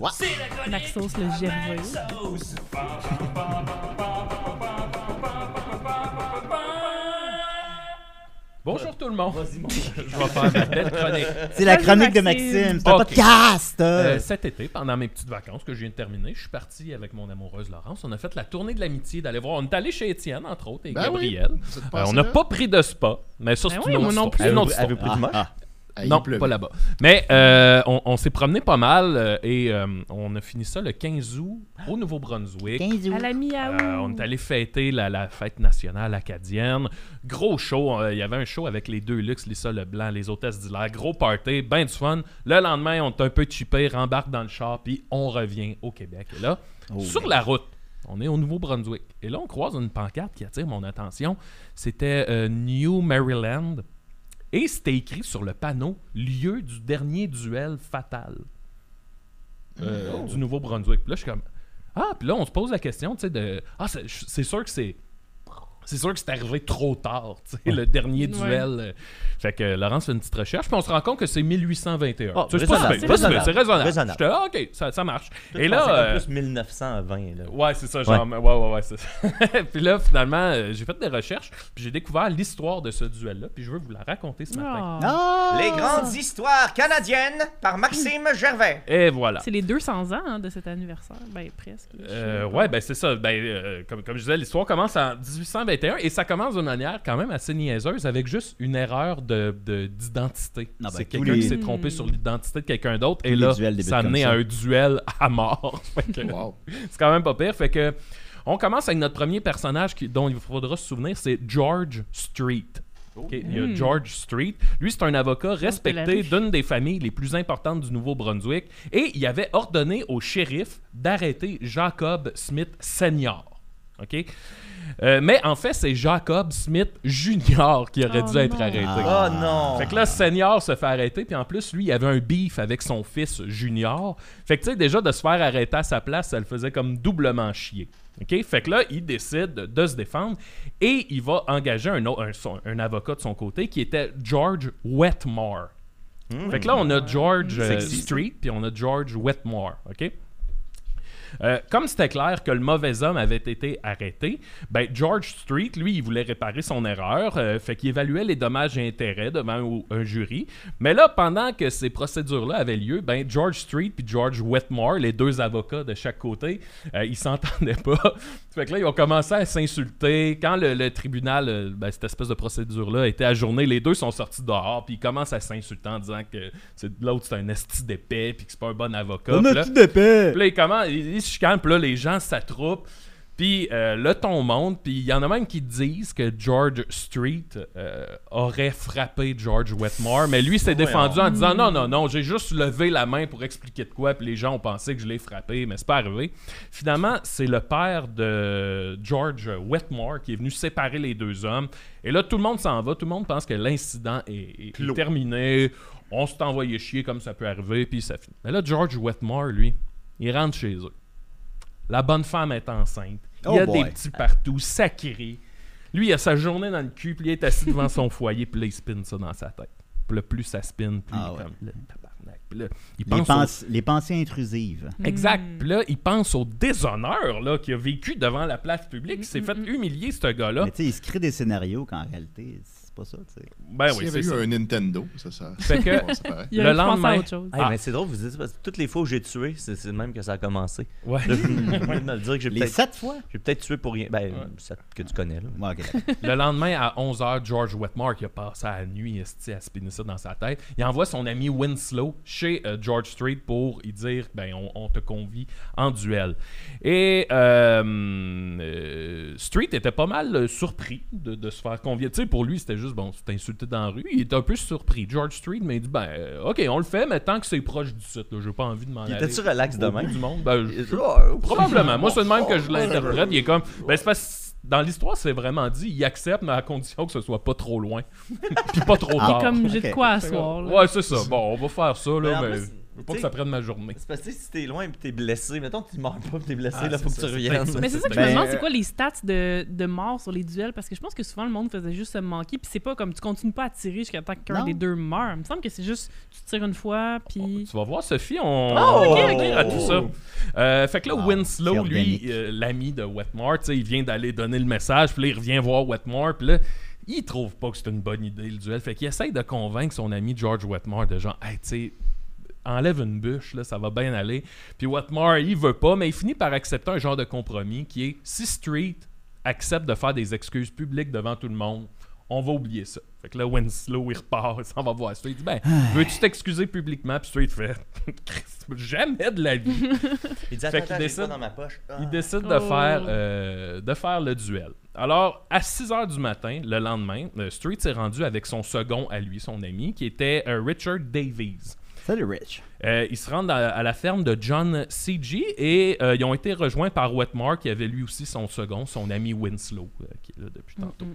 [SPEAKER 3] Maxos, le gervais.
[SPEAKER 4] Bonjour tout le monde.
[SPEAKER 5] Vas-y, mon
[SPEAKER 4] Je vais faire ma belle chronique.
[SPEAKER 2] C'est la
[SPEAKER 3] Salut,
[SPEAKER 2] chronique de
[SPEAKER 3] Maxime.
[SPEAKER 2] Maxime. C'est un
[SPEAKER 4] Ok.
[SPEAKER 2] podcast.
[SPEAKER 4] Euh, cet été, pendant mes petites vacances que je viens de terminer, je suis parti avec mon amoureuse Laurence. On a fait la tournée de l'amitié d'aller voir. On est allé chez Étienne, entre autres, et
[SPEAKER 6] Ben oui.
[SPEAKER 4] Gabriel.
[SPEAKER 6] Cette
[SPEAKER 4] Euh, on n'a
[SPEAKER 6] pensée-là,
[SPEAKER 4] pas pris de spa, mais ça, c'est
[SPEAKER 3] Ben
[SPEAKER 4] une
[SPEAKER 3] oui,
[SPEAKER 4] autre
[SPEAKER 3] moi non
[SPEAKER 4] histoire.
[SPEAKER 3] plus.
[SPEAKER 4] C'est une autre
[SPEAKER 5] Avez-vous
[SPEAKER 4] histoire.
[SPEAKER 5] pris du moche?
[SPEAKER 6] ah, il
[SPEAKER 4] Non,
[SPEAKER 6] pleuvait.
[SPEAKER 4] pas là-bas. Mais euh, on, on s'est promené pas mal euh, et euh, on a fini ça le 15 août au Nouveau-Brunswick.
[SPEAKER 3] À la miaou.
[SPEAKER 4] Euh, on est allé fêter la, la fête nationale acadienne. Gros show. euh, Il y avait un show avec les deux luxe, Lisa Leblanc, les hôtesses d'Hilaire. Gros party, ben du fun. Le lendemain, on est un peu chippé, rembarque dans le char, puis on revient au Québec. Et là, sur la route, on est au Nouveau-Brunswick. Et là, on croise une pancarte qui attire mon attention. C'était euh, New Maryland. Et c'était écrit sur le panneau lieu du dernier duel fatal euh, du Nouveau-Brunswick. Puis là, je suis comme ah, puis là, on se pose la question, tu sais, de. Ah, c'est- c'est sûr que c'est. C'est sûr que c'est arrivé trop tard, tu sais, le dernier
[SPEAKER 3] Ouais.
[SPEAKER 4] duel. euh. Fait que Laurence fait une petite recherche, puis on se rend compte que c'est 1821.
[SPEAKER 5] Oh,
[SPEAKER 4] Tu sais, c'est pas si
[SPEAKER 5] raisonnable,
[SPEAKER 4] pire, c'est pas si pire,
[SPEAKER 5] raisonnable,
[SPEAKER 4] c'est raisonnable.
[SPEAKER 5] raisonnable.
[SPEAKER 4] J'étais, ah, ok, ça, ça marche. Et
[SPEAKER 5] C'est
[SPEAKER 4] là.
[SPEAKER 5] comme
[SPEAKER 4] euh,
[SPEAKER 5] plus 1920, là.
[SPEAKER 4] Ouais, c'est ça, genre. Ouais, ouais, ouais, c'est ça. puis là, finalement, euh, j'ai fait des recherches, puis j'ai découvert l'histoire de ce duel-là, puis je veux vous la raconter ce
[SPEAKER 3] Ah.
[SPEAKER 4] matin. Oh.
[SPEAKER 2] Ah!
[SPEAKER 7] Les grandes histoires canadiennes par Maxime Gervais.
[SPEAKER 4] Et voilà.
[SPEAKER 3] C'est les 200 ans hein, de cet anniversaire. Ben, presque. Je sais
[SPEAKER 4] Euh,
[SPEAKER 3] pas.
[SPEAKER 4] ouais, ben c'est ça. Ben, euh, comme, comme je disais, l'histoire commence en 1821 et ça commence d'une manière quand même assez niaiseuse avec juste une erreur de, de- d'identité.
[SPEAKER 2] Ah ben,
[SPEAKER 4] c'est
[SPEAKER 2] tous
[SPEAKER 4] quelqu'un
[SPEAKER 2] les-
[SPEAKER 4] qui s'est trompé sur l'identité de quelqu'un d'autre et
[SPEAKER 2] les
[SPEAKER 4] là,
[SPEAKER 2] duels débutent
[SPEAKER 4] ça a
[SPEAKER 2] comme
[SPEAKER 4] amené
[SPEAKER 2] ça.
[SPEAKER 4] à un duel à mort. Fait que,
[SPEAKER 6] Wow.
[SPEAKER 4] c'est quand même pas pire. Fait que on commence avec notre premier personnage qui- dont il faudra se souvenir, c'est George Street. Ok, Il y a
[SPEAKER 3] Mm.
[SPEAKER 4] George Street. Lui, c'est un avocat respecté
[SPEAKER 3] riche.
[SPEAKER 4] d'une des familles les plus importantes du Nouveau-Brunswick et il avait ordonné au shérif d'arrêter Jacob Smith Senior. OK? Euh, mais en fait, c'est Jacob Smith Junior qui aurait
[SPEAKER 3] Oh
[SPEAKER 4] dû être
[SPEAKER 3] non.
[SPEAKER 4] arrêté.
[SPEAKER 5] Oh non!
[SPEAKER 4] Ah. Fait que là, Senior se fait arrêter, puis en plus, lui, il avait un beef avec son fils Junior. Fait que, tu sais, déjà, de se faire arrêter à sa place, ça le faisait comme doublement chier. OK? Fait que là, il décide de se défendre et il va engager un, au- un, son- un avocat de son côté qui était George Wetmore. Fait que là, on a George euh,
[SPEAKER 5] Hmm. Sexy.
[SPEAKER 4] Street, puis on a George Wetmore. OK? Euh, comme c'était clair que le mauvais homme avait été arrêté, ben George Street, lui, il voulait réparer son erreur, euh, fait qu'il évaluait les dommages et intérêts devant un, un jury. Mais là, pendant que ces procédures-là avaient lieu, ben George Street puis George Wetmore, les deux avocats de chaque côté, euh, ils s'entendaient pas. fait que là, ils ont commencé à s'insulter. Quand le, le tribunal, euh, ben, cette espèce de procédure-là était ajournée, les deux sont sortis dehors, puis ils commencent à s'insulter en disant que c'est- l'autre c'est un esti d'épais, puis que c'est pas un bon avocat.
[SPEAKER 2] On
[SPEAKER 4] Puis
[SPEAKER 2] a
[SPEAKER 4] là-
[SPEAKER 2] tout d'épais.
[SPEAKER 4] puis là, ils, commencent- ils- ils se chicanent, puis là, les gens s'attroupent. Puis euh, le ton monte, puis il y en a même qui disent que George Street euh, aurait frappé George Wetmore, mais lui s'est défendu en disant non, non, non, j'ai juste levé la main pour expliquer de quoi, puis les gens ont pensé que je l'ai frappé, mais c'est pas arrivé. Finalement, c'est le père de George Wetmore qui est venu séparer les deux hommes, et là, tout le monde s'en va, tout le monde pense que l'incident est, est- est terminé, on s'est envoyé chier comme ça peut arriver, puis ça finit. Mais là, George Wetmore, lui, il rentre chez eux. La bonne femme est enceinte. Il
[SPEAKER 2] Oh
[SPEAKER 4] y a
[SPEAKER 2] boy.
[SPEAKER 4] des petits partout, ça crie. Lui, il a sa journée dans le cul, puis il est assis devant son foyer, puis là, il spin ça dans sa tête. Puis là, plus ça spin, plus
[SPEAKER 2] Ah
[SPEAKER 4] il est
[SPEAKER 2] ouais.
[SPEAKER 4] comme, là, tabarnak. Puis là,
[SPEAKER 2] Les,
[SPEAKER 4] il pense au-
[SPEAKER 2] pens- les pensées intrusives.
[SPEAKER 4] Exact. Puis là, il pense au déshonneur là, qu'il a vécu devant la place publique. Il s'est fait humilier, ce gars-là.
[SPEAKER 2] Mais tu sais, il se crée des scénarios qu'en réalité, c'est pas ça, tu sais.
[SPEAKER 4] Ben
[SPEAKER 6] S'il
[SPEAKER 4] oui,
[SPEAKER 6] y
[SPEAKER 4] c'est
[SPEAKER 6] avait eu
[SPEAKER 4] ça.
[SPEAKER 6] un Nintendo, ça, ça.
[SPEAKER 4] Fait que-
[SPEAKER 6] bon, ça paraît.
[SPEAKER 3] Il y a
[SPEAKER 4] le
[SPEAKER 3] eu pensé à
[SPEAKER 4] lendemain-
[SPEAKER 3] autre chose.
[SPEAKER 5] Hey,
[SPEAKER 4] Ah.
[SPEAKER 5] mais c'est drôle, vous dites, parce que toutes les fois où j'ai tué, c'est c'est le même que ça a commencé.
[SPEAKER 4] Ouais.
[SPEAKER 5] Là, vous venez de me le dire que j'ai
[SPEAKER 2] Les
[SPEAKER 5] peut-être
[SPEAKER 2] sept fois.
[SPEAKER 5] j'ai peut-être tué pour rien. Ben, ça que tu connais, là.
[SPEAKER 2] Ouais, ok, d'accord.
[SPEAKER 4] Le lendemain, à 11h, George Wetmore, qui a passé la nuit esti, à spinner ça dans sa tête, il envoie son ami Winslow chez euh, George Street pour lui dire ben, on, on te convie en duel. Et euh, euh, Street était pas mal euh, surpris de, de se faire convier. Tu sais, pour lui, c'était juste bon, c'est insulté dans la rue. Il était un peu surpris. George Street, mais il dit ben, euh, ok, on le fait, mais tant que c'est proche du site, là, j'ai pas envie de m'en
[SPEAKER 5] Il
[SPEAKER 4] aller.
[SPEAKER 5] était-tu relax
[SPEAKER 4] au
[SPEAKER 5] de même?
[SPEAKER 4] bout du monde Ben, je-
[SPEAKER 5] Oh,
[SPEAKER 4] Probablement. Moi, c'est le même que je l'interprète. Il est comme. Ben, c'est parce que dans l'histoire, c'est vraiment dit, il accepte, mais à condition que ce soit pas trop loin. Puis pas trop
[SPEAKER 3] Il
[SPEAKER 4] tard.
[SPEAKER 3] est comme, j'ai
[SPEAKER 2] Ok.
[SPEAKER 3] de quoi asseoir. là.
[SPEAKER 4] Ouais, c'est ça. Bon, on va faire ça,
[SPEAKER 5] Mais
[SPEAKER 4] là,
[SPEAKER 5] Ben, en
[SPEAKER 4] mais.
[SPEAKER 5] plus,
[SPEAKER 4] je veux pas
[SPEAKER 5] tu
[SPEAKER 4] que
[SPEAKER 5] sais-
[SPEAKER 4] ça prenne ma journée.
[SPEAKER 5] C'est parce que tu sais, si t'es loin et t'es blessé, mettons que tu meurs pas et t'es blessé,
[SPEAKER 4] Ah,
[SPEAKER 5] là, faut que
[SPEAKER 4] c'est
[SPEAKER 5] tu
[SPEAKER 4] ça,
[SPEAKER 5] reviennes.
[SPEAKER 4] c'est-
[SPEAKER 3] Mais c'est ça que je
[SPEAKER 2] Ben,
[SPEAKER 3] me demande,
[SPEAKER 2] euh,
[SPEAKER 3] c'est quoi les stats de, de morts sur les duels? Parce que je pense que souvent le monde faisait juste se manquer, puis c'est pas comme tu continues pas à tirer jusqu'à temps qu'un
[SPEAKER 2] Non.
[SPEAKER 3] des deux meurt. Il me semble que c'est juste tu tires une fois, puis.
[SPEAKER 4] Oh, Tu vas voir, Sophie, on
[SPEAKER 5] Oh,
[SPEAKER 4] on
[SPEAKER 5] ok,
[SPEAKER 4] va
[SPEAKER 5] ok.
[SPEAKER 4] venir à tout ça. Euh, fait que là,
[SPEAKER 2] Ah, c'est
[SPEAKER 4] Winslow,
[SPEAKER 2] organique.
[SPEAKER 4] lui, euh, l'ami de Wetmore, tu sais, il vient d'aller donner le message, puis là, il revient voir Wetmore, puis là, Il trouve pas que c'est une bonne idée le duel. Fait qu'il essaye de convaincre son ami George Wetmore de genre, hey, tu sais, enlève une bûche, là, ça va bien aller. Puis Watmore, il veut pas, mais il finit par accepter un genre de compromis qui est si Street accepte de faire des excuses publiques devant tout le monde, on va oublier ça. Fait que là, Winslow, il repart, il s'en va voir Street. Il dit Ben,
[SPEAKER 2] Ah.
[SPEAKER 4] veux-tu t'excuser publiquement Puis Street fait Christ, Jamais de la vie.
[SPEAKER 5] Il dit
[SPEAKER 4] Fait
[SPEAKER 5] attends,
[SPEAKER 4] qu'il
[SPEAKER 5] attends, j'ai
[SPEAKER 4] décide-
[SPEAKER 5] pas dans ma poche. Ah.
[SPEAKER 4] Il décide de,
[SPEAKER 3] Oh.
[SPEAKER 4] faire, euh, de faire le duel. Alors, à 6 h du matin, le lendemain, euh, Street s'est rendu avec son second à lui, son ami, qui était euh, Richard Davies.
[SPEAKER 2] Salut, Rich.
[SPEAKER 4] Euh, ils se rendent à, à la ferme de John C.G. et euh, ils ont été rejoints par Wetmore, qui avait lui aussi son second, son ami Winslow, euh, qui est là depuis
[SPEAKER 3] Mm,
[SPEAKER 4] tantôt.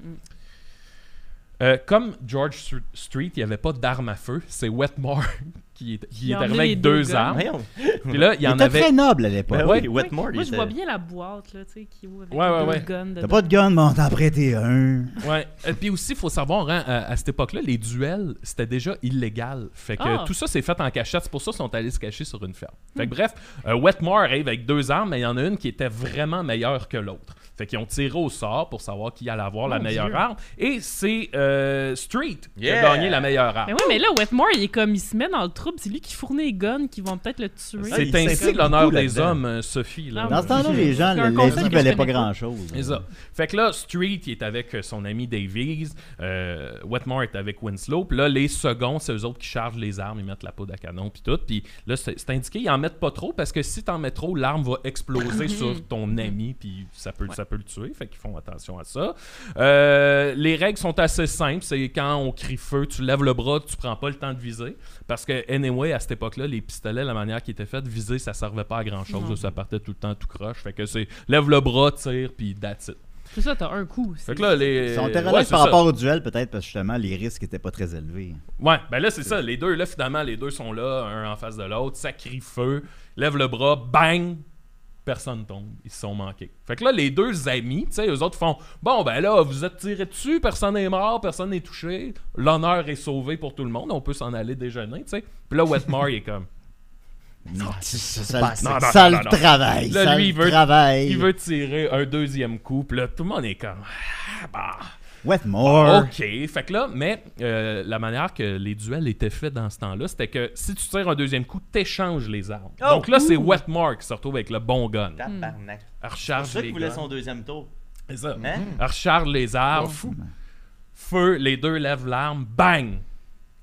[SPEAKER 4] Euh, comme George Str- Street, il n'y avait pas d'armes à feu, c'est Wetmore qui est, qui
[SPEAKER 3] Il
[SPEAKER 4] est
[SPEAKER 3] a
[SPEAKER 4] arrivé
[SPEAKER 3] emmené les
[SPEAKER 4] avec
[SPEAKER 3] deux
[SPEAKER 4] deux
[SPEAKER 3] guns.
[SPEAKER 4] armes.
[SPEAKER 5] Voyons.
[SPEAKER 4] Puis là, il y
[SPEAKER 2] Il
[SPEAKER 4] en
[SPEAKER 2] était
[SPEAKER 4] avait.
[SPEAKER 2] très noble à l'époque.
[SPEAKER 5] Ben oui, Wetmore,
[SPEAKER 3] Moi,
[SPEAKER 5] il
[SPEAKER 3] je vois
[SPEAKER 5] était-
[SPEAKER 3] bien la boîte, là, tu sais, qui ouvre avec
[SPEAKER 4] Ouais,
[SPEAKER 3] deux
[SPEAKER 4] ouais, ouais.
[SPEAKER 3] guns
[SPEAKER 2] T'as
[SPEAKER 3] dedans.
[SPEAKER 2] pas de gun, mais on t'en prêtait un.
[SPEAKER 4] Ouais. Et puis aussi, il faut savoir, hein, à, à cette époque-là, les duels, c'était déjà illégal. Fait que
[SPEAKER 3] Ah.
[SPEAKER 4] tout ça s'est fait en cachette. C'est pour ça qu'ils sont allés se cacher sur une ferme. Fait que bref, euh, Wetmore arrive avec deux armes, mais il y en a une qui était vraiment meilleure que l'autre. Fait qu'ils ont tiré au sort pour savoir qui allait avoir la
[SPEAKER 3] Mon
[SPEAKER 4] meilleure
[SPEAKER 3] Dieu.
[SPEAKER 4] arme. Et c'est euh, Street qui a
[SPEAKER 5] Yeah.
[SPEAKER 4] gagné la meilleure arme.
[SPEAKER 3] Mais ouais, mais là, Wetmore, il est comme, il se met dans le trouble. C'est lui qui fournit les guns qui vont peut-être le tuer.
[SPEAKER 5] Ah,
[SPEAKER 4] C'est
[SPEAKER 5] il
[SPEAKER 4] ainsi
[SPEAKER 5] s'implique
[SPEAKER 4] que l'honneur
[SPEAKER 5] beaucoup
[SPEAKER 4] des
[SPEAKER 5] là-dedans.
[SPEAKER 4] hommes, euh, Sophie. Là.
[SPEAKER 3] Ah,
[SPEAKER 2] Dans ce temps-là, les gens,
[SPEAKER 3] C'est un
[SPEAKER 2] les
[SPEAKER 3] concept
[SPEAKER 2] filles
[SPEAKER 3] que je
[SPEAKER 2] valaient pas
[SPEAKER 3] connais pas.
[SPEAKER 2] grand-chose.
[SPEAKER 4] C'est ça. Fait que là, Street il est avec euh, son ami Davies, euh, Wetmore est avec Winslow, puis là, les seconds, c'est eux autres qui chargent les armes, ils mettent la peau à canon, puis tout. Puis là, c'est c'est indiqué, ils en mettent pas trop, parce que si t'en mets trop, l'arme va exploser sur ton ami, puis ça peut, ça peut le tuer. Fait qu'ils font attention à ça. Euh, les règles sont assez simples, c'est quand on crie feu, tu lèves le bras, tu prends pas le temps de viser, parce que, anyway, à cette époque-là, les pistolets, la manière qui était faite, viser, ça servait pas à grand-chose,
[SPEAKER 3] Non.
[SPEAKER 4] ça partait tout le temps tout croche. Fait que c'est lève le bras, tire, puis that's it.
[SPEAKER 3] C'est ça, t'as un coup. c'est-
[SPEAKER 4] Fait que là, les.
[SPEAKER 2] Ils sont terroristes
[SPEAKER 4] ouais, c'est
[SPEAKER 2] par
[SPEAKER 4] ça.
[SPEAKER 2] rapport au duel, peut-être, parce que justement, les risques étaient pas très élevés.
[SPEAKER 4] Ouais, ben là, c'est ça. Les deux, là, finalement, les deux sont là, un en face de l'autre. Ça crie feu, lève le bras, bang! Personne tombe. Ils se sont manqués. Fait que là, les deux amis, tu sais, eux autres font Bon, ben là, vous êtes tirés dessus, personne n'est mort, personne n'est touché. L'honneur est sauvé pour tout le monde, on peut s'en aller déjeuner, tu sais. Puis là, Wetmore, il est comme
[SPEAKER 2] Ça
[SPEAKER 4] Non, non,
[SPEAKER 2] ça
[SPEAKER 4] non,
[SPEAKER 2] le
[SPEAKER 4] non.
[SPEAKER 2] travaille.
[SPEAKER 4] Là,
[SPEAKER 2] Ça
[SPEAKER 4] lui, il
[SPEAKER 2] le
[SPEAKER 4] veut-
[SPEAKER 2] travaille.
[SPEAKER 4] Il veut tirer un deuxième coup, puis là, tout le monde est comme Ah, bah.
[SPEAKER 2] Wetmore.
[SPEAKER 4] OK. Fait que là, mais euh, la manière que les duels étaient faits dans ce temps-là, c'était que si tu tires un deuxième coup, t'échanges les armes.
[SPEAKER 5] Oh!
[SPEAKER 4] Donc là, c'est Wetmore qui se retrouve avec le bon gun.
[SPEAKER 3] Hmm.
[SPEAKER 5] Tabarnak.
[SPEAKER 4] Elle
[SPEAKER 5] C'est
[SPEAKER 4] recharge
[SPEAKER 5] ça
[SPEAKER 4] les
[SPEAKER 5] qu'il voulait
[SPEAKER 4] guns.
[SPEAKER 5] son deuxième tour.
[SPEAKER 4] C'est ça.
[SPEAKER 5] Hein?
[SPEAKER 4] Elle recharge les armes. Feu, les deux lèvent l'arme. Bang!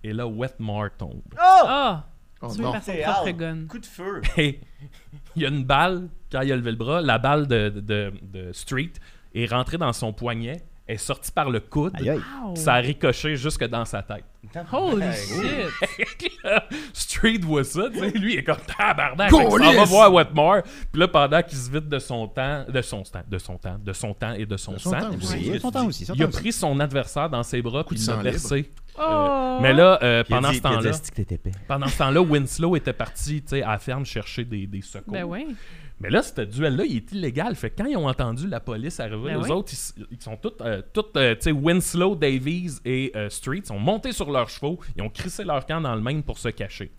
[SPEAKER 4] Et là, Wetmore tombe.
[SPEAKER 5] Oh!
[SPEAKER 3] Ah,
[SPEAKER 6] Oh
[SPEAKER 3] tué
[SPEAKER 6] non.
[SPEAKER 3] par son
[SPEAKER 5] C'est
[SPEAKER 3] propre
[SPEAKER 5] out.
[SPEAKER 3] gun.
[SPEAKER 5] Coup de feu.
[SPEAKER 4] Et il y a une balle, quand il a levé le bras, la balle de, de- de Street est rentrée dans son poignet, est sortie par le coude.
[SPEAKER 2] Aïe, aïe.
[SPEAKER 3] Wow.
[SPEAKER 4] Ça a ricoché jusque dans sa tête.
[SPEAKER 3] Holy
[SPEAKER 5] Hey.
[SPEAKER 3] shit!
[SPEAKER 4] Street voit ça, tu sais, lui, il est comme tabarnak. Fait qu'il s'en va voir Wetmore. Puis là, pendant qu'il se vide de son temps, de son temps, de son temps, de son temps et de son
[SPEAKER 6] Ils sont
[SPEAKER 4] sang,
[SPEAKER 6] temps aussi.
[SPEAKER 2] Oui, son temps aussi. son
[SPEAKER 4] il a
[SPEAKER 2] temps aussi.
[SPEAKER 4] pris son adversaire dans ses bras
[SPEAKER 6] Coup
[SPEAKER 4] puis
[SPEAKER 6] de
[SPEAKER 4] il l'a
[SPEAKER 6] sang
[SPEAKER 4] bercé.
[SPEAKER 3] Oh.
[SPEAKER 4] Mais là, euh,
[SPEAKER 5] Puis il a
[SPEAKER 4] pendant
[SPEAKER 5] dit- puis il a
[SPEAKER 4] ce
[SPEAKER 5] dit,
[SPEAKER 4] temps-là,
[SPEAKER 5] Asti que t'es épais.
[SPEAKER 4] pendant ce temps-là, Winslow était parti, tu sais, à la ferme chercher des, des secours.
[SPEAKER 3] Ben ouais.
[SPEAKER 4] Mais là, ce duel-là, il est illégal. Fait que quand ils ont entendu la police arriver,
[SPEAKER 3] Ben
[SPEAKER 4] les
[SPEAKER 3] oui.
[SPEAKER 4] autres, ils, s- ils sont tous, euh, tous, euh, tu sais, Winslow, Davies et euh, Street, sont montés sur leurs chevaux. Ils ont crissé leur camp dans le Maine pour se cacher.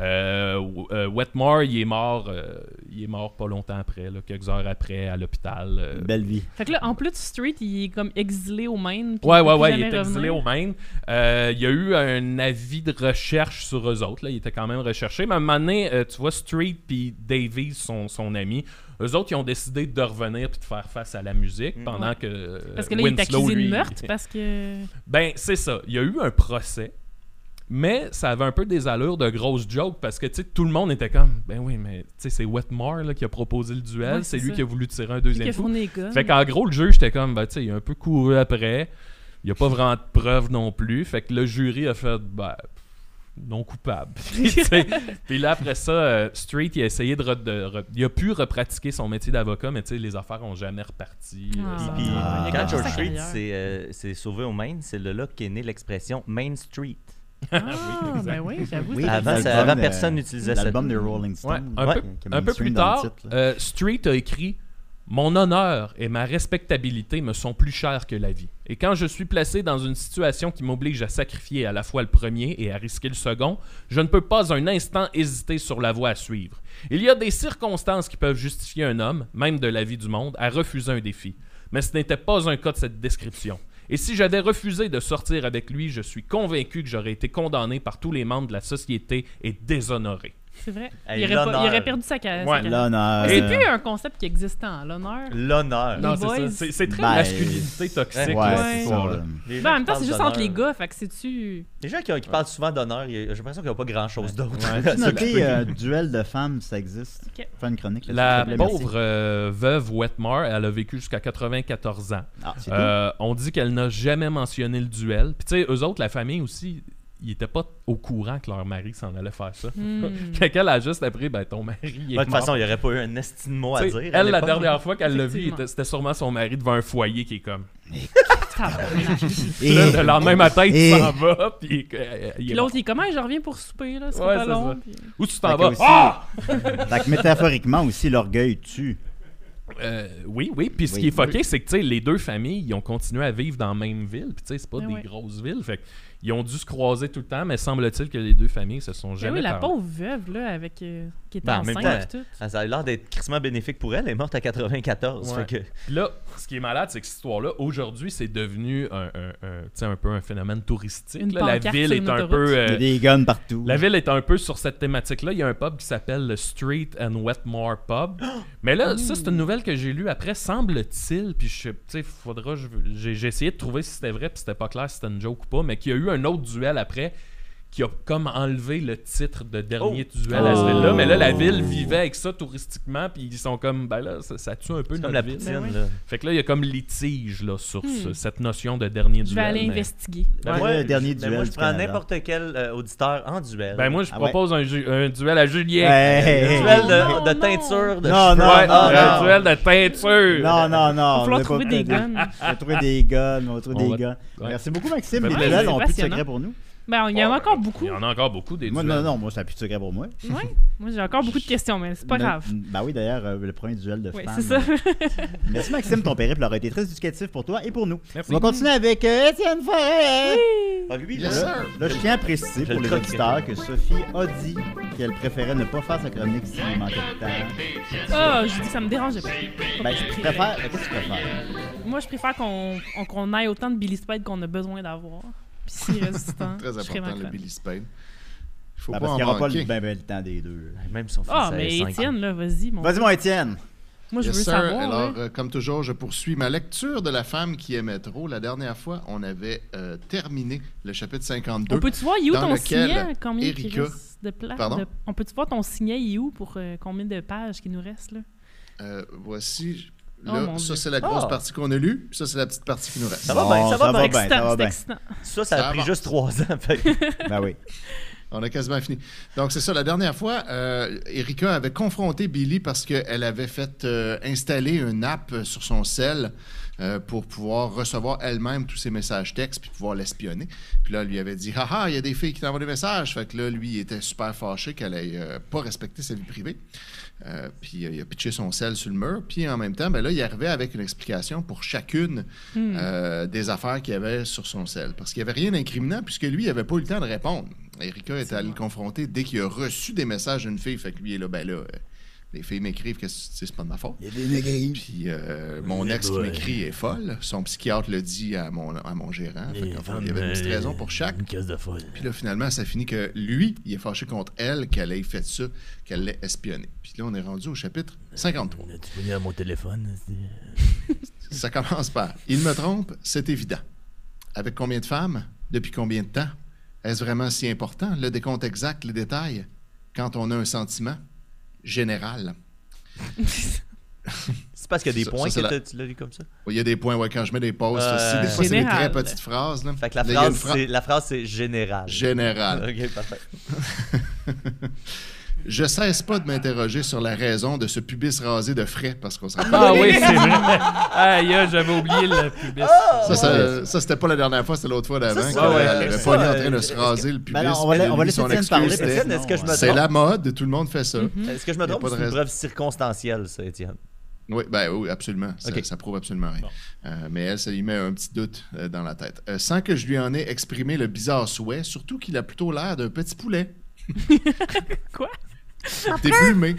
[SPEAKER 4] Euh, w- euh, Wetmore, il est mort, euh, il est mort pas longtemps après, là, quelques heures après, à l'hôpital. euh.
[SPEAKER 2] Belle vie.
[SPEAKER 3] Fait que là, en plus, Street, il est comme exilé au Maine. puis
[SPEAKER 4] Ouais,
[SPEAKER 3] il peut
[SPEAKER 4] ouais,
[SPEAKER 3] plus
[SPEAKER 4] ouais, il
[SPEAKER 3] jamais
[SPEAKER 4] est exilé
[SPEAKER 3] revenir.
[SPEAKER 4] au Maine. Euh, il y a eu un avis de recherche sur eux autres. Là. Il était quand même recherché. Mais à un moment donné, euh, tu vois, Street puis Davies, son, son ami, eux autres, ils ont décidé de revenir puis de faire face à la musique pendant que. euh,
[SPEAKER 3] Mm-hmm. Parce que là, il est
[SPEAKER 4] Winslow,
[SPEAKER 3] accusé
[SPEAKER 4] lui,
[SPEAKER 3] de meurtre parce que.
[SPEAKER 4] Ben, c'est ça. Il y a eu un procès. Mais ça avait un peu des allures de grosses jokes parce que tu sais, tout le monde était comme Ben oui, mais tu sais, c'est Wetmore là, qui a proposé le duel,
[SPEAKER 3] Ouais,
[SPEAKER 4] c'est
[SPEAKER 3] c'est
[SPEAKER 4] lui
[SPEAKER 3] ça.
[SPEAKER 4] qui a voulu tirer
[SPEAKER 3] Qui a
[SPEAKER 4] un deuxième coup.
[SPEAKER 3] fourni les guns.
[SPEAKER 4] Fait qu'en gros, le juge, j'étais comme, ben, tu sais, il a un peu couru après. Il n'y a pas vraiment de preuves non plus. Fait que le jury a fait, ben, pff, non coupable. Puis, tu sais, Puis là, après ça, euh, Street, il a essayé de. re- de re- il a pu repratiquer son métier d'avocat, mais tu sais, les affaires ont jamais reparti. euh,
[SPEAKER 3] Ah.
[SPEAKER 4] ça-
[SPEAKER 5] Puis
[SPEAKER 2] Ah.
[SPEAKER 5] quand George
[SPEAKER 2] Sa
[SPEAKER 5] Street
[SPEAKER 3] carrière.
[SPEAKER 5] s'est euh, s'est sauvé au Maine, c'est de là qu'est née l'expression Main Street.
[SPEAKER 3] Ah, ben oui, j'avoue.
[SPEAKER 2] Oui,
[SPEAKER 3] ça-
[SPEAKER 5] Avant,
[SPEAKER 2] l'album,
[SPEAKER 5] ça- avant,
[SPEAKER 2] euh,
[SPEAKER 5] personne n'utilisait ça.
[SPEAKER 2] L'album des Rolling
[SPEAKER 4] Ouais,
[SPEAKER 2] Stones.
[SPEAKER 4] un,
[SPEAKER 5] Ouais.
[SPEAKER 4] peu,
[SPEAKER 2] qui a
[SPEAKER 4] un peu
[SPEAKER 2] mentionné
[SPEAKER 4] plus
[SPEAKER 2] dans le
[SPEAKER 4] tard,
[SPEAKER 2] titre, là.
[SPEAKER 4] euh, Street a écrit Mon honneur et ma respectabilité me sont plus chers que la vie. Et quand je suis placé dans une situation qui m'oblige à sacrifier à la fois le premier et à risquer le second, je ne peux pas un instant hésiter sur la voie à suivre. Il y a des circonstances qui peuvent justifier un homme, même de la vie du monde, à refuser un défi. Mais ce n'était pas un cas de cette description. Et si j'avais refusé de sortir avec lui, je suis convaincu que j'aurais été condamné par tous les membres de la société et déshonoré.
[SPEAKER 3] C'est vrai.
[SPEAKER 5] Hey,
[SPEAKER 3] il, aurait pas- il
[SPEAKER 5] l'honneur.
[SPEAKER 3] aurait perdu sa carrière.
[SPEAKER 2] Euh,
[SPEAKER 4] Ouais,
[SPEAKER 2] L'honneur.
[SPEAKER 3] C'est plus un concept qui existe en l'honneur.
[SPEAKER 5] L'honneur.
[SPEAKER 3] Non,
[SPEAKER 4] c'est
[SPEAKER 3] boys.
[SPEAKER 4] ça. C'est- C'est très
[SPEAKER 2] Ben,
[SPEAKER 4] masculinité toxique,
[SPEAKER 5] Ouais,
[SPEAKER 3] c'est
[SPEAKER 4] là, cette
[SPEAKER 2] c'est ça,
[SPEAKER 4] histoire-là.
[SPEAKER 2] là.
[SPEAKER 3] Ben,
[SPEAKER 5] Les
[SPEAKER 3] en
[SPEAKER 5] gens
[SPEAKER 3] même temps,
[SPEAKER 5] qui
[SPEAKER 3] c'est juste
[SPEAKER 5] parlent
[SPEAKER 3] entre les
[SPEAKER 5] d'honneur.
[SPEAKER 3] gars, fait que c'est-tu.
[SPEAKER 5] Les gens qui, qui parlent souvent d'honneur, il y a- j'ai l'impression qu'ils n'ont pas grand-chose d'autre. à
[SPEAKER 2] As-tu noté
[SPEAKER 5] s'occuper.
[SPEAKER 2] euh, duel de femmes, ça existe?
[SPEAKER 3] Ok.
[SPEAKER 2] Faire une chronique là-dessus,
[SPEAKER 4] La
[SPEAKER 2] s'il te plaît, merci.
[SPEAKER 4] pauvre euh, veuve Wetmore, elle a vécu jusqu'à 94 ans.
[SPEAKER 2] Ah, c'est tout.
[SPEAKER 4] Euh, on dit qu'elle n'a jamais mentionné le duel. Puis tu sais, eux autres, la famille aussi, ils étaient pas au courant que leur mari s'en allait faire ça.
[SPEAKER 3] Hmm.
[SPEAKER 4] Fait qu'elle a juste appris, ben ton mari il
[SPEAKER 5] Ouais,
[SPEAKER 4] est
[SPEAKER 5] De toute
[SPEAKER 4] mort.
[SPEAKER 5] façon, il n'y aurait pas eu un esti de mot à
[SPEAKER 4] Tu sais,
[SPEAKER 5] dire. à
[SPEAKER 4] elle, la
[SPEAKER 5] l'époque.
[SPEAKER 4] dernière fois qu'elle l'a vu, il
[SPEAKER 3] Effectivement.
[SPEAKER 4] était- c'était sûrement son mari devant un foyer qui est comme.
[SPEAKER 3] Tabarnak.
[SPEAKER 2] Et-
[SPEAKER 4] Là, le lendemain matin, il
[SPEAKER 2] Et-
[SPEAKER 4] s'en va, puis euh, il
[SPEAKER 3] Puis
[SPEAKER 4] est
[SPEAKER 3] l'autre, il est comment? Je reviens pour souper, là. C'est
[SPEAKER 4] Ouais,
[SPEAKER 3] pas
[SPEAKER 4] c'est
[SPEAKER 3] long.
[SPEAKER 4] ça.
[SPEAKER 3] puis-
[SPEAKER 4] mort. Où tu t'en
[SPEAKER 2] Fait que
[SPEAKER 4] vas?
[SPEAKER 2] aussi-
[SPEAKER 4] Ah!
[SPEAKER 2] Fait que métaphoriquement aussi, l'orgueil tue.
[SPEAKER 4] Euh, oui, oui. Puis ce
[SPEAKER 2] Oui.
[SPEAKER 4] qui est fucké, c'est que tu sais, les deux familles, ils ont continué à vivre dans la même ville. Puis tu sais, c'est pas
[SPEAKER 3] Ah
[SPEAKER 4] des
[SPEAKER 3] ouais.
[SPEAKER 4] grosses villes. Fait que ils ont dû se croiser tout le temps, mais semble-t-il que les deux familles se sont
[SPEAKER 3] Ben
[SPEAKER 4] jamais
[SPEAKER 3] oui, la
[SPEAKER 4] parlé.
[SPEAKER 3] pauvre veuve, là, avec. euh, qui était
[SPEAKER 5] Ben, en même
[SPEAKER 3] enceinte et
[SPEAKER 5] temps,
[SPEAKER 3] tout.
[SPEAKER 5] Ah, Ça a l'air d'être crissement bénéfique pour elle. Elle est morte à 94.
[SPEAKER 4] Ouais.
[SPEAKER 5] Fait que...
[SPEAKER 4] Puis là, ce qui est malade, c'est que cette histoire-là, aujourd'hui, c'est devenu un, un- un- tu sais, un peu un phénomène touristique.
[SPEAKER 3] Une
[SPEAKER 4] là. La
[SPEAKER 3] pancarte
[SPEAKER 4] ville
[SPEAKER 3] sur
[SPEAKER 4] est
[SPEAKER 3] une
[SPEAKER 4] un
[SPEAKER 3] autoroute.
[SPEAKER 4] peu. euh,
[SPEAKER 2] Il y a des guns partout.
[SPEAKER 4] La ville est un peu sur cette thématique-là. Il y a un pub qui s'appelle le Street and Wetmore Pub. Mais là, ça, c'est une nouvelle que j'ai lue après, semble-t-il. Puis, je sais- tu sais, faudra. je- J'ai j'ai essayé de trouver si c'était vrai, puis c'était pas clair si c'était une joke ou pas. Mais qu'il y a eu un autre duel après qui a comme enlevé le titre de dernier duel à
[SPEAKER 3] Oh.
[SPEAKER 4] cette ville-là. Mais là, la ville vivait avec ça touristiquement. Puis ils sont comme, ben là, ça, ça tue un peu
[SPEAKER 5] C'est comme
[SPEAKER 4] notre
[SPEAKER 5] la
[SPEAKER 4] ville.
[SPEAKER 5] poutine.
[SPEAKER 3] Ben oui.
[SPEAKER 5] là.
[SPEAKER 4] Fait que là, il y a comme litige là, sur ce- cette notion de dernier
[SPEAKER 3] Hmm. Je
[SPEAKER 4] duel.
[SPEAKER 3] vais aller
[SPEAKER 4] mais-
[SPEAKER 3] investiguer.
[SPEAKER 5] Ben
[SPEAKER 2] Ouais,
[SPEAKER 5] moi,
[SPEAKER 2] le
[SPEAKER 5] je-
[SPEAKER 2] dernier
[SPEAKER 5] ben
[SPEAKER 2] duel
[SPEAKER 5] Moi, je
[SPEAKER 2] du
[SPEAKER 5] prends
[SPEAKER 2] Canada.
[SPEAKER 5] n'importe quel euh, auditeur en duel.
[SPEAKER 4] Ben moi, je
[SPEAKER 2] Ah ouais.
[SPEAKER 4] propose un, ju- un duel à Julien.
[SPEAKER 2] Hey, hey,
[SPEAKER 5] Un
[SPEAKER 2] hey.
[SPEAKER 5] duel
[SPEAKER 3] Non,
[SPEAKER 5] de, de
[SPEAKER 3] non.
[SPEAKER 5] teinture, de
[SPEAKER 2] Ah, Non,
[SPEAKER 5] cheveux.
[SPEAKER 2] non,
[SPEAKER 4] Ouais,
[SPEAKER 2] non,
[SPEAKER 4] un
[SPEAKER 2] non.
[SPEAKER 4] duel de teinture.
[SPEAKER 2] Non, non, non.
[SPEAKER 3] Il va
[SPEAKER 2] Ah, on
[SPEAKER 3] falloir
[SPEAKER 2] a
[SPEAKER 3] trouver
[SPEAKER 2] pas
[SPEAKER 3] des
[SPEAKER 2] fait de-
[SPEAKER 3] guns.
[SPEAKER 2] On va trouver des guns, on va trouver
[SPEAKER 4] On
[SPEAKER 2] des
[SPEAKER 4] va-
[SPEAKER 2] guns.
[SPEAKER 4] ouais.
[SPEAKER 2] Merci beaucoup, Maxime.
[SPEAKER 4] Ben,
[SPEAKER 2] Les
[SPEAKER 4] vas-y,
[SPEAKER 2] duels ont plus de
[SPEAKER 3] passionnant.
[SPEAKER 2] secret pour nous.
[SPEAKER 3] Ben, il y en a encore beaucoup.
[SPEAKER 4] Il y en a encore beaucoup des
[SPEAKER 2] Moi,
[SPEAKER 4] duels.
[SPEAKER 2] non, non, moi, ça a plus de secret pour moi.
[SPEAKER 3] Ouais. Moi, j'ai encore beaucoup de questions, mais c'est pas
[SPEAKER 2] Ne-
[SPEAKER 3] grave.
[SPEAKER 2] Ben oui, d'ailleurs, euh, le premier duel de
[SPEAKER 3] Oui,
[SPEAKER 2] femmes.
[SPEAKER 3] c'est ça.
[SPEAKER 2] Merci, Maxime. Ton périple aurait été très éducatif pour toi et pour nous.
[SPEAKER 4] Merci.
[SPEAKER 2] On va continuer avec euh, Étienne Forêt.
[SPEAKER 5] Ah, lui,
[SPEAKER 6] Yes,
[SPEAKER 5] là.
[SPEAKER 6] sir.
[SPEAKER 2] Là, je tiens à préciser
[SPEAKER 5] Je
[SPEAKER 2] pour
[SPEAKER 5] le
[SPEAKER 2] les
[SPEAKER 5] croque.
[SPEAKER 2] auditeurs que Sophie a dit qu'elle préférait ne pas faire sa chronique s'il manquait de temps.
[SPEAKER 3] Ah, je dis, ça me dérangeait pas. Euh,
[SPEAKER 2] Ben, je préfère. Qu'est-ce que tu préfères?
[SPEAKER 3] Moi, je préfère qu'on on- qu'on aille autant de Billy Spade qu'on a besoin d'avoir. Puis s'il reste du temps,
[SPEAKER 6] Très
[SPEAKER 3] je serai
[SPEAKER 6] important, le
[SPEAKER 3] ma fan.
[SPEAKER 6] Billy Spade. Il faut
[SPEAKER 2] Ben,
[SPEAKER 6] pas
[SPEAKER 2] parce
[SPEAKER 6] en
[SPEAKER 2] qu'il n'y aura pas
[SPEAKER 6] manquer.
[SPEAKER 2] le, ben, ben, le temps des deux.
[SPEAKER 5] Même son fils.
[SPEAKER 3] Ah,
[SPEAKER 5] a
[SPEAKER 3] mais
[SPEAKER 5] cinq ans.
[SPEAKER 3] Étienne, là, vas-y. Mon...
[SPEAKER 2] Vas-y, mon Étienne.
[SPEAKER 3] Moi, je
[SPEAKER 6] Yes,
[SPEAKER 3] veux
[SPEAKER 6] sir.
[SPEAKER 3] savoir.
[SPEAKER 6] Alors,
[SPEAKER 3] ouais.
[SPEAKER 6] euh, comme toujours, je poursuis ma lecture de La femme qui aimait trop. La dernière fois, on avait euh, terminé le chapitre 52.
[SPEAKER 3] On peut-tu voir, il est où
[SPEAKER 6] dans
[SPEAKER 3] ton
[SPEAKER 6] lequel
[SPEAKER 3] signet? euh, Combien il
[SPEAKER 6] Erika-
[SPEAKER 3] reste de place?
[SPEAKER 6] Pardon?
[SPEAKER 3] de- On peut-tu voir ton signet, il est où pour euh, combien de pages qu'il nous reste, là?
[SPEAKER 6] Euh, voici.
[SPEAKER 3] Oh,
[SPEAKER 6] Là,
[SPEAKER 3] mon
[SPEAKER 6] ça,
[SPEAKER 3] Dieu.
[SPEAKER 6] c'est la grosse
[SPEAKER 5] Ah.
[SPEAKER 6] partie qu'on a lue. Ça, c'est la petite partie qui nous reste.
[SPEAKER 5] Ça va bien, ça va bien.
[SPEAKER 2] bien, ça va
[SPEAKER 3] Excitant, c'est
[SPEAKER 2] bien.
[SPEAKER 3] excitant.
[SPEAKER 5] Ça, ça
[SPEAKER 6] Ça
[SPEAKER 5] a pris
[SPEAKER 6] avance.
[SPEAKER 5] juste trois ans. fait que-
[SPEAKER 2] Ben oui.
[SPEAKER 6] On a quasiment fini. Donc, c'est ça. La dernière fois, euh, Erika avait confronté Billy parce qu'elle avait fait euh, installer une app sur son cell euh, pour pouvoir recevoir elle-même tous ses messages textes puis pouvoir l'espionner. Puis là, elle lui avait dit Haha, il y a des filles qui t'envoient des messages. Fait que là, lui, il était super fâché qu'elle ait euh, pas respecté sa vie privée. Euh, puis euh, il a pitché son sel sur le mur. Puis en même temps, ben là, il arrivait avec une explication pour chacune
[SPEAKER 3] Hmm,
[SPEAKER 6] euh, des affaires qu'il y avait sur son sel. Parce qu'il n'y avait rien d'incriminant, puisque lui, il n'avait pas eu le temps de répondre. Erika est allée le confronter dès qu'il a reçu des messages d'une fille. Fait que lui, il est là, ben là, euh, les filles m'écrivent, qu'est-ce que tu sais, c'est pas de ma faute.
[SPEAKER 2] Il y a des négris.
[SPEAKER 6] Puis euh, mon ex qui m'écrit est folle. Son psychiatre le dit à mon, à mon gérant. Fait qu'en fait, il y avait une
[SPEAKER 8] euh,
[SPEAKER 6] petite raison pour chaque. Puis là, finalement, ça finit que lui, il est fâché contre elle qu'elle ait fait ça, qu'elle l'ait espionné. Puis là, on est rendu au chapitre 53.
[SPEAKER 8] Tu peux venir à mon téléphone.
[SPEAKER 6] Ça commence par Il me trompe, c'est évident. Avec combien de femmes Depuis combien de temps Est-ce vraiment si important Le décompte exact, les détails Quand on a un sentiment général.
[SPEAKER 5] C'est parce qu'il y a des
[SPEAKER 6] Ça-
[SPEAKER 5] points
[SPEAKER 6] ça, c'est
[SPEAKER 5] que t'as-
[SPEAKER 6] la-
[SPEAKER 5] tu l'as lu comme ça.
[SPEAKER 6] Il y a des points, ouais, quand je mets des pauses,
[SPEAKER 5] Ouais.
[SPEAKER 6] c'est- des fois, c'est des
[SPEAKER 3] Général.
[SPEAKER 6] très petites phrases. Là.
[SPEAKER 5] Euh, Fait que la
[SPEAKER 6] Là, il y a une
[SPEAKER 5] phrase,
[SPEAKER 6] phrase
[SPEAKER 5] c'est, la phrase, c'est générale.
[SPEAKER 6] générale.
[SPEAKER 5] Ok, parfait.
[SPEAKER 6] Je cesse pas de m'interroger sur la raison de ce pubis rasé de frais, parce qu'on se rappelle.
[SPEAKER 4] Ah oui, c'est vrai. Aïe, aïe, j'avais oublié le pubis.
[SPEAKER 6] Ça, ça, ça, c'était pas la dernière fois, c'était l'autre fois d'avant.
[SPEAKER 5] Ça,
[SPEAKER 6] qu'elle
[SPEAKER 5] ça, ouais,
[SPEAKER 6] avait
[SPEAKER 5] ça,
[SPEAKER 6] pas mis en
[SPEAKER 5] euh,
[SPEAKER 6] train de se raser le pubis.
[SPEAKER 2] Ben non, on va, la- on va
[SPEAKER 6] Lui,
[SPEAKER 2] laisser
[SPEAKER 6] son
[SPEAKER 2] Étienne
[SPEAKER 6] excuse,
[SPEAKER 2] parler.
[SPEAKER 6] c'était,
[SPEAKER 5] Étienne, est-ce que je me
[SPEAKER 6] C'est la mode, tout le monde fait ça.
[SPEAKER 5] Est-ce que je me
[SPEAKER 6] Y a
[SPEAKER 5] trompe
[SPEAKER 6] pas
[SPEAKER 5] ou
[SPEAKER 6] de
[SPEAKER 5] c'est une
[SPEAKER 6] raison.
[SPEAKER 5] preuve circonstancielle, ça, Étienne?
[SPEAKER 6] Oui, ben oui, absolument. Ça,
[SPEAKER 5] Ok.
[SPEAKER 6] ça prouve absolument rien. Euh, mais elle, ça lui met un petit doute euh, dans la tête. Euh, sans que je lui en ai exprimé le bizarre souhait, surtout qu'il a plutôt l'air d'un petit poulet.
[SPEAKER 3] Quoi?
[SPEAKER 6] Déplumé.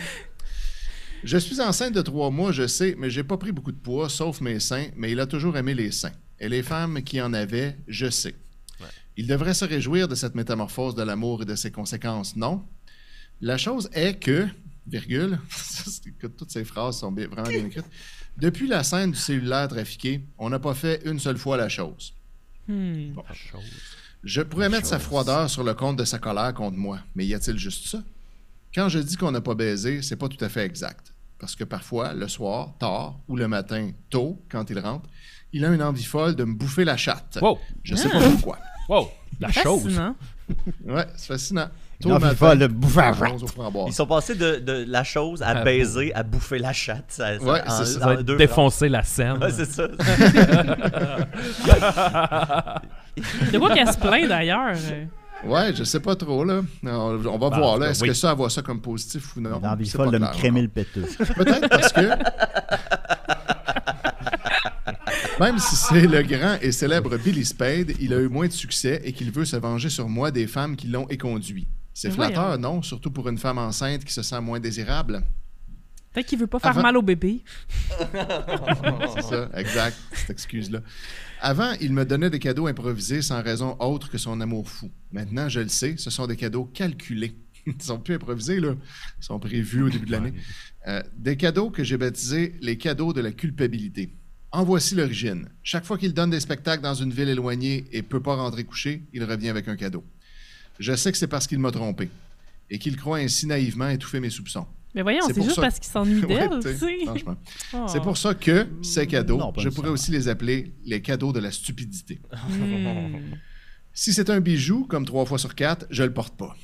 [SPEAKER 6] Je suis enceinte de trois mois, je sais, mais j'ai pas pris beaucoup de poids, sauf mes seins, mais il a toujours aimé les seins. et les femmes qui en avaient, je sais. Ils devraient se réjouir de cette métamorphose de l'amour et de ses conséquences, non? La chose est que, virgule, ça, c'est- écoute, toutes ces phrases sont bien- vraiment bien écrites, depuis la scène du cellulaire trafiqué, on n'a pas fait une seule fois la chose.
[SPEAKER 3] Hmm.
[SPEAKER 6] Bon. Je pourrais mettre sa froideur sur le compte de sa colère contre moi, mais y a-t-il juste ça? Quand je dis qu'on n'a pas baisé, c'est pas tout à fait exact. Parce que parfois, le soir, tard, ou le matin, tôt, quand il rentre, il a une envie folle de me bouffer la chatte.
[SPEAKER 4] Wow,
[SPEAKER 6] Je sais pas pourquoi.
[SPEAKER 4] wow, la chose.
[SPEAKER 3] Fascinant.
[SPEAKER 6] Ouais, c'est fascinant. Tôt
[SPEAKER 2] Non,
[SPEAKER 6] le matin,
[SPEAKER 2] il faut le bouffer à rat.
[SPEAKER 6] bronze aux framboises.
[SPEAKER 5] Ils sont passés de, de la chose à
[SPEAKER 4] À
[SPEAKER 5] baiser, à bouffer la chatte. Ça, ça-
[SPEAKER 6] Ouais,
[SPEAKER 5] en-
[SPEAKER 6] c'est ça.
[SPEAKER 5] en
[SPEAKER 4] Ça va
[SPEAKER 5] deux
[SPEAKER 4] défoncer la scène.
[SPEAKER 5] phrases. Ouais, c'est ça.
[SPEAKER 4] Ah
[SPEAKER 3] De quoi qu'elle se plaint d'ailleurs. euh.
[SPEAKER 6] Ouais, je sais pas trop, là. On, on va
[SPEAKER 4] Bah,
[SPEAKER 6] voir, là.
[SPEAKER 4] ben
[SPEAKER 6] Est-ce
[SPEAKER 4] oui.
[SPEAKER 6] que ça, elle voit ça comme positif ou non?
[SPEAKER 2] J'ai envie
[SPEAKER 6] C'est
[SPEAKER 2] folle
[SPEAKER 6] pas
[SPEAKER 2] de me
[SPEAKER 6] clair
[SPEAKER 2] crémer le péteux.
[SPEAKER 6] encore. Peut-être parce que... Même si c'est le grand et célèbre Billy Spade, il a eu moins de succès et qu'il veut se venger sur moi des femmes qui l'ont éconduit. C'est
[SPEAKER 3] Mais voyons.
[SPEAKER 6] flatteur, non? Surtout pour une femme enceinte qui se sent moins désirable.
[SPEAKER 3] Peut-être qu'il veut pas faire
[SPEAKER 6] Avant-
[SPEAKER 3] mal au bébé.
[SPEAKER 6] C'est ça, exact, cette excuse-là. Avant, il me donnait des cadeaux improvisés sans raison autre que son amour fou. Maintenant, je le sais, ce sont des cadeaux calculés. Ils sont plus improvisés, là. Ils sont prévus au début de l'année. Euh, des cadeaux que j'ai baptisés les cadeaux de la culpabilité. En voici l'origine. Chaque fois qu'il donne des spectacles dans une ville éloignée et peut pas rentrer couché, il revient avec un cadeau. Je sais que c'est parce qu'il m'a trompé et qu'il croit ainsi naïvement étouffer mes soupçons.
[SPEAKER 3] Mais voyons,
[SPEAKER 6] C'est
[SPEAKER 3] c'est
[SPEAKER 6] pour
[SPEAKER 3] juste
[SPEAKER 6] ça-
[SPEAKER 3] parce qu'il s'ennuie
[SPEAKER 6] Ouais,
[SPEAKER 3] d'elle,
[SPEAKER 6] t'sais,
[SPEAKER 3] tu sais.
[SPEAKER 6] franchement.
[SPEAKER 3] Oh.
[SPEAKER 6] C'est pour ça que ces cadeaux,
[SPEAKER 2] Non, pas
[SPEAKER 6] je pourrais
[SPEAKER 2] nécessairement.
[SPEAKER 6] aussi les appeler les cadeaux de la stupidité.
[SPEAKER 3] Hmm.
[SPEAKER 6] Si c'est un bijou, comme trois fois sur quatre, je le porte pas.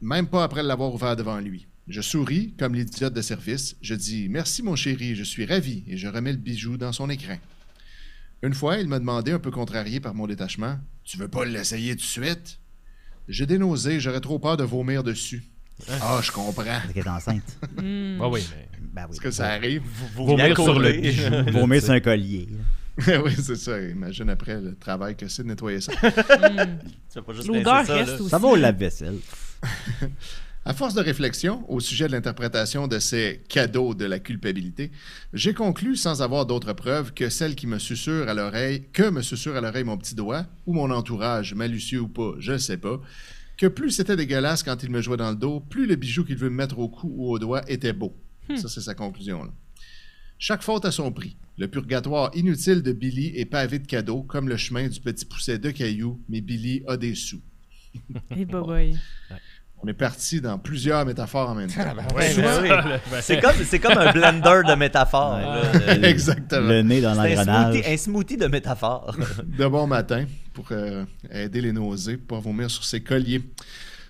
[SPEAKER 6] Même pas après l'avoir ouvert devant lui. Je souris, comme l'idiote de service. Je dis Merci, mon chéri, je suis ravi, et je remets le bijou dans son écran. Une fois, il m'a demandé, un peu contrarié par mon détachement Tu veux pas l'essayer tout de suite J'ai dénosé, j'aurais trop peur de vomir dessus. Ah, je comprends.
[SPEAKER 2] Parce qu'elle est enceinte.
[SPEAKER 3] Hmm.
[SPEAKER 4] Ah oui, mais...
[SPEAKER 2] Ben oui.
[SPEAKER 6] Est-ce que ça arrive
[SPEAKER 4] Vomir sur le
[SPEAKER 5] côté.
[SPEAKER 4] bijou. là,
[SPEAKER 2] Vomir sur
[SPEAKER 4] tu sais.
[SPEAKER 2] un collier.
[SPEAKER 6] oui, c'est ça. Imagine après le travail que c'est de nettoyer ça.
[SPEAKER 5] Tu vas pas juste
[SPEAKER 3] L'odeur
[SPEAKER 5] pincer ça,
[SPEAKER 3] reste
[SPEAKER 5] là.
[SPEAKER 3] aussi.
[SPEAKER 2] Ça va au lave-vaisselle.
[SPEAKER 6] À force de réflexion au sujet de l'interprétation de ces cadeaux de la culpabilité, j'ai conclu sans avoir d'autres preuves que celle qui me susurre à l'oreille, que me susurre à l'oreille mon petit doigt, ou mon entourage, malicieux ou pas, je ne sais pas, que plus c'était dégueulasse quand il me jouait dans le dos, plus le bijou qu'il veut me mettre au cou ou au doigt était beau. Ça, c'est sa conclusion. là. Chaque faute a son prix. Le purgatoire inutile de Billy est pavé de cadeaux, comme le chemin du petit pousset de cailloux, mais Billy a des sous.
[SPEAKER 3] Et boy.
[SPEAKER 6] On est parti dans plusieurs métaphores en même temps.
[SPEAKER 5] Ouais, ben oui. C'est comme, c'est comme un blender de métaphores. là. Euh,
[SPEAKER 2] Le-
[SPEAKER 6] Exactement.
[SPEAKER 2] Le nez dans
[SPEAKER 5] C'est un smoothie,
[SPEAKER 2] l'engrenage.
[SPEAKER 5] un smoothie de métaphores.
[SPEAKER 6] de bon matin pour euh, aider les nausées, pour pas vomir sur ses colliers.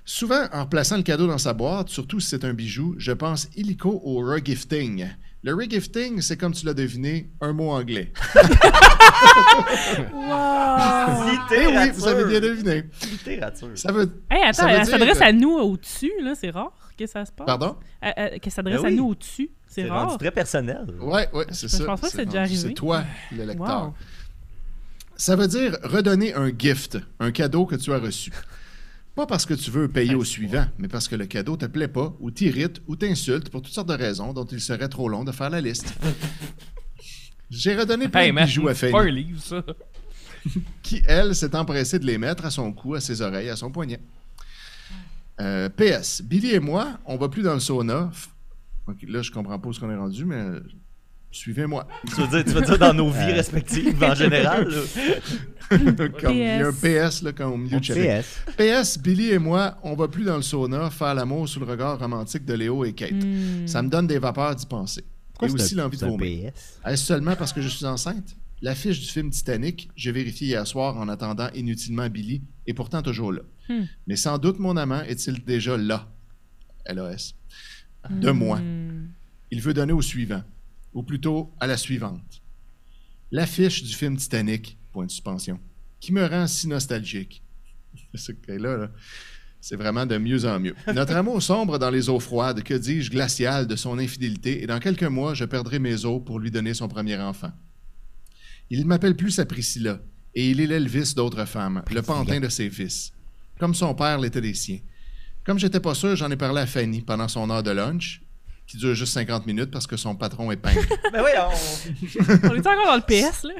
[SPEAKER 6] Souvent, en plaçant le cadeau dans sa boîte, surtout si c'est un bijou, je pense illico au regifting. Le regifting, c'est comme tu l'as deviné, un mot anglais.
[SPEAKER 3] Ah.
[SPEAKER 6] Eh oui, vous avez bien deviné.
[SPEAKER 5] Littérature.
[SPEAKER 6] Ça veut.
[SPEAKER 3] Hey, attends,
[SPEAKER 6] Ça veut
[SPEAKER 3] elle
[SPEAKER 6] dire
[SPEAKER 3] s'adresse
[SPEAKER 6] que-
[SPEAKER 3] à nous au-dessus, là, c'est rare que ça se passe.
[SPEAKER 6] Pardon?
[SPEAKER 3] Euh, euh, Qu'elle s'adresse
[SPEAKER 5] Ben
[SPEAKER 3] à
[SPEAKER 5] oui.
[SPEAKER 3] nous au-dessus, c'est
[SPEAKER 5] C'est
[SPEAKER 3] rare.
[SPEAKER 5] rendu très personnel.
[SPEAKER 6] Ouais, ouais, c'est ça.
[SPEAKER 3] pense pas que c'est déjà
[SPEAKER 6] rendu-
[SPEAKER 3] arrivé.
[SPEAKER 6] C'est toi, le lecteur.
[SPEAKER 3] Wow.
[SPEAKER 6] Ça veut dire redonner un gift, un cadeau que tu as reçu. Pas parce que tu veux payer au suivant, mais parce que le cadeau te plaît pas, ou t'irrite, ou t'insulte pour toutes sortes de raisons dont il serait trop long de faire la liste. J'ai redonné plein
[SPEAKER 4] Hey,
[SPEAKER 6] de
[SPEAKER 4] man,
[SPEAKER 6] bijoux à
[SPEAKER 4] c'est pas un
[SPEAKER 6] Fanny,
[SPEAKER 4] livre, ça.
[SPEAKER 6] qui, elle, s'est empressée de les mettre à son cou, à ses oreilles, à son poignet. Euh, PS, Billy et moi, on va plus dans le sauna. F- Ok, là, je comprends pas où ce qu'on est rendu, mais euh, suivez-moi.
[SPEAKER 5] Tu veux dire, tu veux dire dans nos
[SPEAKER 6] Euh.
[SPEAKER 5] vies respectives en général. là.
[SPEAKER 6] Comme Il y a un PS là, comme au milieu de chapitre.
[SPEAKER 2] PS.
[SPEAKER 6] PS, Billy et moi, on va plus dans le sauna faire l'amour sous le regard romantique de Léo et Kate.
[SPEAKER 3] Hmm.
[SPEAKER 6] Ça me donne des vapeurs d'y penser.
[SPEAKER 2] Pourquoi
[SPEAKER 6] et
[SPEAKER 2] c'est
[SPEAKER 6] aussi
[SPEAKER 2] un-
[SPEAKER 6] l'envie de
[SPEAKER 2] c'est un
[SPEAKER 6] vomir.
[SPEAKER 2] PS.
[SPEAKER 6] Est-ce seulement parce que je suis enceinte? L'affiche du film Titanic, j'ai vérifié hier soir en attendant inutilement Billy, est pourtant toujours là.
[SPEAKER 3] Hmm.
[SPEAKER 6] Mais sans doute mon amant est-il déjà là? LOS. De moi.
[SPEAKER 3] Hmm.
[SPEAKER 6] Il veut donner au suivant, ou plutôt à la suivante. L'affiche du film Titanic, point de suspension, qui me rend si nostalgique. Ce là, là, c'est vraiment de mieux en mieux. Notre amour sombre dans les eaux froides, que dis-je, glaciales de son infidélité, et dans quelques mois, je perdrai mes os pour lui donner son premier enfant. Il ne m'appelle plus sa Priscilla, et il est l'Elvis d'autres femmes, le pantin de ses fils, comme son père l'était des siens. Comme j'étais pas sûr, j'en ai parlé à Fanny pendant son heure de lunch, qui dure juste 50 minutes parce que son patron est peintre.
[SPEAKER 5] Ben oui,
[SPEAKER 3] On est encore dans le PS, là.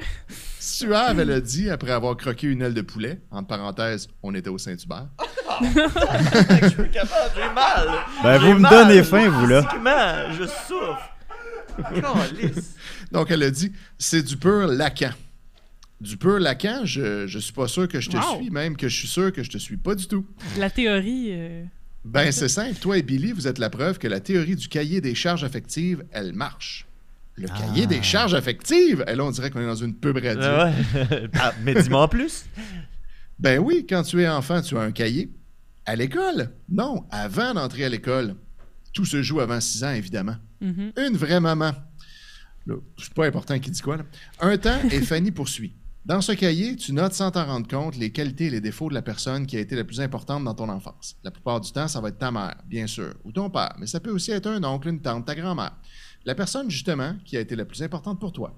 [SPEAKER 6] Suave, elle a dit, après avoir croqué une aile de poulet, entre parenthèses, on était au Saint-Hubert.
[SPEAKER 5] Je suis capable, j'ai mal.
[SPEAKER 2] Ben, vous
[SPEAKER 5] J'ai
[SPEAKER 2] me
[SPEAKER 5] mal.
[SPEAKER 2] donnez faim, vous, là.
[SPEAKER 5] Physiquement, je souffre. Calisse.
[SPEAKER 6] Donc, elle a dit, c'est du pur Lacan. Du pur Lacan, je, je suis pas sûr que je te
[SPEAKER 3] Wow.
[SPEAKER 6] suis, même que je suis sûr que je te suis pas du tout.
[SPEAKER 3] La théorie. euh,
[SPEAKER 6] Ben, c'est simple. Toi et Billy, vous êtes la preuve que la théorie du cahier des charges affectives, elle marche. Le cahier des charges affectives, elle, on dirait qu'on est dans une pub radio.
[SPEAKER 5] Ah ouais. Ah, mais dis-moi en plus.
[SPEAKER 6] Ben oui, quand tu es enfant, tu as un cahier. À l'école? Non, avant d'entrer à l'école. Tout se joue avant 6 ans, évidemment.
[SPEAKER 3] mhm.
[SPEAKER 6] Mm-hmm. Une vraie maman. Là, C'est pas important qui dit quoi, là. Un temps, et Fanny poursuit. Dans ce cahier, tu notes sans t'en rendre compte les qualités et les défauts de la personne qui a été la plus importante dans ton enfance. La plupart du temps, ça va être ta mère, bien sûr, ou ton père, mais ça peut aussi être un oncle, une tante, ta grand-mère. La personne, justement, qui a été la plus importante pour toi.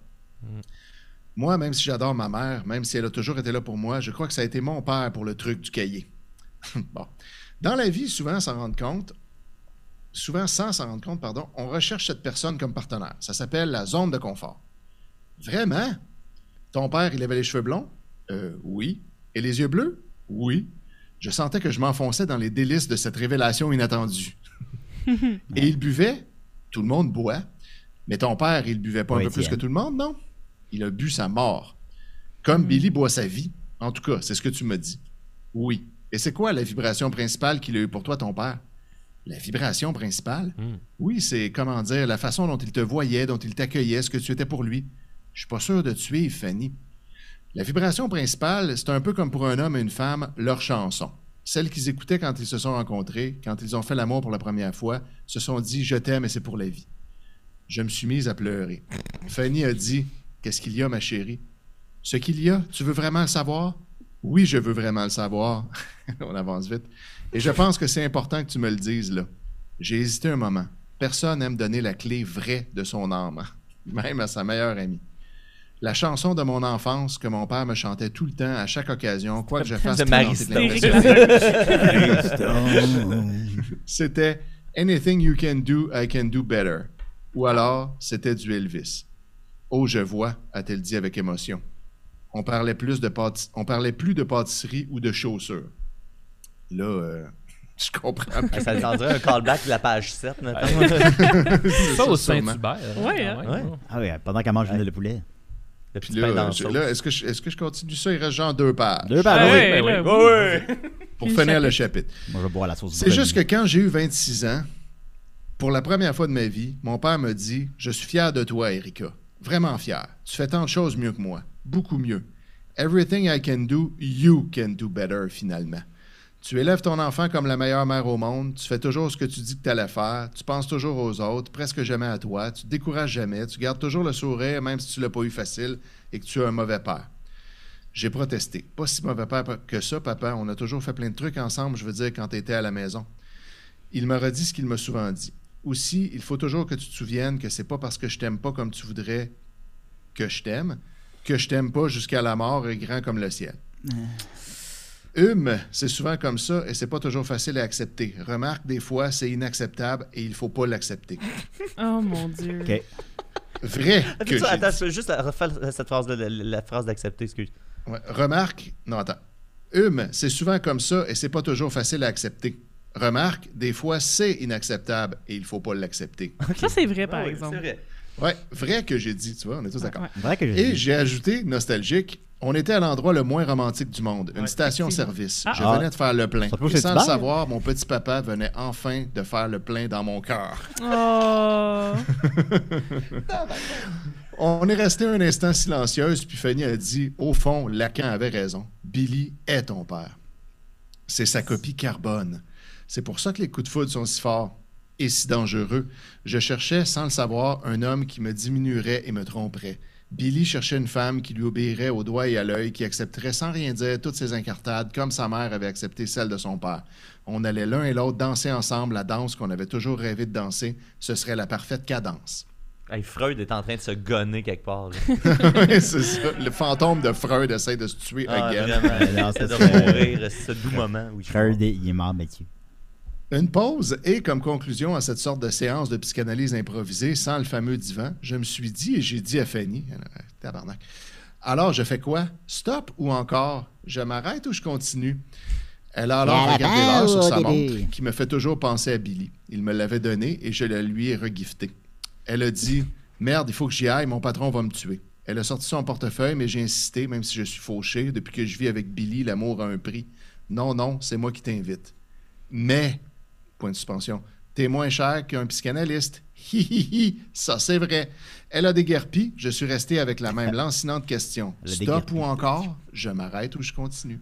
[SPEAKER 6] Moi, même si j'adore ma mère, même si elle a toujours été là pour moi, je crois que ça a été mon père pour le truc du cahier. bon. Dans la vie, souvent, s'en rendre compte, souvent sans s'en rendre compte, pardon, on recherche cette personne comme partenaire. Ça s'appelle la zone de confort. Vraiment? Ton père, il avait les cheveux blonds? Euh, oui. Et les yeux bleus? Oui. Je sentais que je m'enfonçais dans les délices de cette révélation inattendue. Et il buvait? Tout le monde boit. Mais ton père, il buvait pas un
[SPEAKER 5] Oui,
[SPEAKER 6] peu plus que
[SPEAKER 5] Étienne.
[SPEAKER 6] tout le monde, non? Il a bu sa mort. Comme Billy boit sa vie. En tout cas, c'est ce que tu me dis. Oui. Et c'est quoi la vibration principale qu'il a eue pour toi, ton père? La vibration principale? Oui, c'est, comment dire, la façon dont il te voyait, dont il t'accueillait, ce que tu étais pour lui. Je suis pas sûr de tuer Fanny. La vibration principale, c'est un peu comme pour un homme et une femme, leur chanson. Celle qu'ils écoutaient quand ils se sont rencontrés, quand ils ont fait l'amour pour la première fois, se sont dit Je t'aime et c'est pour la vie. Je me suis mise à pleurer. Fanny a dit Qu'est-ce qu'il y a, ma chérie Ce qu'il y a, tu veux vraiment le savoir Oui, je veux vraiment le savoir. On avance vite. Et je pense que c'est important que tu me le dises, là. J'ai hésité un moment. Personne n'aime donner la clé vraie de son âme, même à sa meilleure amie. La chanson de mon enfance que mon père me chantait tout le temps à chaque occasion, quoi que je fasse.
[SPEAKER 5] De
[SPEAKER 6] pour tenter
[SPEAKER 5] Marie-Stone.
[SPEAKER 6] l'impressionner.
[SPEAKER 2] Ah,
[SPEAKER 6] c'était Anything you can do, I can do better. Ou alors, c'était du Elvis. Oh, je vois, a-t-elle dit avec émotion. On parlait, plus de pâti- on parlait plus de pâtisserie ou de chaussures. Là, euh, je comprends plus.
[SPEAKER 5] Ça tendrait un callback de la page 7, notamment.
[SPEAKER 4] Ça au
[SPEAKER 6] sûrement.
[SPEAKER 4] Saint-Hubert.
[SPEAKER 3] Ouais,
[SPEAKER 4] hein,
[SPEAKER 3] hein.
[SPEAKER 4] quand même.
[SPEAKER 2] Ah oui, pendant qu'elle mange une aile de poulet.
[SPEAKER 5] Le
[SPEAKER 6] Puis
[SPEAKER 5] petit pain
[SPEAKER 6] là, euh,
[SPEAKER 5] dans la
[SPEAKER 6] je-
[SPEAKER 5] sauce.
[SPEAKER 6] là, est-ce que, je- est-ce que je continue ça? Il reste genre deux pages.
[SPEAKER 2] Deux
[SPEAKER 3] Ah
[SPEAKER 2] balles, oui.
[SPEAKER 3] ouais,
[SPEAKER 4] oui,
[SPEAKER 3] là,
[SPEAKER 4] oui.
[SPEAKER 3] oui.
[SPEAKER 6] pour
[SPEAKER 3] Puis
[SPEAKER 6] finir
[SPEAKER 3] le
[SPEAKER 6] le chapitre.
[SPEAKER 2] Moi, je vais boire la sauce.
[SPEAKER 6] C'est
[SPEAKER 2] brune.
[SPEAKER 6] juste que quand j'ai eu 26 ans, pour la première fois de ma vie, mon père me dit Je suis fier de toi, Erika. Vraiment fier. Tu fais tant de choses mieux que moi. Beaucoup mieux. Everything I can do, you can do better, finalement. Tu élèves ton enfant comme la meilleure mère au monde, tu fais toujours ce que tu dis que tu allais faire, tu penses toujours aux autres, presque jamais à toi, tu te décourages jamais, tu gardes toujours le sourire même si tu l'as pas eu facile et que tu as un mauvais père. J'ai protesté. Pas si mauvais père que ça, papa. On a toujours fait plein de trucs ensemble, je veux dire, quand t'étais à la maison. Il me redit ce qu'il m'a souvent dit. Aussi, il faut toujours que tu te souviennes que c'est pas parce que je t'aime pas comme tu voudrais que je t'aime, que je t'aime pas jusqu'à la mort et grand comme le ciel. Hum, c'est souvent comme ça et c'est pas toujours facile à accepter. Remarque, des fois, c'est inacceptable et il faut pas l'accepter.
[SPEAKER 3] Oh mon dieu.
[SPEAKER 2] Ok.
[SPEAKER 6] Vrai
[SPEAKER 5] Attends,
[SPEAKER 6] que j'ai
[SPEAKER 5] Ah, attends,
[SPEAKER 6] dit-
[SPEAKER 5] je peux juste refaire cette phrase-là, la, la phrase d'accepter, excuse.
[SPEAKER 6] Ouais, Remarque, non, attends. Hum, c'est souvent comme ça et c'est pas toujours facile à accepter. Remarque, des fois, c'est inacceptable et il faut pas l'accepter.
[SPEAKER 3] Ça, Ben c'est vrai, par
[SPEAKER 5] Ah oui,
[SPEAKER 3] exemple.
[SPEAKER 5] C'est vrai.
[SPEAKER 6] Ouais, vrai que j'ai dit, tu vois, on est tous d'accord.
[SPEAKER 3] Ouais.
[SPEAKER 2] C'est vrai que
[SPEAKER 6] Et
[SPEAKER 2] j'ai.
[SPEAKER 6] j'ai ajouté, nostalgique, on était à l'endroit le moins romantique du monde, une
[SPEAKER 5] Ouais,
[SPEAKER 6] station-service.
[SPEAKER 3] Ah.
[SPEAKER 6] Je
[SPEAKER 2] Ah.
[SPEAKER 6] venais de faire le plein.
[SPEAKER 2] Ça peut
[SPEAKER 6] Et
[SPEAKER 2] être
[SPEAKER 6] sans le
[SPEAKER 2] Hubert.
[SPEAKER 6] savoir, mon petit papa venait enfin de faire le plein dans mon cœur.
[SPEAKER 3] Oh.
[SPEAKER 6] On est resté un instant silencieuse, puis Fanny a dit Au fond, Lacan avait raison. Billy est ton père. C'est sa copie carbone. C'est pour ça que les coups de foudre sont si forts et si dangereux. Je cherchais, sans le savoir, un homme qui me diminuerait et me tromperait. Billy cherchait une femme qui lui obéirait au doigt et à l'œil, qui accepterait sans rien dire toutes ses incartades comme sa mère avait accepté celle de son père. On allait l'un et l'autre danser ensemble la danse qu'on avait toujours rêvé de danser. Ce serait la parfaite cadence.
[SPEAKER 5] Hey, Freud est en train de se gonner quelque part. Là.
[SPEAKER 6] Oui, c'est ça. Le fantôme de Freud essaie de se tuer
[SPEAKER 5] Ah,
[SPEAKER 6] again.
[SPEAKER 5] vraiment,
[SPEAKER 2] Non,
[SPEAKER 5] ça
[SPEAKER 2] ça,
[SPEAKER 5] doit
[SPEAKER 2] c'est-
[SPEAKER 5] mourir, ce doux moment. Oui,
[SPEAKER 2] Freud, il est mort, Mathieu.
[SPEAKER 6] Une pause et comme conclusion à cette sorte de séance de psychanalyse improvisée sans le fameux divan, je me suis dit et j'ai dit à Fanny, euh, tabarnak, Alors, je fais quoi? Stop ou encore? Je m'arrête ou je continue? Elle a alors
[SPEAKER 8] Là-bas
[SPEAKER 6] regardé l'heure sur
[SPEAKER 8] ou au
[SPEAKER 6] sa
[SPEAKER 8] début?
[SPEAKER 6] montre, qui me fait toujours penser à Billy. Il me l'avait donné et je la lui ai regifté. Elle a dit Merde, il faut que j'y aille, mon patron va me tuer. Elle a sorti son portefeuille, mais j'ai insisté, même si je suis fauché. Depuis que je vis avec Billy, l'amour a un prix. Non, non, c'est moi qui t'invite. Mais, point de suspension, t'es moins cher qu'un psychanalyste. Hi hi hi, ça c'est vrai. Elle a déguerpi, je suis resté avec la même lancinante question.
[SPEAKER 5] Elle a
[SPEAKER 6] Stop
[SPEAKER 5] déguerpi.
[SPEAKER 6] ou encore, je m'arrête ou je continue.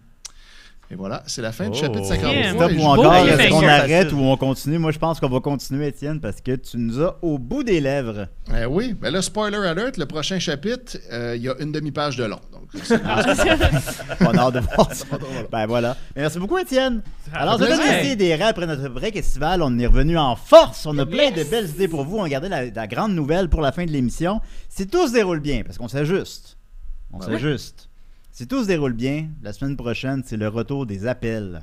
[SPEAKER 6] Et voilà, c'est la fin du
[SPEAKER 5] Oh.
[SPEAKER 6] chapitre
[SPEAKER 3] Yeah.
[SPEAKER 6] 53.
[SPEAKER 2] Stop
[SPEAKER 6] Et
[SPEAKER 2] ou
[SPEAKER 6] je-
[SPEAKER 2] encore,
[SPEAKER 3] Beau
[SPEAKER 2] est-ce
[SPEAKER 3] feeling.
[SPEAKER 2] qu'on
[SPEAKER 5] Facile.
[SPEAKER 2] arrête ou on continue? Moi, je pense qu'on va continuer, Étienne, parce que tu nous as au bout des lèvres.
[SPEAKER 6] Eh oui, ben là, spoiler alert, le prochain chapitre, euh, il y a une demi-page de long. Donc, c'est
[SPEAKER 2] On a hâte de voir ça. Ben voilà. Mais merci beaucoup, Étienne. Alors,
[SPEAKER 4] fait
[SPEAKER 2] c'était
[SPEAKER 4] plaisir.
[SPEAKER 2] le des rats après notre break estival. On est revenu en force. On a plein de belles idées pour vous. On gardait la, la grande nouvelle pour la fin de l'émission. Si tout se déroule bien, parce qu'on s'ajuste. On s'ajuste. Si tout se déroule bien, la semaine prochaine, c'est le retour des appels.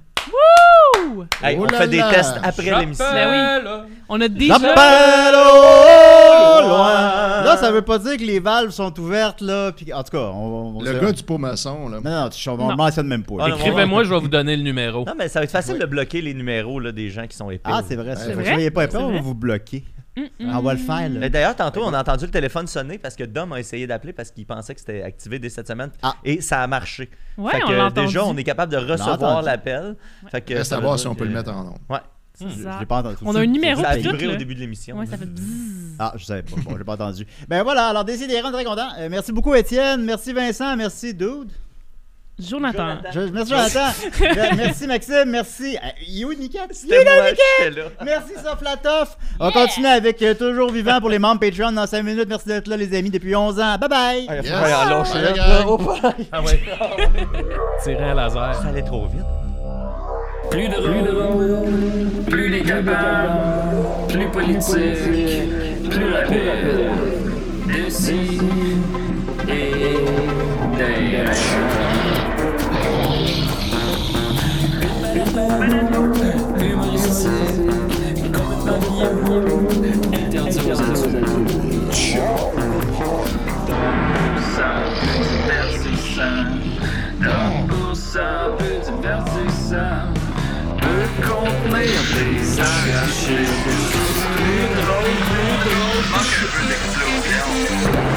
[SPEAKER 3] Ouh!
[SPEAKER 5] Hey,
[SPEAKER 6] Oh
[SPEAKER 5] on
[SPEAKER 6] là
[SPEAKER 5] fait des
[SPEAKER 6] là.
[SPEAKER 5] tests après l'émission.
[SPEAKER 4] Ben oui.
[SPEAKER 3] On a déjà.
[SPEAKER 2] L'appel au loin. Là, ça veut pas dire que les valves sont ouvertes, là. Puis, en tout cas, on, on-
[SPEAKER 6] le
[SPEAKER 2] on-
[SPEAKER 6] gars du pot maçon, là.
[SPEAKER 2] Non, non, tu, on
[SPEAKER 3] Non.
[SPEAKER 2] mentionne même pas.
[SPEAKER 5] Ah, non,
[SPEAKER 4] Écrivez-moi, je vais vous donner le numéro.
[SPEAKER 5] Non, mais ça va être facile de bloquer les numéros là, des gens qui sont épais.
[SPEAKER 2] Ah, c'est vrai. ça.
[SPEAKER 6] C'est
[SPEAKER 2] Fait que
[SPEAKER 3] vrai?
[SPEAKER 2] Soyez pas épais,
[SPEAKER 3] C'est
[SPEAKER 2] on va
[SPEAKER 3] vrai?
[SPEAKER 2] vous bloquer.
[SPEAKER 3] Mm, mm.
[SPEAKER 2] On va le faire, là.
[SPEAKER 5] Mais D'ailleurs, tantôt, on a entendu le téléphone sonner parce que Dom a essayé d'appeler parce qu'il pensait que c'était activé dès cette semaine.
[SPEAKER 2] Ah.
[SPEAKER 5] Et ça a marché.
[SPEAKER 3] Ouais,
[SPEAKER 5] fait
[SPEAKER 3] on
[SPEAKER 5] que
[SPEAKER 3] l'a entendu.
[SPEAKER 5] déjà, on est capable de recevoir
[SPEAKER 2] entendu.
[SPEAKER 5] l'appel. Fait que
[SPEAKER 6] Reste
[SPEAKER 5] ça
[SPEAKER 6] à
[SPEAKER 5] veut
[SPEAKER 6] voir
[SPEAKER 5] dire
[SPEAKER 6] si on peut
[SPEAKER 5] que-
[SPEAKER 6] le mettre en nombre.
[SPEAKER 3] C'est
[SPEAKER 2] Je-
[SPEAKER 3] ça.
[SPEAKER 2] je l'ai pas entendu.
[SPEAKER 3] On a un numéro
[SPEAKER 5] Ça a
[SPEAKER 3] puis tout,
[SPEAKER 5] vibré
[SPEAKER 3] là.
[SPEAKER 5] au début de l'émission.
[SPEAKER 3] Ouais, ça fait bzzz.
[SPEAKER 2] Ah, je savais pas. Bon, j'ai pas entendu. Ben voilà, alors décidez, très content. Euh, merci beaucoup, Étienne. Merci, Vincent. Merci, Dude.
[SPEAKER 3] Jonathan.
[SPEAKER 2] Je- merci, Jonathan. Je- merci, Maxime. Merci. Euh, il est où, Niket? Il est
[SPEAKER 5] C'était
[SPEAKER 2] là,
[SPEAKER 5] moi,
[SPEAKER 2] Niket!
[SPEAKER 5] j'étais là.
[SPEAKER 2] Merci, Soflatoff. On continue avec euh, Toujours Vivant pour les membres Patreon dans 5 minutes. Merci d'être là, les amis, depuis 11 ans. Bye bye.
[SPEAKER 5] Ah, il faut
[SPEAKER 6] Yes.
[SPEAKER 5] pas y en lâcher,
[SPEAKER 6] Bye,
[SPEAKER 5] là.
[SPEAKER 6] gang.
[SPEAKER 5] Oh, bye.
[SPEAKER 4] Ah ouais. Tirer à laser.
[SPEAKER 5] Ça allait trop vite.
[SPEAKER 1] Plus de rôle, plus décapable, plus politique, plus rapide. D'ici et d'ailleurs. Humoristique, complètement vieillot, interdit aux adultes. divertissant. Donc pour ça, un peu divertissant. Peut contenir des arrachés. Plus drôle, plus drôle. Manque un peu d'explosion. Ah